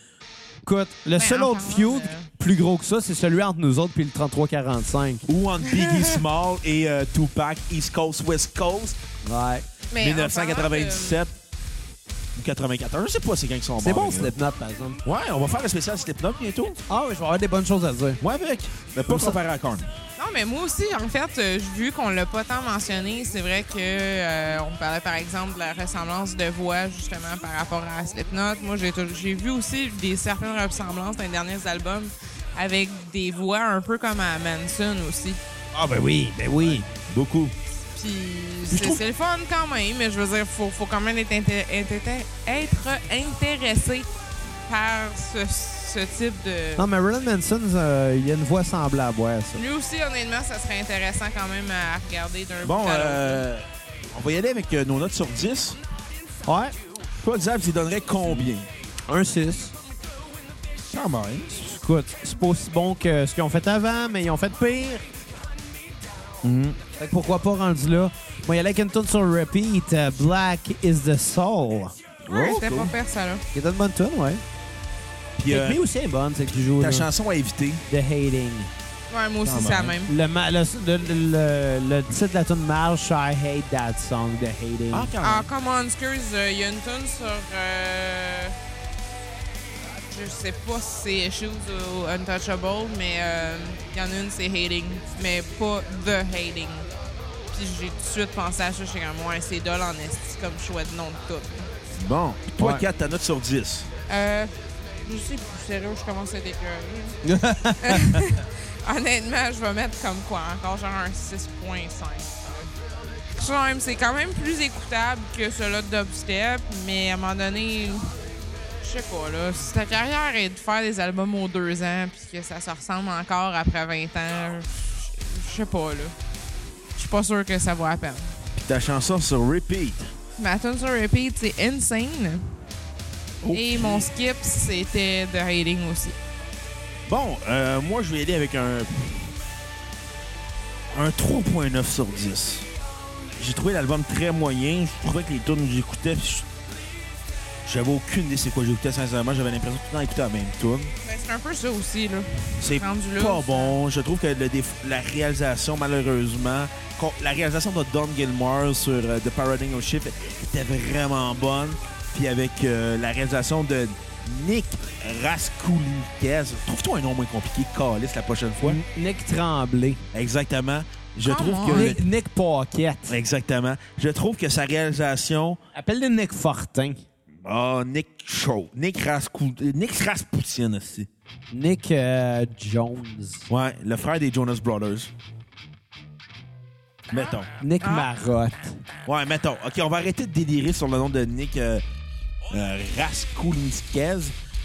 Speaker 2: Écoute, le seul
Speaker 3: Ben, en
Speaker 2: autre
Speaker 3: parlant
Speaker 2: feud
Speaker 3: de-
Speaker 2: plus gros que ça, c'est celui entre nous autres puis le 33-45.
Speaker 1: Ou entre Biggie Small et euh, Tupac, East Coast, West Coast,
Speaker 2: Ouais.
Speaker 3: Mais Ben, euh, en
Speaker 1: 1997 ou 94. Je sais pas c'est quand ils sont
Speaker 2: C'est
Speaker 1: morts,
Speaker 2: bon,
Speaker 1: les
Speaker 2: Slipknot, par exemple.
Speaker 1: gars. Ouais, on va faire un spécial Slipknot bientôt.
Speaker 2: Ah oui, je vais avoir des bonnes choses à dire.
Speaker 1: Moi avec. Mais pas
Speaker 2: ça.
Speaker 1: comparé à Korn.
Speaker 3: Non, mais moi aussi, en fait, euh, vu qu'on l'a pas tant mentionné, c'est vrai que euh, on parlait par exemple de la ressemblance de voix justement par rapport à Slipknot. Moi, j'ai tou- j'ai vu aussi des certaines ressemblances dans les derniers albums avec des voix un peu comme à Manson aussi.
Speaker 2: Ah ben oui, ben oui.
Speaker 1: Beaucoup.
Speaker 3: Puis c'est c'est le fun quand même, mais je veux dire, faut, faut quand même être, inté- inté- être intéressé par ce, ce type de.
Speaker 2: Non, mais Marilyn Manson, euh, il y a une voix semblable, ouais, ça.
Speaker 3: Lui aussi, honnêtement, ça serait intéressant quand même à regarder d'un
Speaker 1: Bon,
Speaker 3: bout à l'autre.
Speaker 1: euh, on va y aller avec euh, nos notes sur 10.
Speaker 2: Ouais,
Speaker 1: Toi, Zab, tu donnerais combien?
Speaker 2: un 6.
Speaker 1: Quand même.
Speaker 2: Écoute, écoute, c'est pas aussi bon que ce qu'ils ont fait avant, mais ils ont fait pire. Fait que pourquoi pas rendu là? Moi, il y a une tune sur repeat, euh, Black is the Soul.
Speaker 1: oh,
Speaker 3: Ouais, C'était pas pire, ça, là.
Speaker 2: Qui est une bonne tune, ouais.
Speaker 1: Puis euh,
Speaker 2: Take Me aussi est bonne, c'est que tu joues.
Speaker 1: ta chanson à éviter.
Speaker 2: The Hating.
Speaker 3: Ouais, moi aussi,
Speaker 1: Quand
Speaker 3: c'est la
Speaker 1: même.
Speaker 3: même.
Speaker 2: Le, ma- le, le- le- le titre de la tune marche, I hate that song, The Hating.
Speaker 1: quand
Speaker 3: Ah, come on, excuse, il y a une tune sur. euh, je sais pas si c'est Issues ou Untouchable, mais euh, il y en a une, c'est Hating, mais pas The Hating. Puis j'ai tout de suite pensé à ça, chez comme, ouais, c'est dole en esti comme choix de nom de tout.
Speaker 1: Bon. Puis toi,
Speaker 2: Ouais.
Speaker 1: 4, ta note sur 10.
Speaker 3: Euh, je sais plus sérieux, je commence à être écœurée. Honnêtement, je vais mettre comme quoi, encore genre un 6.5. Quand même, C'est quand même plus écoutable que celui de Dubstep, mais à un moment donné, je sais pas, là, si ta carrière est de faire des albums aux deux ans puis que ça se ressemble encore après 20 ans, je- je sais pas, là. Je suis pas sûr que ça vaut la peine.
Speaker 1: Puis ta chanson sur repeat.
Speaker 3: Ma tune sur repeat, c'est Insane.
Speaker 1: Oh.
Speaker 3: Et mon skip, c'était The Hating aussi.
Speaker 1: Bon, euh, moi, je vais aller avec un. Un 3.9 sur 10. J'ai trouvé l'album très moyen. Je trouvais que les tunes que j'écoutais, puis je- j'avais aucune idée c'est quoi j'écoutais, sincèrement. J'avais l'impression de tout le temps écouter la même tune.
Speaker 3: Ben, c'est un peu ça aussi, là.
Speaker 1: C'est pas
Speaker 3: Rendu là, ça-
Speaker 1: bon. Je trouve que le déf- la réalisation, malheureusement, con- la réalisation de Don Gilmore sur euh, The Paradigm of Shift était vraiment bonne. Puis avec euh, la réalisation de Nick Raskulikez, trouve-toi un nom moins compliqué, Calis, la prochaine fois.
Speaker 2: Nick Tremblay.
Speaker 1: Exactement. Je
Speaker 3: Mm. Come
Speaker 1: trouve
Speaker 3: on.
Speaker 1: que.
Speaker 2: Nick, Nick Pocket.
Speaker 1: Exactement. Je trouve que sa réalisation.
Speaker 2: Appelle-le Nick Fortin.
Speaker 1: Ah, Nick Shaw. Nick, Raskou... Nick Rasputin aussi.
Speaker 2: Nick euh, Jones.
Speaker 1: Ouais, le frère des Jonas Brothers. Mettons.
Speaker 2: Nick
Speaker 3: Ah.
Speaker 2: Marotte.
Speaker 1: Ouais, mettons. OK, on va arrêter de délirer sur le nom de Nick euh, euh, Raskulinskez.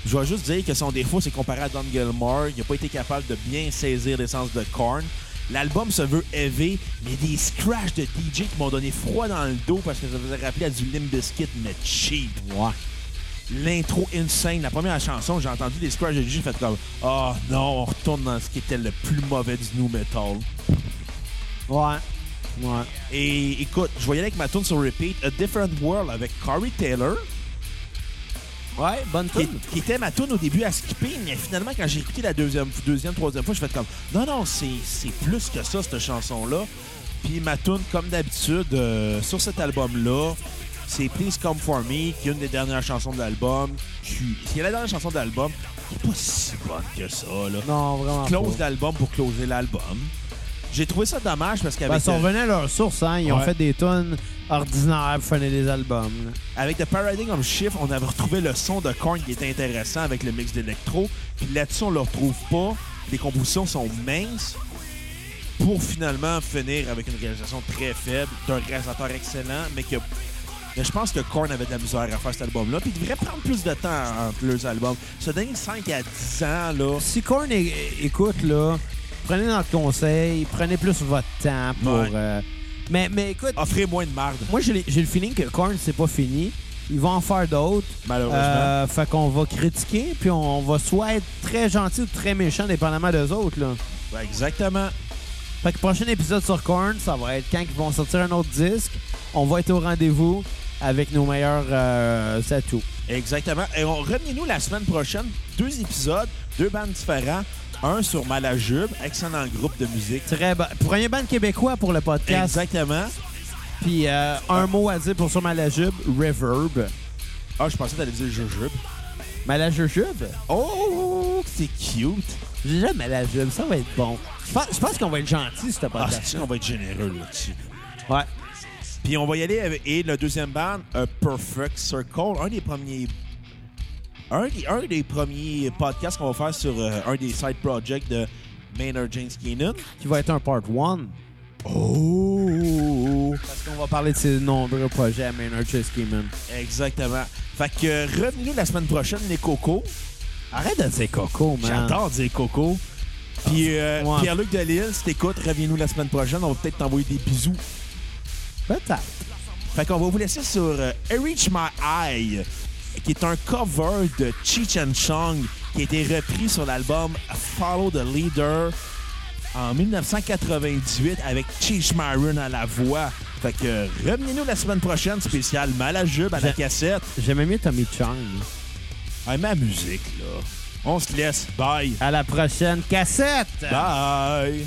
Speaker 1: Je vais juste dire que son défaut, c'est comparé à Don Gilmore. Il n'a pas été capable de bien saisir l'essence de Korn. L'album se veut élevé, mais des scratchs de DJ qui m'ont donné froid dans le dos parce que ça faisait rappeler à du Limbiskit, mais cheap.
Speaker 2: Ouais.
Speaker 1: L'intro insane, la première chanson, j'ai entendu des scratchs de DJ, j'ai fait comme « Oh non, on retourne dans ce qui était le plus mauvais du new metal ».
Speaker 2: Ouais. Ouais.
Speaker 1: Et écoute, je voyais avec ma tune sur repeat, A Different World avec Corey Taylor,
Speaker 2: Ouais, bonne
Speaker 1: qui,
Speaker 2: tune.
Speaker 1: qui était ma tune au début à skipper, mais finalement quand j'ai écouté la deuxième, deuxième, troisième fois, je fais comme non non, c'est c'est plus que ça cette chanson là. Puis ma tune comme d'habitude euh, sur cet album là, c'est Please Come For Me, qui est une des dernières chansons de l'album. Je suis- C'est la dernière chanson de l'album, qui est pas si bonne que ça là.
Speaker 2: Non, vraiment.
Speaker 1: Close
Speaker 2: pas. Ben,
Speaker 1: l'album pour closer l'album. J'ai trouvé ça dommage parce
Speaker 2: Ben,
Speaker 1: qu'avec
Speaker 2: ils sont
Speaker 1: euh,
Speaker 2: revenus à leur source, hein. Ils ont
Speaker 1: Ouais.
Speaker 2: fait des tonnes ordinaires pour faire des albums. là.
Speaker 1: Avec The Paradigm Shift, on avait retrouvé le son de Korn qui était intéressant avec le mix d'électro. Puis là-dessus, on le retrouve pas. Les compositions sont minces pour finalement finir avec une réalisation très faible d'un réalisateur excellent, mais que. Mais je pense que Korn avait de la misère à faire cet album-là. Puis il devrait prendre plus de temps entre leurs albums. Se donner 5 à 10 ans, là.
Speaker 2: Si Korn é- écoute, là, prenez notre conseil, prenez plus votre temps pour.
Speaker 1: Ouais.
Speaker 2: euh, mais, mais écoute,
Speaker 1: Offrez moins de marde,
Speaker 2: moi, j'ai j'ai le feeling que Korn, c'est pas fini. Ils vont en faire d'autres.
Speaker 1: malheureusement.
Speaker 2: Euh, fait qu'on va critiquer, puis on va soit être très gentil ou très méchant, dépendamment d'eux autres. Là.
Speaker 1: Ouais, exactement.
Speaker 2: Fait que prochain épisode sur Korn, ça va être quand ils vont sortir un autre disque. On va être au rendez-vous avec nos meilleurs euh, atouts.
Speaker 1: Exactement. Et on revenez-nous la semaine prochaine. Deux épisodes, deux bandes différents. Un sur Malajube, excellent groupe de musique.
Speaker 2: Très bon. Premier band québécois pour le podcast.
Speaker 1: Exactement.
Speaker 2: Puis euh, un mot à dire pour sur Malajube, Reverb.
Speaker 1: Ah, je pensais que t'allais dire Jujube.
Speaker 2: Malajube?
Speaker 1: Oh, c'est cute.
Speaker 2: J'ai jamais Malajube, ça va être bon. Je pense, je pense qu'on va être gentil, ce
Speaker 1: Ah,
Speaker 2: podcast.
Speaker 1: c'est on va être généreux là-dessus.
Speaker 2: Ouais.
Speaker 1: Puis on va y aller avec. Et le deuxième band, A Perfect Circle, un des premiers. Un des, un des premiers podcasts qu'on va faire sur euh, un des side projects de Maynard James Keenan.
Speaker 2: Qui va être un part one.
Speaker 1: Oh!
Speaker 2: Parce qu'on va parler de ses nombreux projets à Maynard Cheskiman.
Speaker 1: Exactement. Fait que euh, revenez-nous la semaine prochaine, les cocos.
Speaker 2: Arrête de dire coco, man.
Speaker 1: J'adore dire coco. Puis euh,
Speaker 2: Ouais.
Speaker 1: Pierre-Luc Delisle, si t'écoutes, reviens-nous la semaine prochaine. On va peut-être t'envoyer des bisous.
Speaker 2: Peut-être.
Speaker 1: Fait qu'on va vous laisser sur euh, I Reach My Eye, qui est un cover de Cheech and Chong qui a été repris sur l'album Follow the Leader en 1998 avec Cheech Marin à la voix. Fait que revenez-nous la semaine prochaine, spécial mal à jube à la cassette.
Speaker 5: J'aimais mieux Tommy Chang.
Speaker 1: Hey, ma musique, là. On se laisse. Bye.
Speaker 5: À la prochaine cassette!
Speaker 1: Bye.